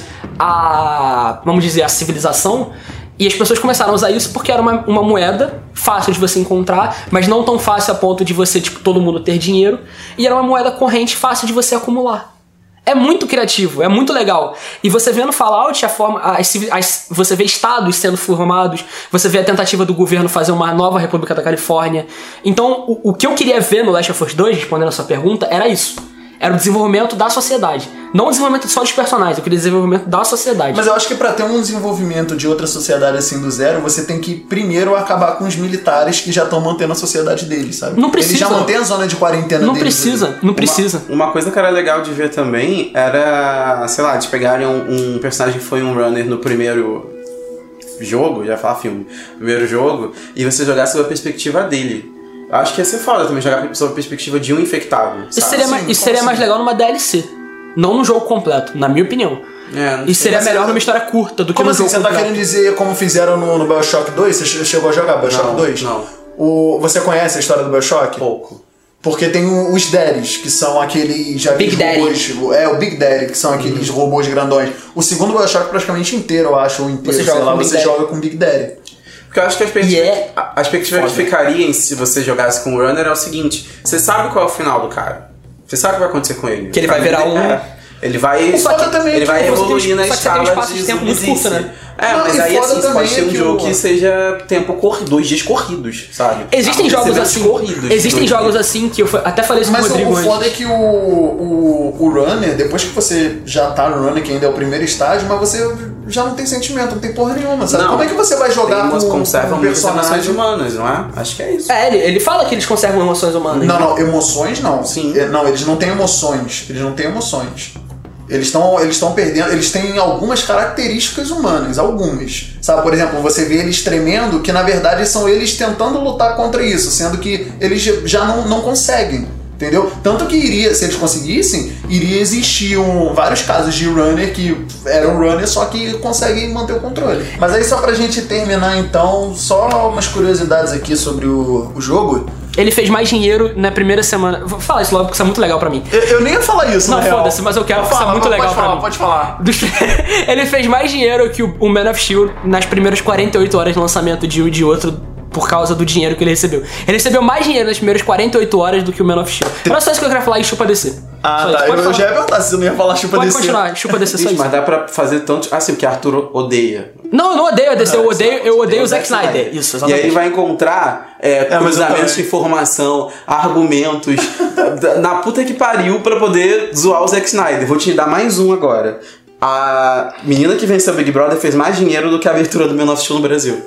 a, vamos dizer, a civilização. E as pessoas começaram a usar isso porque era uma, uma moeda fácil de você encontrar, mas não tão fácil a ponto de você, tipo, todo mundo ter dinheiro. E era uma moeda corrente fácil de você acumular. É muito criativo, é muito legal. E você vê no Fallout a forma. as civi- as- você vê estados sendo formados, você vê a tentativa do governo fazer uma nova República da Califórnia. Então, o, o que eu queria ver no Last of Us 2, respondendo a sua pergunta, era isso. Era o desenvolvimento da sociedade. Não o desenvolvimento só dos personagens, eu queria o desenvolvimento da sociedade. Mas eu acho que pra ter um desenvolvimento de outra sociedade assim do zero, você tem que primeiro acabar com os militares que já estão mantendo a sociedade deles, sabe? Não Eles já precisa. mantêm a zona de quarentena não deles. precisa, ali. não precisa. Uma coisa que era legal de ver também era, sei lá, de pegarem um, um personagem que foi um runner no primeiro jogo, já falar filme, primeiro jogo, e você jogar sob a perspectiva dele. Eu Acho que ia ser foda também jogar sob a perspectiva de um infectado. Isso sabe? seria, Sim, mais- isso como seria mais assim? legal numa DLC. Não num jogo completo, na minha opinião. É, não sei. Isso seria mas- melhor numa história curta do que Como num assim? jogo Você tá completo. querendo dizer como fizeram no, no Bioshock 2? Você che- chegou a jogar Bioshock Não, 2? não. O, você conhece a história do Bioshock? pouco. Porque tem o- os Daddies, que são aqueles já Big Daddy. robôs. É, o Big Daddy, que são aqueles Uhum. robôs grandões. O segundo Bioshock praticamente inteiro, eu acho, ou inteiro, Você sei joga lá, com o Big você Daddy. joga com o Big Daddy. Porque eu acho que as perspectivas, E é- a- as perspectivas que ficariam se você jogasse com o runner é o seguinte: você sabe qual é o final do cara. Você sabe o que vai acontecer com ele. Que ele O cara vai virar dele- um- é. Ele vai. O foda também é ele que vai você tem evoluir um- na só que você tem um escala espaço de de tempo muito zumbizice. curto, né? É, Não, mas e aí foda assim, você também pode ter é um que jogo o- que seja tempo corrido, dois dias corridos, sabe? Existem Ah, jogos cenários assim. corridos, existem dois jogos dias. assim que eu fa- até falei isso com o Mas o, Rodrigo o antes. foda é que o, o, o runner, depois que você já tá no runner, que ainda é o primeiro estágio, mas você já não tem sentimento, não tem porra nenhuma, sabe? Não. Como é que você vai Tem jogar umas é com, com conservam um muitas emoções personagem... humanas, não é? Acho que é isso. É, ele, ele fala que eles conservam emoções humanas. Não, não, emoções não. Sim. É, Não, eles não têm emoções. Eles não têm emoções. Eles estão eles tão perdendo. Eles têm algumas características humanas, algumas. Sabe, por exemplo, você vê eles tremendo, que na verdade são eles tentando lutar contra isso, sendo que eles já não, não conseguem. Entendeu? Tanto que iria, se eles conseguissem, iria existir um- vários casos de runner que eram runner, só que conseguem manter o controle. Mas aí só pra gente terminar então, só umas curiosidades aqui sobre o- o jogo. Ele fez mais dinheiro na primeira semana. Vou falar isso logo porque isso é muito legal pra mim. Eu, eu nem ia falar isso, Não, na real. foda-se, mas eu quero, Pode porque isso é falar, muito pode legal pra falar, mim. Pode falar. Dos- <laughs> ele fez mais dinheiro que o, o Man of Steel nas primeiras 48 horas de lançamento de um e de outro por causa do dinheiro que ele recebeu. Ele recebeu mais dinheiro nas primeiras 48 horas do que o Man of Steel. Era só isso que eu queria falar e chupa descer. Ah, tá. Eu, eu já ia perguntar se você não ia falar chupa Pode desse. continuar, chupa descer só Gente, isso. mas dá pra fazer tanto. Assim, porque Arthur odeia Não, eu não odeio a DC, eu odeio, eu odeio o Zack Zack Snyder. Isso, E exatamente. aí ele vai encontrar é, eu cruzamentos também. de informação, <laughs> argumentos, da- da- na puta que pariu pra poder zoar o Zack Snyder. Vou te dar mais um agora. A menina que venceu o Big Brother fez mais dinheiro do que a abertura do Menor Estilo no Brasil.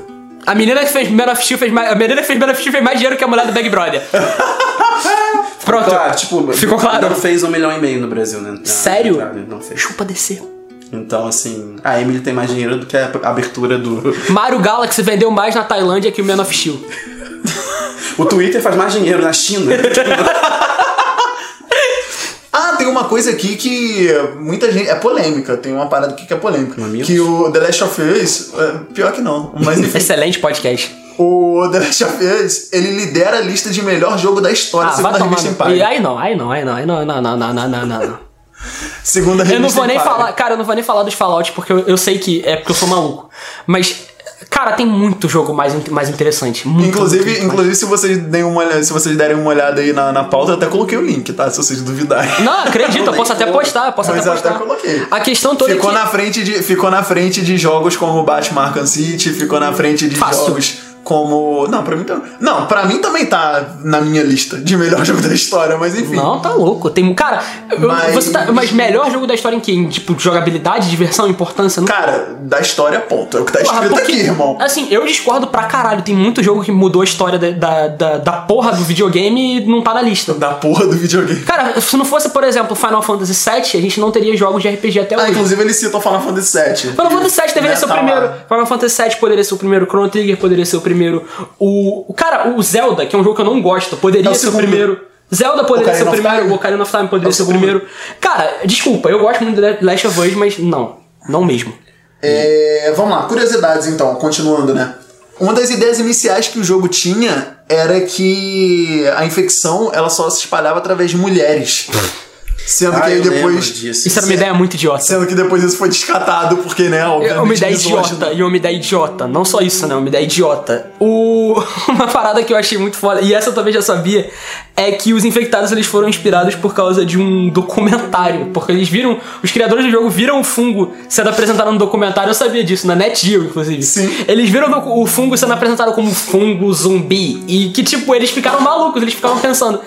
A menina que fez Man of Steel fez mais, a menina que fez Man of Steel fez mais dinheiro que a mulher do Big <laughs> Brother. Pronto. Claro, tipo, Ficou claro? não fez um milhão e meio no Brasil, né? Na- Sério? na- Não fez. Chupa descer. Então, assim, a Emily tem mais dinheiro do que a abertura do. Mario Galaxy vendeu mais na Tailândia que o Man of Steel. O Twitter faz mais dinheiro <laughs> na China. Ah, tem uma coisa aqui que muita gente. É polêmica. Tem uma parada aqui que é polêmica. Mamilos? Que o The Last of Us. é, Pior que não. Mas <laughs> enfim. Excelente podcast. o The Last of Us, ele lidera a lista de melhor jogo da história, Ah, segundo vai a tomar. revista no- Empire. E aí não, aí não, aí não, aí não, não, não, não, não, não, não, não. Segundo a revista Eu não vou nem Empire. falar, cara, eu não vou nem falar dos Fallout porque eu, eu sei que é porque eu sou maluco. Mas, cara, tem muito jogo mais, in- mais interessante. Muito, Inclusive, inclusive se, vocês deem uma olhada, se vocês derem uma olhada aí na, na pauta, eu até coloquei o link, tá? Se vocês duvidarem. Não, acredita, eu posso até postar, eu posso Mas até eu postar. até coloquei. A questão toda ficou é que... na frente de ficou na frente de jogos como Batman Arkham City ficou na frente de Fácil. jogos como. Não, pra mim também. Não, pra mim também tá na minha lista de melhor <laughs> jogo da história, mas enfim. Não, tá louco. Tem, cara, eu- Mas- você tá- mas melhor jogo da história em que? Em, tipo, jogabilidade, diversão, importância? Não Cara, da história, ponto. É o que tá Porra, escrito porque, aqui, irmão. Assim, eu discordo pra caralho. Tem muito jogo que mudou a história da, da, da, da porra do videogame e não tá na lista. Da porra do videogame. Cara, se não fosse, por exemplo, Final Fantasy VII, a gente não teria jogos de RPG até Ah, hoje. inclusive eles citam Final Fantasy VII. É Final Fantasy VII deveria Né, ser o tá lá. primeiro. Final Fantasy VII poderia ser o primeiro. Chrono Trigger poderia ser o primeiro. O. o- Cara, o Zelda, que é um jogo que eu não gosto, poderia É o ser o segundo. primeiro. Zelda poderia Ocarina ser o of primeiro, Time. o Ocarina of Time poderia É o ser o segundo. primeiro. Cara, desculpa, eu gosto muito de Last of Us, mas não. Não mesmo. É, vamos lá, curiosidades então, continuando, né? Uma das ideias iniciais que o jogo tinha era que a infecção ela só se espalhava através de mulheres. Sendo que Ah, aí eu lembro depois. disso. Isso é era uma ideia muito idiota. Sendo que depois isso foi descartado, porque, né? É uma obviamente, ideia misógino. idiota, e uma ideia idiota. Não só isso, né? Uma ideia idiota. O... <laughs> Uma parada que eu achei muito foda, e essa eu também já sabia, é que os infectados eles foram inspirados por causa de um documentário. Porque eles viram, os criadores do jogo viram o fungo sendo apresentado no documentário, eu sabia disso, na NetGeo, inclusive. Sim. Eles viram o docu- o fungo sendo apresentado como fungo zumbi. E que, tipo, eles ficaram malucos, eles ficaram pensando.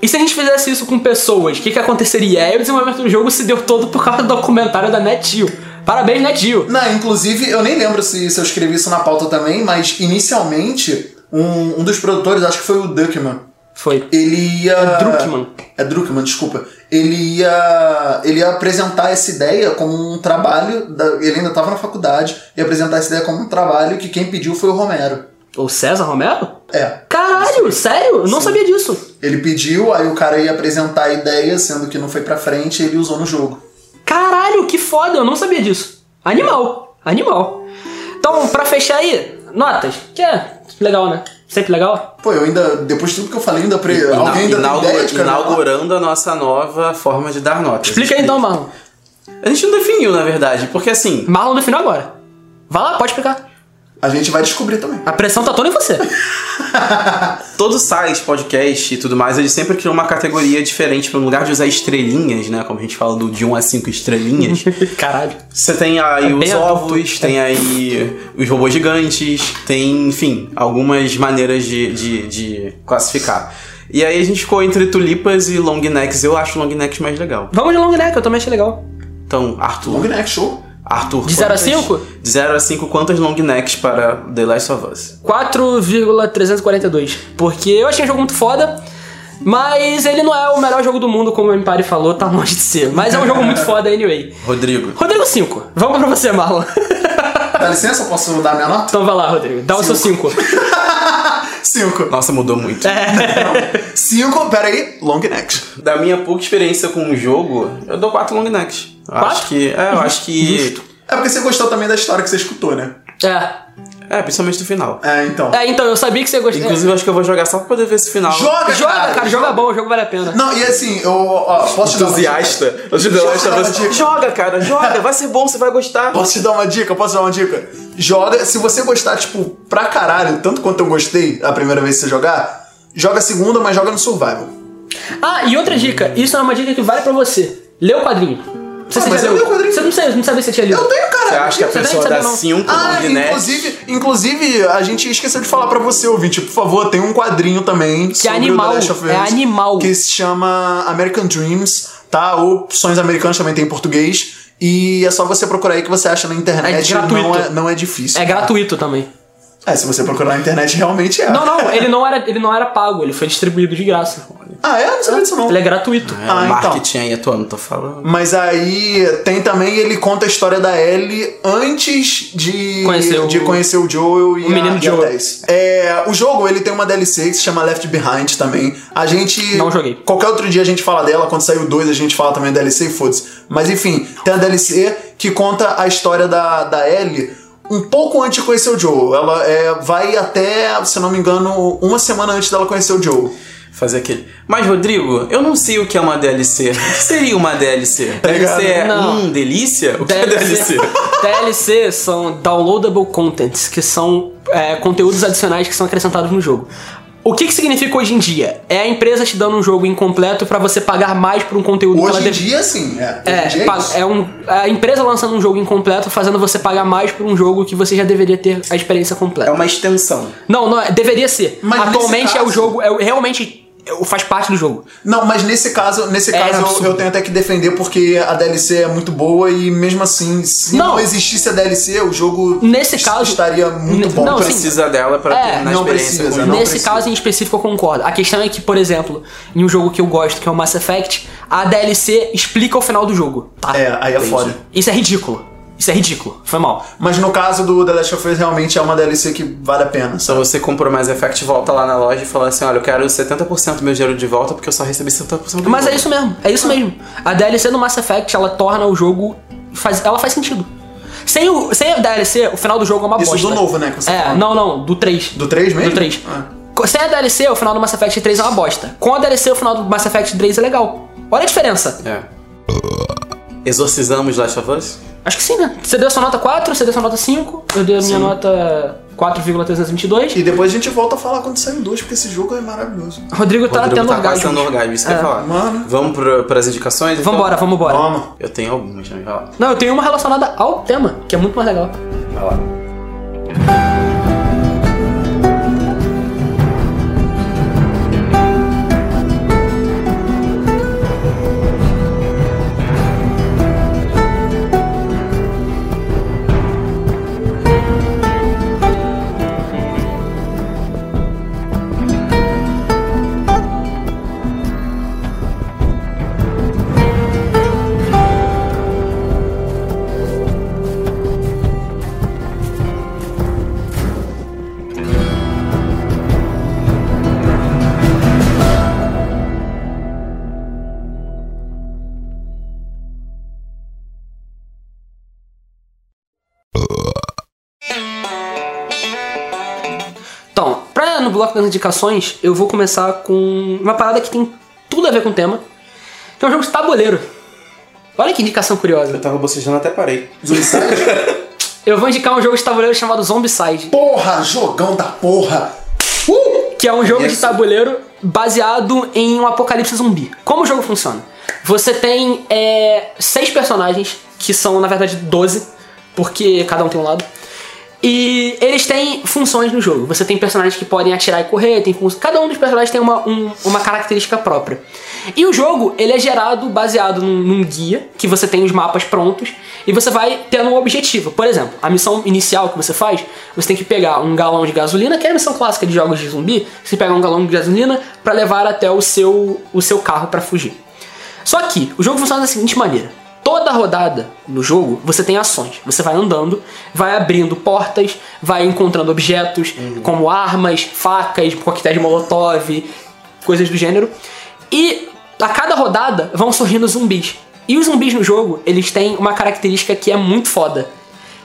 E se a gente fizesse isso com pessoas, o que, que aconteceria? Aí o desenvolvimento do jogo se deu todo por causa do documentário da NetGeo. Parabéns, NetGeo. Não, inclusive, eu nem lembro se, se eu escrevi isso na pauta também, mas inicialmente, um, um dos produtores, acho que foi o Duckman, Foi. ele ia. É Druckmann. É Druckmann, desculpa. Ele ia. Ele ia apresentar essa ideia como um trabalho. da- ele ainda estava na faculdade, ia apresentar essa ideia como um trabalho que quem pediu foi o Romero. O César Romero? É. Caralho, sério? Eu Não sabia disso. Ele pediu, aí o cara ia apresentar a ideia, sendo que não foi pra frente, ele usou no jogo. Caralho, que foda, eu não sabia disso. Animal, animal. Então, pra fechar aí, notas, que é legal, né? Sempre legal. Pô, eu ainda. Depois de tudo que eu falei, ainda. Pre... Ina- Alguém ainda inaugu- tem ideia de um cara? inaugurando a nossa nova forma de dar notas. Explica aí então, Marlon. A gente não definiu, na verdade, porque assim, Marlon no final agora. Vai lá, pode explicar. A gente vai descobrir também. A pressão tá toda em você. todos os sites, podcast e tudo mais, eles sempre criam uma categoria diferente para no lugar de usar estrelinhas, né? Como a gente fala do de 1 a <laughs> 5 estrelinhas. Caralho. Você tem aí os É bem adulto. ovos, tem aí os robôs gigantes, tem, enfim, algumas maneiras de, de, de classificar. E aí a gente ficou entre tulipas e long necks. Eu acho long necks mais legal. Vamos de long neck, eu também achei legal. Então, Arthur. Long neck, show. Arthur. De zero a quantas- cinco? De 0 a 5, quantas long necks para The Last of Us? 4,342. Porque eu achei um jogo muito foda. Mas ele não é o melhor jogo do mundo, como o Empire falou, tá longe de ser. Mas é um jogo muito foda, anyway. Rodrigo. Rodrigo 5. Vamos pra você, Marlon. <laughs> Dá licença, posso dar minha nota? Então vai lá, Rodrigo. Dá o seu 5. <laughs> Cinco. Nossa, mudou muito. É. Cinco, pera aí. Long neck. Da minha pouca experiência com o jogo, eu dou 4 long necks. Eu Acho Quatro? que. É, eu acho que. É porque você gostou também da história que você escutou, né? É. É, principalmente do final. É, então. É, então, eu sabia que você gostava. Inclusive, eu acho que eu vou jogar só pra poder ver esse final. Joga, Joga, cara, joga bom, o jogo vale a pena. Não, e assim, eu ó, posso te dar uma dica? entusiasta. Eu te dou Joga, esta voz. Diego. Joga, cara, joga. Vai ser bom, você vai gostar. Posso te dar uma dica? Posso te dar uma dica? Joga, se você gostar, tipo, pra caralho, tanto quanto eu gostei a primeira vez que você jogar, joga a segunda, mas joga no survival. Ah, e outra dica. Isso é uma dica que vale pra você. Lê o quadrinho. Você, Ah, você mas já eu leu? li o quadrinho. Você não, sei, não sabia se você tinha lido. Eu tenho, caralho. Você acha que a Você pessoa um nem dá sabe, não. 5 Ah, long necks? inclusive, inclusive, a gente esqueceu de falar pra você, ouvinte. Por favor, tem um quadrinho também que sobre animal, o The Last of Us, é animal. Que se chama American Dreams, tá? Ou Sonhos Americanos também tem em português. E é só você procurar aí que você acha na É internet. gratuito. não, é, não é difícil. É gratuito também. É, se você procurar na internet, realmente é. Não, não, ele não era, ele não era pago, ele foi distribuído de graça. Ah, é? Eu Não sabia disso, não. Ele é gratuito. É, Ah, o então. marketing aí atuando, tô falando. Mas aí tem também, ele conta a história da Ellie antes de Conhecer o- de conhecer o Joel e O menino a, Joel. E a Tess. É, o jogo, ele tem uma DLC que se chama Left Behind também. A gente... Não joguei. Qualquer outro dia a gente fala dela, quando sair o 2 a gente fala também da DLC, e foda-se. Mas enfim, tem a DLC que conta a história da, da Ellie um pouco antes de conhecer o Joel. Ela é, vai até, se não me engano, uma semana antes dela conhecer o Joel. Fazer aquele. Mas, Rodrigo, eu não sei o que é uma DLC. O que seria uma <laughs> DLC? DLC é Não. hum, delícia? O que é DLC? DLC são downloadable contents, que são é, conteúdos adicionais que são acrescentados no jogo. O- O que, que significa hoje em dia? É a empresa te dando um jogo incompleto pra você pagar mais por um conteúdo que ela Hoje em deve- dia, sim. É, Hoje em dia É, pa- isso. é um, a empresa lançando um jogo incompleto, fazendo você pagar mais por um jogo que você já deveria ter a experiência É completa. uma extensão. Não, não, é- deveria ser. um Mas nesse Atualmente é o caso- jogo, é, o- realmente é o- faz parte do jogo. Não, mas nesse caso, nesse É caso eu- eu, absurdo. tenho até que defender porque a DLC é muito boa e mesmo assim, se não, Não. existisse a DLC, o jogo Nesse est- caso- estaria muito N- bom. não, pra- sim. Precisa dela pra É, terminar a não experiência. precisa, com- não. Nesse precisa. caso em específico eu concordo. A questão é que, por exemplo, em um jogo que eu gosto, que é o Mass Effect, a DLC explica o final do jogo, tá? É, aí é foda. Isso é ridículo. Isso é ridículo. Foi mal. Mas no caso do The Last of Us, realmente é uma DLC que vale a pena. Então você comprou mais Effect, volta lá na loja e fala assim: olha, eu quero 70% do meu dinheiro de volta porque eu só recebi 70% do Mas é jogo. isso mesmo, é isso mesmo. A DLC do Mass Effect, ela torna o jogo. Faz, ela faz sentido. Sem, o, sem a DLC, o final do jogo é uma Isso bosta. do novo, né, que você é, fala. não, não, do 3. Do 3 mesmo? Do 3. Ah. Co- Sem a DLC, o final do Mass Effect 3 é uma bosta. Com a DLC, o final do Mass Effect 3 é legal. Olha a diferença. É. Exorcizamos Last of Us? Acho que sim, né? Você deu a sua nota 4, você deu a sua nota 5, eu dei a minha nota 4,322. E depois a gente volta a falar quando sair o 2, porque esse jogo é maravilhoso. Rodrigo tá Rodrigo tendo tá orgasmo. quase É. tendo orgasmo, isso que eu ia falar. Mano. Vamos pro, pras indicações? então? Vambora, vambora. Vamos. Eu tenho algumas, né? Vai lá. Não, eu tenho uma relacionada ao tema, que é muito mais legal. Vai lá. Então, pra no bloco das indicações, eu vou começar com uma parada que tem tudo a ver com o tema. Que é um jogo de tabuleiro. Olha que indicação curiosa. Eu tava bocejando até parei. Eu vou indicar um jogo de tabuleiro chamado Zombicide, Porra, jogão da porra! que é um jogo de Isso. tabuleiro baseado em um apocalipse zumbi. Como o jogo funciona? Você tem é, seis personagens, que são na verdade 12, porque cada um tem um lado. E eles têm funções no jogo. Você tem personagens que podem atirar e correr, tem fun- cada um dos personagens tem uma, um- uma característica própria. E o jogo, ele é gerado baseado num, num guia, que você tem os mapas prontos, e você vai tendo um objetivo. Por exemplo, a missão inicial que você faz, você tem que pegar um galão de gasolina, que é a missão clássica de jogos de zumbi, você pega um galão de gasolina pra levar até o seu, o seu carro pra fugir. Só que o jogo funciona da seguinte maneira. Toda rodada no jogo você tem ações. Você vai andando, vai abrindo portas, vai encontrando objetos como armas, facas, coquetéis de molotov, coisas do gênero. E a cada rodada vão surgindo zumbis. E os zumbis no jogo, eles têm uma característica que é muito foda.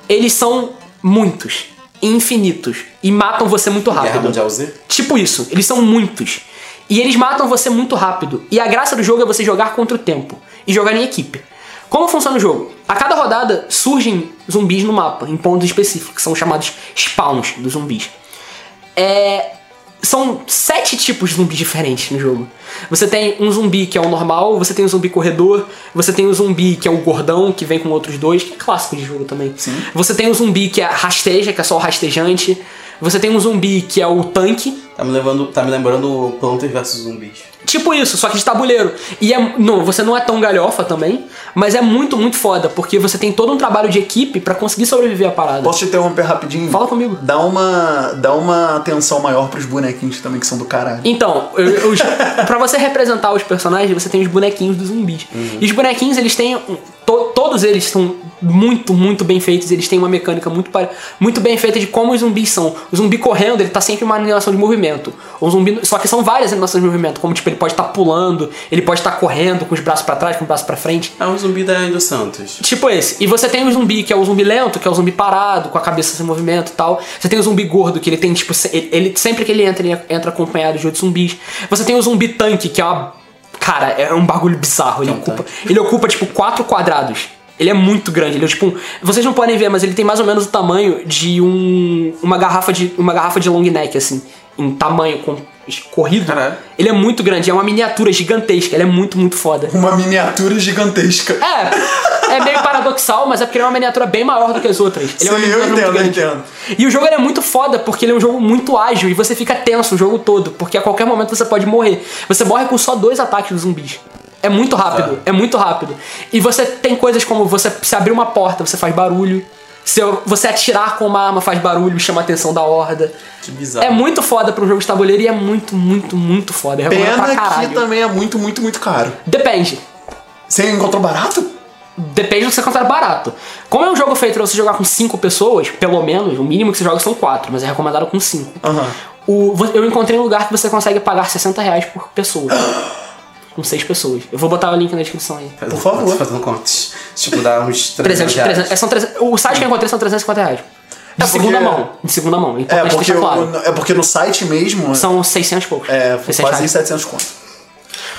Eles são muitos, infinitos e matam você muito <laughs> Guerra rápido. Mundial Z? Tipo isso, eles são muitos. E eles matam você muito rápido. E a graça do jogo é você jogar contra o tempo e jogar em equipe. Como funciona o jogo? A cada rodada surgem zumbis no mapa, em pontos específicos, que são chamados spawns dos zumbis. É, São sete tipos de zumbis diferentes no jogo. Você tem um zumbi que é o normal, você tem um zumbi corredor, você tem um zumbi que é o gordão, que vem com outros dois, que é clássico de jogo também. Você tem um zumbi que é rasteja, que é só o rastejante. Você tem um zumbi que é o tanque, Tá me, levando, tá me lembrando o Plantas vs Zumbis. Tipo isso, só que de tabuleiro. E é, não, você não é tão galhofa também, mas é muito, muito foda, porque você tem todo um trabalho de equipe pra conseguir sobreviver à parada. Posso te interromper rapidinho? Fala comigo. Dá uma, dá uma atenção maior pros bonequinhos também que são do caralho. Então, eu, eu, <laughs> pra você representar os personagens, você tem os bonequinhos dos zumbis. E os bonequinhos, eles têm. um- to- todos eles são muito, muito bem feitos. Eles têm uma mecânica muito, pare- muito bem feita de como os zumbis são. O zumbi correndo, ele tá sempre uma animação de movimento. O zumbi, só que são várias animações de movimento, como tipo, ele pode estar pulando, ele pode estar correndo com os braços pra trás, com os braços pra frente. É um zumbi da Andy Santos. Tipo esse. E você tem o zumbi que é o zumbi lento, que é o zumbi parado, com a cabeça sem movimento e tal. Você tem o zumbi gordo, que ele tem, tipo, se- ele, ele- sempre que ele entra, ele entra acompanhado de outros zumbis. Você tem o zumbi tanque, que é uma. Cara, é um bagulho bizarro. Ele, um ocupa, ele ocupa, tipo, quatro quadrados. Ele é muito grande, ele é tipo um, Vocês não podem ver, mas ele tem mais ou menos o tamanho de um. Uma garrafa de. Uma garrafa de long neck, assim. em tamanho com- corrido, Caralho. ele é muito grande, é uma miniatura gigantesca, ele é muito, muito foda. Uma miniatura gigantesca. É, é meio paradoxal, mas é porque ele é uma miniatura bem maior do que as outras. Ele é uma Sim, eu miniatura muito entendo, eu grande. entendo. E o jogo ele é muito foda porque ele é um jogo muito ágil e você fica tenso o jogo todo, porque a qualquer momento você pode morrer. Você morre com só dois ataques dos zumbis. É muito rápido, é muito rápido. E você tem coisas como você se abrir uma porta, você faz barulho. Se eu- você atirar com uma arma faz barulho, chama a atenção da horda. Que bizarro. É muito foda pra um jogo de tabuleiro e é muito, muito, muito foda. Eu recomendo É pra Pena que caralho. também é muito, muito, muito caro. Depende. Você encontrou barato? Depende do que você considera barato. Como é um jogo feito pra você jogar com cinco pessoas, pelo menos, o mínimo que você joga são quatro, mas é recomendado com cinco. Aham. O- vo- eu encontrei um lugar que você consegue pagar 60 reais por <gasps> pessoa. com seis pessoas. Eu vou botar o link na descrição aí. Fazendo favor. contas, Fazendo contas. Tipo, dá uns 300, 300 reais. 300, é, são 300 o site que eu encontrei são 350 reais. De É porque- segunda mão. De segunda mão. Importante É porque, deixar claro. o- é porque no site mesmo São 600 e poucos. é 600 quase é reais. 700 conto.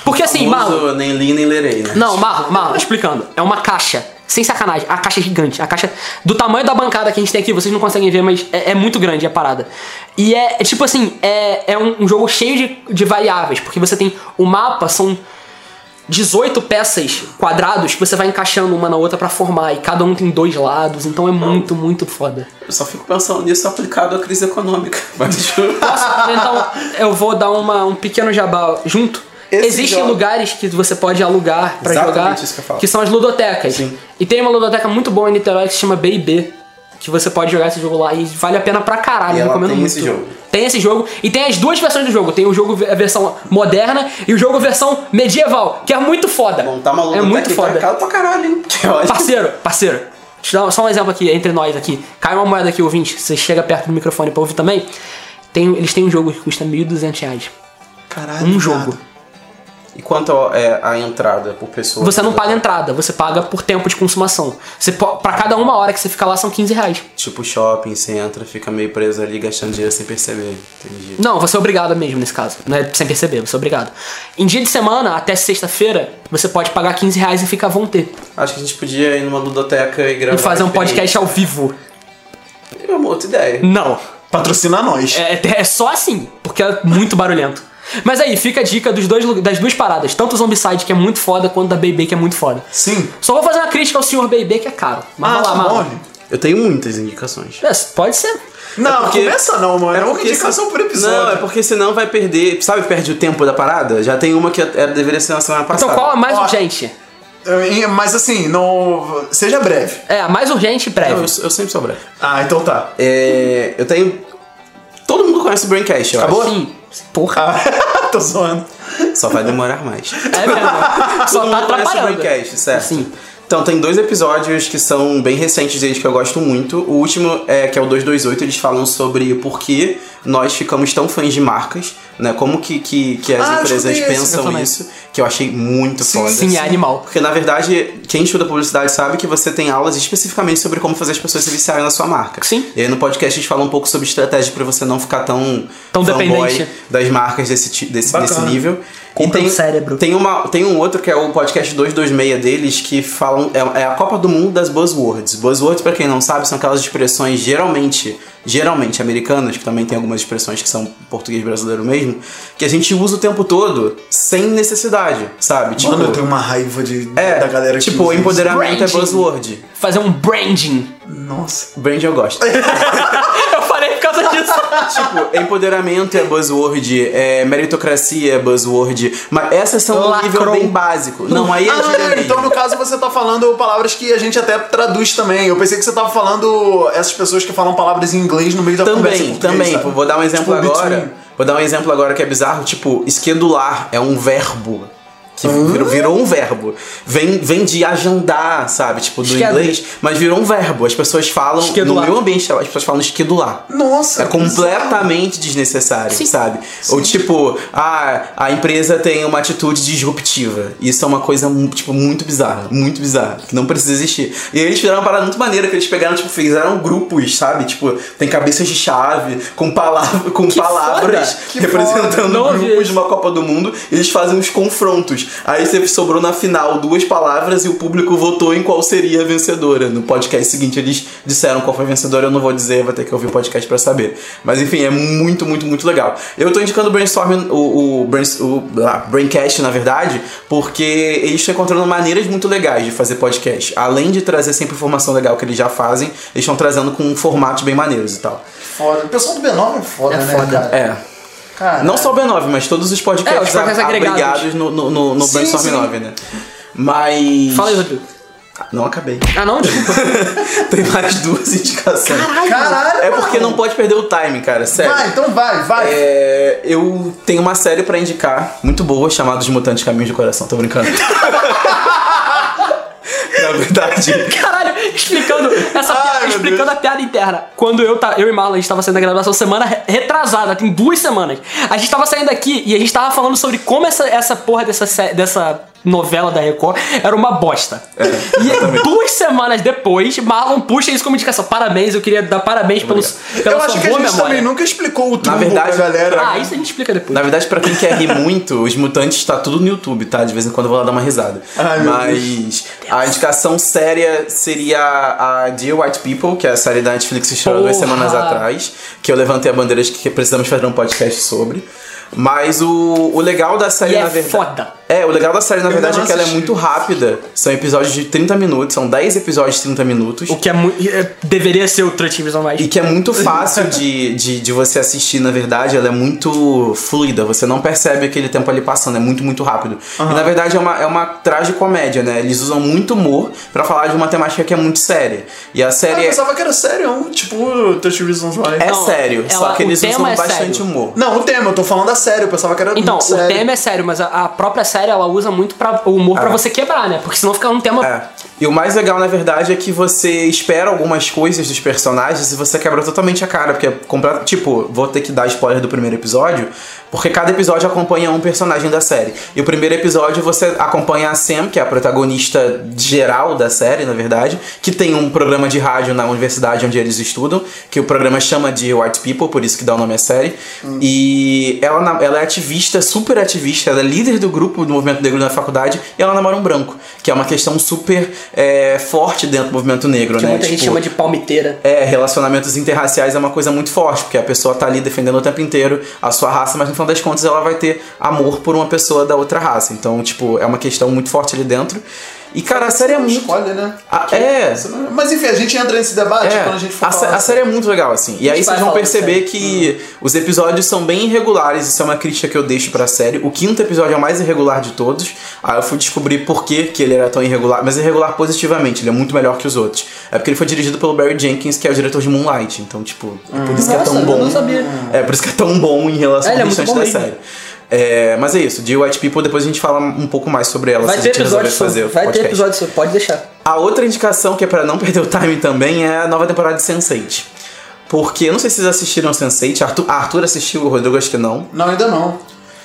Porque assim, Marlon, Famoso, nem li, nem lerei, né? Não, Marlon, Marlon, explicando. É uma caixa. Sem sacanagem, a caixa é gigante. A caixa do tamanho da bancada que a gente tem aqui, vocês não conseguem ver, mas é, é muito grande a parada. E é, é tipo assim, é, é um, um jogo cheio de, de variáveis, porque você tem o mapa, são 18 peças quadrados que você vai encaixando uma na outra pra formar, e cada um tem dois lados, então é muito, muito foda. Eu só fico pensando nisso aplicado à crise econômica. <laughs> Mas tipo, Então eu vou dar uma, um pequeno jabá junto. Esse Existem jogo- lugares que você pode alugar pra Exatamente jogar, isso que eu falo. são as ludotecas. Sim. E tem uma ludoteca muito boa em Niterói que se chama B&B, que você pode jogar esse jogo lá e vale a pena pra caralho, E eu ela recomendo tem muito. esse jogo. Tem esse jogo e tem as duas versões do jogo, tem o jogo a versão moderna e o jogo a versão medieval, que é muito foda. montar uma luta é muito técnica foda. é caro pra caralho, hein? Que ódio. Parceiro, parceiro. Deixa eu dar só um exemplo aqui, entre nós aqui. Cai uma moeda aqui, ouvinte. Você chega perto do microfone pra ouvir também. Tem, eles têm um jogo que custa 1.200 reais. Caralho. Um jogo. E quanto é a entrada por pessoa? Você não paga entrada, você paga por tempo de consumação. Você, po- pra cada uma hora que você fica lá são 15 reais. Tipo shopping, você entra, fica meio preso ali, gastando dinheiro sem perceber. Entendi. Não, você é obrigado mesmo nesse caso. Não é sem perceber, você é obrigado. Em dia de semana, até sexta-feira, você pode pagar 15 reais e fica à vontade. Acho que a gente podia ir numa ludoteca e gravar. E fazer um experiência. podcast ao vivo. É uma outra ideia. Não. Patrocina nós. É, é só assim, porque é muito barulhento. Mas aí, fica a dica dos dois, lu- das duas paradas. Tanto o Zombicide, que é muito foda, quanto da BB, que é muito foda. Sim. Só vou fazer uma crítica ao senhor BB, que é caro. Mas Ah, vai lá, É tá mano. bom. Eu tenho muitas indicações. É, pode ser. Não, porque- começa não, mano. É uma porque indicação se- por episódio. Não, é porque senão vai perder. Sabe, perde o tempo da parada? Já tem uma que é- era, deveria ser na semana passada. Então qual a mais Ó. urgente? É, Mas assim, não. Seja breve. É, a mais urgente e Não, breve. eu, eu sempre sou breve. Ah, então tá. <laughs> É, eu tenho. Todo mundo conhece o Braincast, eu Acabou? Sim. Porra. Ah, tô zoando. acho. Só vai demorar mais. <laughs> É mesmo. <laughs> Só Todo tá mundo conhece o atrapalhando. Braincast, certo? Sim. Então, tem dois episódios que são bem recentes deles que eu gosto muito. O último, é que é o 228, eles falam sobre por que nós ficamos tão fãs de marcas, né? Como que, que, que as Ah, eu empresas escutei esse, eu pensam também. isso, que eu achei muito foda. assim. Sim, é animal. Porque, na verdade, quem estuda publicidade sabe que você tem aulas especificamente sobre como fazer as pessoas se viciarem na sua marca. Sim. E aí, no podcast, a gente fala um pouco sobre estratégia pra você não ficar tão... Tão fanboy dependente. das marcas desse, ti- desse, Bacana. desse nível. Compra e tem, um cérebro. Tem, uma, tem um outro que é o podcast 226 deles, que falam... É, é a Copa do Mundo das Buzzwords. Buzzwords, pra quem não sabe, são aquelas expressões geralmente... Geralmente americanas, que também tem algumas expressões que são português brasileiro mesmo, que a gente usa o tempo todo sem necessidade, sabe? Tipo, Tipo, Mano, eu tenho uma raiva de, É, da galera que tipo, usa isso. empoderamento é Branding. buzzword. Fazer um branding. <laughs> Nossa. Brand eu gosto. <laughs> Eu falei por causa disso. tipo, empoderamento é buzzword, é meritocracia é buzzword. Mas essas são um nível Lacrou. bem básico. Não, aí é Ah, ah, então no caso você tá falando palavras que a gente até traduz também. Eu pensei que você tava falando essas pessoas que falam palavras em inglês no meio da conversa. em Também, português, também. sabe? Vou dar um exemplo Tipo, agora. between. Vou dar um exemplo agora que é bizarro. Tipo, esquedular é um verbo. Que Hum? virou, virou um verbo. Vem, vem de agendar, sabe? Tipo, do Esquedu- inglês. Mas virou um verbo. As pessoas falam. Esquedular. No meu ambiente, as pessoas falam esquedular. Nossa. É completamente desnecessário, Sim. sabe? Ou tipo, ah, a empresa tem uma atitude disruptiva. Isso é uma coisa, mu- tipo, muito bizarra. Muito bizarra. Que não precisa existir. E aí eles fizeram uma parada muito maneira, que eles pegaram, tipo, fizeram grupos, sabe? Tipo, tem cabeças de chave, com, palavra, com palavras foda! Que representando foda! Não vi grupos de uma Copa do Mundo. E eles fazem uns confrontos. minutos. Aí você sobrou na final duas palavras e o público votou em qual seria a vencedora. No podcast seguinte eles disseram qual foi a vencedora, eu não vou dizer, vai ter que ouvir o podcast pra saber. Mas enfim, é muito, muito, muito legal. Eu tô indicando o Brainstorm, o, o, Brains- o ah, Braincast, na verdade, porque eles estão encontrando maneiras muito legais de fazer podcast. Além de trazer sempre informação legal que eles já fazem, eles estão trazendo com formatos bem maneiros e tal. Foda. O pessoal do B9 é foda, É né, foda. cara? É. Cara, Não só o B9, mas todos os É, podcasts, os podcasts a- agregados. agregados no, no, no, no Sim, Brainstorm sim. 9, né? Mas. Fala aí, Rodrigo. Não acabei. <laughs> Ah, não? Desculpa. Tem mais duas <laughs> indicações. Caralho! É porque mano. não pode perder o time, cara, sério. Vai, então vai, vai. É, eu tenho uma série pra indicar, muito boa, chamada Os Mutantes Caminhos do Coração, tô brincando. <laughs> Na verdade, Caralho, explicando essa Ai, piada, meu explicando a piada interna. Quando eu, ta- eu e Marlon, a gente tava saindo da gravação semana re- retrasada, tem duas semanas. A gente tava saindo aqui e a gente tava falando sobre como essa, essa porra dessa, sé- dessa novela da Record era uma bosta. É, e duas semanas depois, Marlon puxa isso como indicação. Parabéns, eu queria dar parabéns pelos, pela Eu sua acho que a boa gente memória. também né? nunca explicou o Na trumbo verdade- pra galera. Ah, isso a gente explica depois. na verdade, pra quem quer rir <laughs> muito, Os Mutantes tá tudo no YouTube, tá? De vez em quando eu vou lá dar uma risada. Ai, meu Mas a indicação séria seria a Dear White People, que é a série da Netflix que estreou duas Porra! semanas atrás, que eu levantei a bandeira de que precisamos fazer um podcast sobre. Mas o, o legal da série, E é na verdade. foda. É, o legal da série, na verdade, não é que ela é assisti. muito rápida. São episódios de 30 minutos, são 10 episódios de 30 minutos. O que é muito. Deveria ser o Trunchvisão mais. E que é muito fácil de, de, de você assistir, na verdade, ela é muito fluida, você não percebe aquele tempo ali passando, é muito, muito rápido. E na verdade é uma, é uma tragicomédia, né? Eles usam muito humor pra falar de uma temática que é muito séria. E a Ah, série eu é, pensava que era sério, tipo, Touch Reasons Why. é Não, sério, só ela- que o eles tema usam é bastante sério. humor. Não, o tema, eu tô falando a sério, eu pensava que era Então, muito o sério. Ah. tema é sério, mas a, a própria série ela usa muito pra, o humor pra você quebrar, né? Porque senão fica um tema. É. E o mais legal, na verdade, é que você espera algumas coisas dos personagens e você quebra totalmente a cara, porque é completo. Tipo, vou ter que dar spoiler do primeiro episódio, porque cada episódio acompanha um personagem da série. E o primeiro episódio você acompanha a Sam, que é a protagonista geral da série, na verdade, que tem um programa de rádio na universidade onde eles estudam, que o programa chama de White People, por isso que dá o nome à série. Hum. E ela, na- ela é ativista, super ativista, ela é líder do grupo do movimento negro na faculdade e ela namora um branco, que é uma questão super é, forte dentro do movimento negro, que né? muita gente Tipo, chama de palmiteira. é, relacionamentos interraciais é uma coisa muito forte, porque a pessoa tá ali defendendo o tempo inteiro a sua raça, mas no final das contas ela vai ter amor por uma pessoa da outra raça. Então, tipo, é uma questão muito forte ali dentro. E, cara, a série é Não muito. Escolhe, né? Ah, é. Mas enfim, a gente entra nesse debate É, quando a gente for a, sé- falar. a série é muito legal, assim. E vai aí Hum. vocês vão falar perceber que os episódios são bem irregulares. Isso é uma crítica que eu deixo pra série. O quinto episódio é o mais irregular de todos. Aí eu fui descobrir por que, que ele era tão irregular. Mas irregular positivamente, ele é muito melhor que os outros. É porque ele foi dirigido pelo Barry Jenkins, que é o diretor de Moonlight. Então, tipo, é por isso que é tão Nossa, eu bom. não sabia. É por isso que é tão bom em relação É, ele é ao muito restante bom mesmo. da série. É, mas é isso, de White People, depois a gente fala um pouco mais sobre ela. Vai se a ter gente resolver episódio sobre. fazer o Vai ter podcast. episódio sobre, pode deixar. A outra indicação, que é pra não <laughs> perder o time também, é a nova temporada de Sense8. Porque, eu não sei se vocês assistiram Sense8, Arthur, Arthur assistiu, o Rodrigo acho que não. Não, ainda não.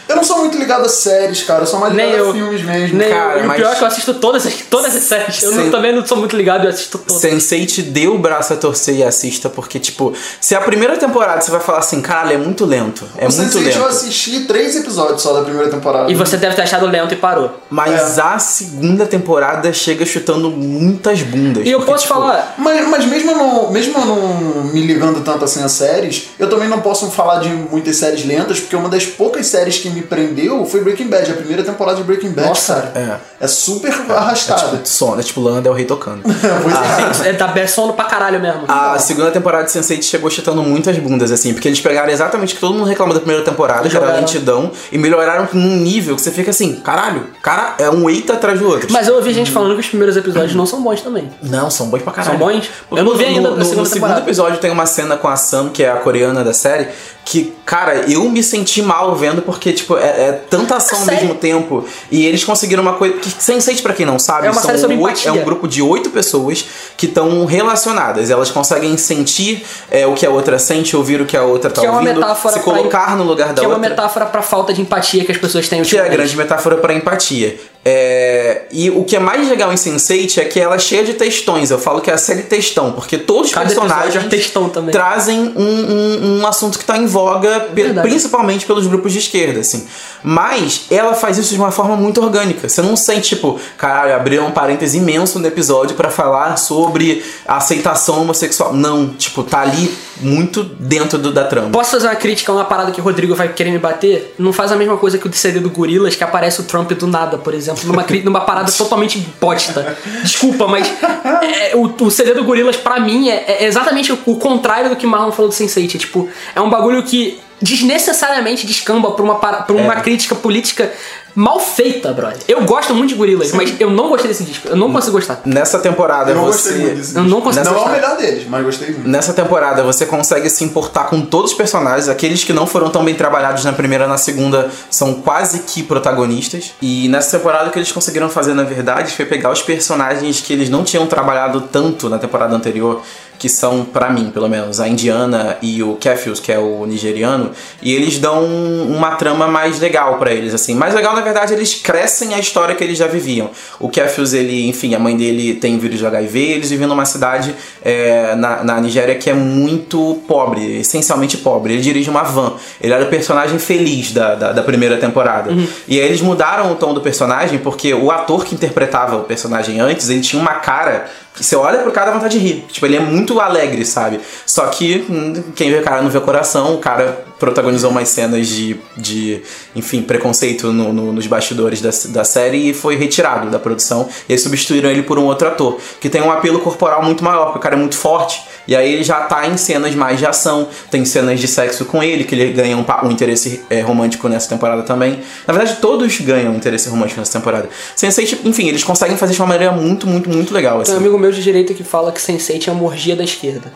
Eu não sou muito ligado a séries, cara. Eu sou mais Nem ligado eu. a filmes mesmo. Nem Cara, eu. E o mas- pior é que eu assisto todas, as- todas as séries. Eu não- Sim. também não sou muito ligado, eu assisto todas. Sense8 deu o braço a torcer e assista, porque, tipo, se a primeira temporada você vai falar assim, caralho, é muito lento, é O Sense8 muito eu lento. assisti três episódios só da primeira temporada. E você deve ter achado lento e parou. Mas É. a segunda temporada chega chutando muitas bundas. E eu porque, posso tipo, falar. Mas, mas mesmo, eu não, mesmo eu não me ligando tanto assim a séries, eu também não posso falar de muitas séries lentas, porque uma das poucas séries que me prendeu foi Breaking Bad, a primeira temporada de Breaking né, Bad. Nossa. cara. É super arrastada. Tipo, sono, é tipo Lana Del Rey tocando. <laughs> Pois é. É, dá bem sono pra caralho mesmo. A segunda temporada de Sense8 chegou chutando muitas bundas, assim, porque eles pegaram exatamente o que todo mundo reclamou da primeira temporada, que era a Jogaram. lentidão, e melhoraram num nível que você fica assim, caralho, cara, é um eita atrás do outro. Mas eu ouvi gente falando que os primeiros episódios não são bons também. Não, são bons pra caralho. São bons? Eu não vi ainda da No, no, segunda no segundo temporada. episódio tem uma cena com a Sam, que é a coreana da série, que, cara, eu me senti mal vendo, porque, tipo, é, é tanta ação ao série- mesmo tempo. E eles conseguiram uma coisa. Que, sem sente pra quem não sabe, É uma são série sobre oito- empatia. é um grupo de oito pessoas que estão relacionadas. Elas conseguem sentir é, o que a outra sente, ouvir o que a outra tá Que é uma ouvindo, metáfora se pra- colocar no lugar da Que é uma outra. metáfora pra falta de empatia que as pessoas têm Que é a ultimamente. grande metáfora pra empatia. É, e o que é mais legal em Sense8 é que ela é cheia de textões. Eu falo que é a série textão, porque todos os Cada personagens episódio é um textão também. É trazem um, um- um assunto que está em voga, pe- Verdade. principalmente pelos grupos de esquerda, assim. Mas ela faz isso de uma forma muito orgânica. Você não sente, tipo, caralho, abriu um parêntese imenso no episódio para falar sobre a aceitação homossexual. Não, tipo, tá ali muito dentro do- da trama. Posso fazer uma crítica a uma parada que o Rodrigo vai querer me bater? Não faz a mesma coisa que o CD do Gorilas, que aparece o Trump do nada, por exemplo, numa, cri- numa parada totalmente bosta. Desculpa, mas é, o, o CD do Gorilas, pra mim, é, é exatamente o, o contrário do que Marlon falou do Sense8. É, tipo, é um bagulho que desnecessariamente descamba pra uma, para- pra uma crítica política mal feita, brother. Eu gosto muito de Gorilas, mas eu não gostei desse disco. Eu não consigo gostar. Nessa temporada Eu não ah, você. gostei muito desse Eu não consigo Não é o gostar. melhor deles, mas gostei muito. Nessa temporada você consegue se importar com todos os personagens, aqueles que não foram tão bem trabalhados na primeira, na segunda são quase que protagonistas. E nessa temporada o que eles conseguiram fazer, na verdade, foi pegar os personagens que eles não tinham trabalhado tanto na temporada anterior, que são, pra mim, pelo menos, a Indiana e o Kefius, que é o nigeriano, e eles dão um, uma trama mais legal pra eles, assim. Mais legal, na verdade, eles crescem a história que eles já viviam. O Kefius, ele, enfim, a mãe dele tem vírus de HIV, eles vivem numa cidade é, na, na Nigéria que é muito pobre, essencialmente pobre. Ele dirige uma van. Ele era o personagem feliz da, da, da primeira temporada. E aí eles mudaram o tom do personagem porque o ator que interpretava o personagem antes, ele tinha uma cara que você olha pro cara dá vontade de rir. Tipo, ele é muito alegre, sabe? Só que hum, quem vê o cara não vê o coração, o cara protagonizou umas cenas de, de enfim, preconceito no- no- nos bastidores da, da série e foi retirado da produção. E eles substituíram ele por um outro ator, que tem um apelo corporal muito maior, porque o cara é muito forte. E aí ele já tá em cenas mais de ação, tem cenas de sexo com ele, que ele ganha um, pa- um interesse é, romântico nessa temporada também. Na verdade, todos ganham um interesse romântico nessa temporada. Sensei, tipo, enfim, eles conseguem fazer de uma maneira muito, muito, muito legal. Tem um Assim. amigo meu de direita que fala que Sense8 é a morgia da esquerda.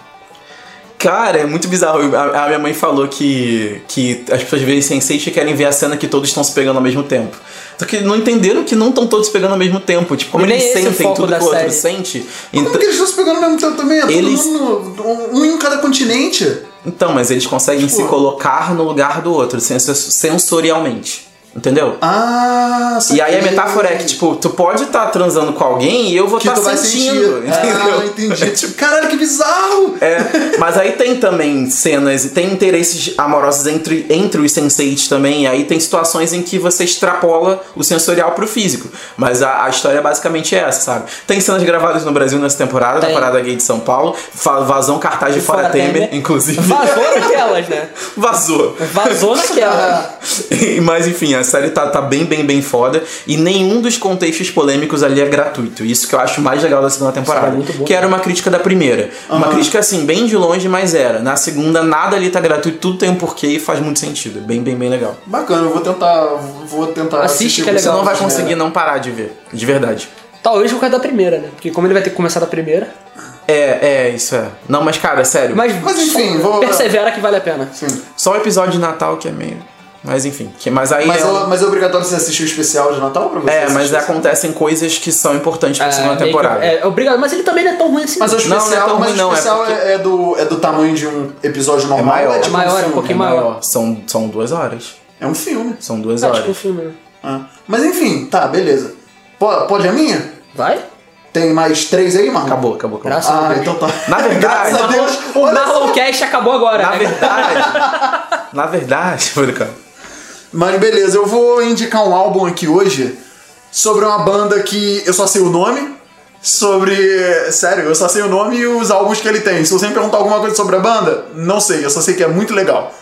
Cara, é muito bizarro. A, a minha mãe falou que, que as pessoas veem Sense8 e querem ver a cena que todos estão se pegando ao mesmo tempo. Só que não entenderam que não estão todos se pegando ao mesmo tempo. Tipo, como Nem eles esse é o sentem foco tudo da que o outro série. sente. Como Então, que eles estão se pegando ao mesmo tempo também? É todo Eles- mundo no- um em cada continente. então, mas eles conseguem se Tipo, Pô. colocar no lugar do outro, senso- sensorialmente. Entendeu? Ah, E aí a saquei. metáfora é que, tipo, tu pode estar transando com alguém e eu vou que estar tu vai sentindo. <laughs> sentir. Ah, Entendeu? eu <laughs> entendi. Tipo, caralho, que bizarro! É, mas aí tem também cenas e tem interesses amorosos entre, entre os senseis também. E aí tem situações em que você extrapola o sensorial pro físico. Mas a, a história é basicamente essa, sabe? Tem cenas gravadas no Brasil nessa temporada, Tem. na Parada Gay de São Paulo. Fa- Vazou um cartaz de Fora Fora, Temer, Temer. inclusive. Vazou naquelas, né? É. <laughs> Vazou. Vazou <laughs> naquelas. <laughs> Mas enfim, a série tá, tá bem, bem, bem foda. E nenhum dos contextos polêmicos ali é gratuito. Isso que eu acho mais legal da segunda temporada. Isso é muito bom. que era uma crítica da primeira. Uma crítica assim, bem de longe, mas era. Na segunda, nada ali tá gratuito, tudo tem um porquê e faz muito sentido. Bem, bem, bem legal. Bacana, eu vou tentar. Vou tentar. Assiste, assistir que é você. Você legal. não vai É. conseguir não parar de ver, de verdade. Talvez por causa da primeira, né? Porque como ele vai ter que começar da primeira. É, é, isso é. Não, mas cara, sério. Mas, Mas enfim, vou. persevera que vale a pena. Sim. Só o episódio de Natal que é meio. Mas enfim. Que, mas aí. Mas, é, é, mas é obrigatório você assistir o especial de Natal pra você? é, mas assistir? acontecem coisas que são importantes pra segunda meio que- temporada. é, obrigado. Mas ele também não é tão ruim assim. Mas o não. Não, não é especial, tão mas ruim, o não, é especial é, porque- é do, é do tamanho de um episódio normal. maior. tipo É maior, é um filme. pouquinho É maior. São, são duas horas. É um filme. São duas Ah, tipo um horas. filme. né? Ah. Mas enfim, tá, beleza. Po- Pode a minha? Vai? Tem mais três aí, Marlon? Acabou, acabou, acabou. Graças a Ah, Deus. então tá. Na <laughs> verdade, Graças a Deus. O Olha só. Marloncast acabou agora, Na né? verdade. na verdade, <laughs> Tô brincando. Mas beleza, eu vou indicar um álbum aqui hoje sobre uma banda que eu só sei o nome. Sobre. Sério, eu só sei o nome e os álbuns que ele tem. Se você me perguntar alguma coisa sobre a banda, não sei, eu só sei que é muito legal.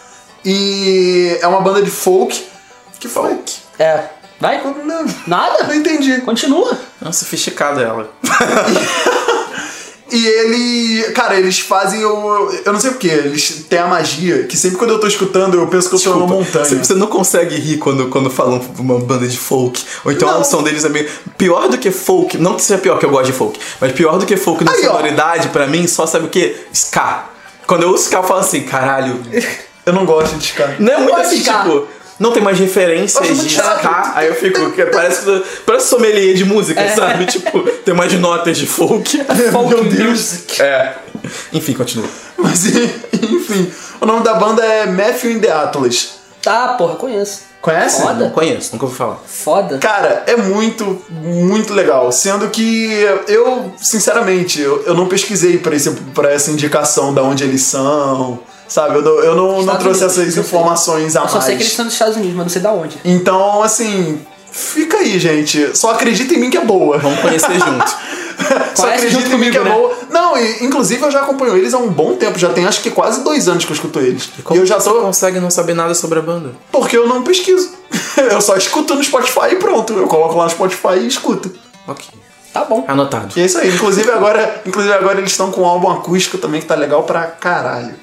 E é uma banda de folk. Que folk? <laughs> É. Vai? Não, Nada? não entendi. Continua. É uma sofisticada ela. E ele. Cara, eles fazem eu. Eu não sei porquê, eles têm a magia que sempre quando eu tô escutando eu penso que eu tô numa montanha. Você, você não consegue rir quando, quando falam uma banda de folk. Ou então Não. o som deles é meio. Pior do que folk. Não que seja pior, que eu gosto de folk. Mas pior do que folk na Aí, ó. sonoridade, pra mim, só sabe o que? Ska. Quando eu ouço Ska, eu falo assim, caralho. Eu não gosto de ficar. Não é muito gosto de assim, ska. tipo. Não tem mais referências Eu acho de muito chato. ska. Aí eu fico. que Parece, que- parece sommelier de música, sabe? Tipo, tem mais notas de folk. Meu Deus. É. Enfim, continua. <laughs> Mas enfim, o nome da banda é Matthew and the Atlas. Tá, porra, eu conheço. Conhece? Não Foda? conheço, nunca ouvi falar. Foda. Cara, é muito, muito legal. Sendo que eu, sinceramente, eu, eu não pesquisei pra, esse, pra essa indicação da onde eles são, sabe? Eu, não- eu não, não Estados trouxe Unidos, essas eu sei. informações a Eu mais. só sei que eles são dos Estados Unidos, mas não sei da onde. Então, assim, fica aí, gente. Só acredita em mim que é boa. Vamos conhecer junto. <laughs> Só Conhece acredita junto em mim que é comigo, né? boa. Não, e, inclusive eu já acompanho eles há um bom tempo. Já tem acho que quase dois anos que eu escuto eles. E eu já Você sou. consegue não saber nada sobre a banda? Porque eu não pesquiso. <laughs> Eu só escuto no Spotify e pronto. Eu coloco lá no Spotify e escuto. Ok. Tá bom. Anotado. E é isso aí. Inclusive agora, inclusive agora eles estão com um álbum acústico também que tá legal pra caralho.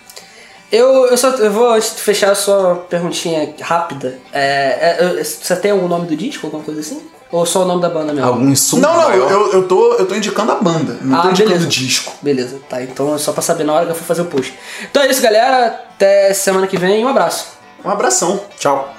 Eu, eu só eu vou antes de fechar só uma perguntinha rápida. É, é, eu- você tem algum nome do disco, alguma coisa assim? Ou só o nome da banda mesmo? Algum insumo Não, não, maior? eu, eu, tô, eu tô indicando a banda. Não um Ah, tô indicando beleza. o disco. Beleza, tá. Então é só pra saber na hora que eu for fazer o post. Então é isso, galera. Até semana que vem. Um abraço. Um abração. Tchau.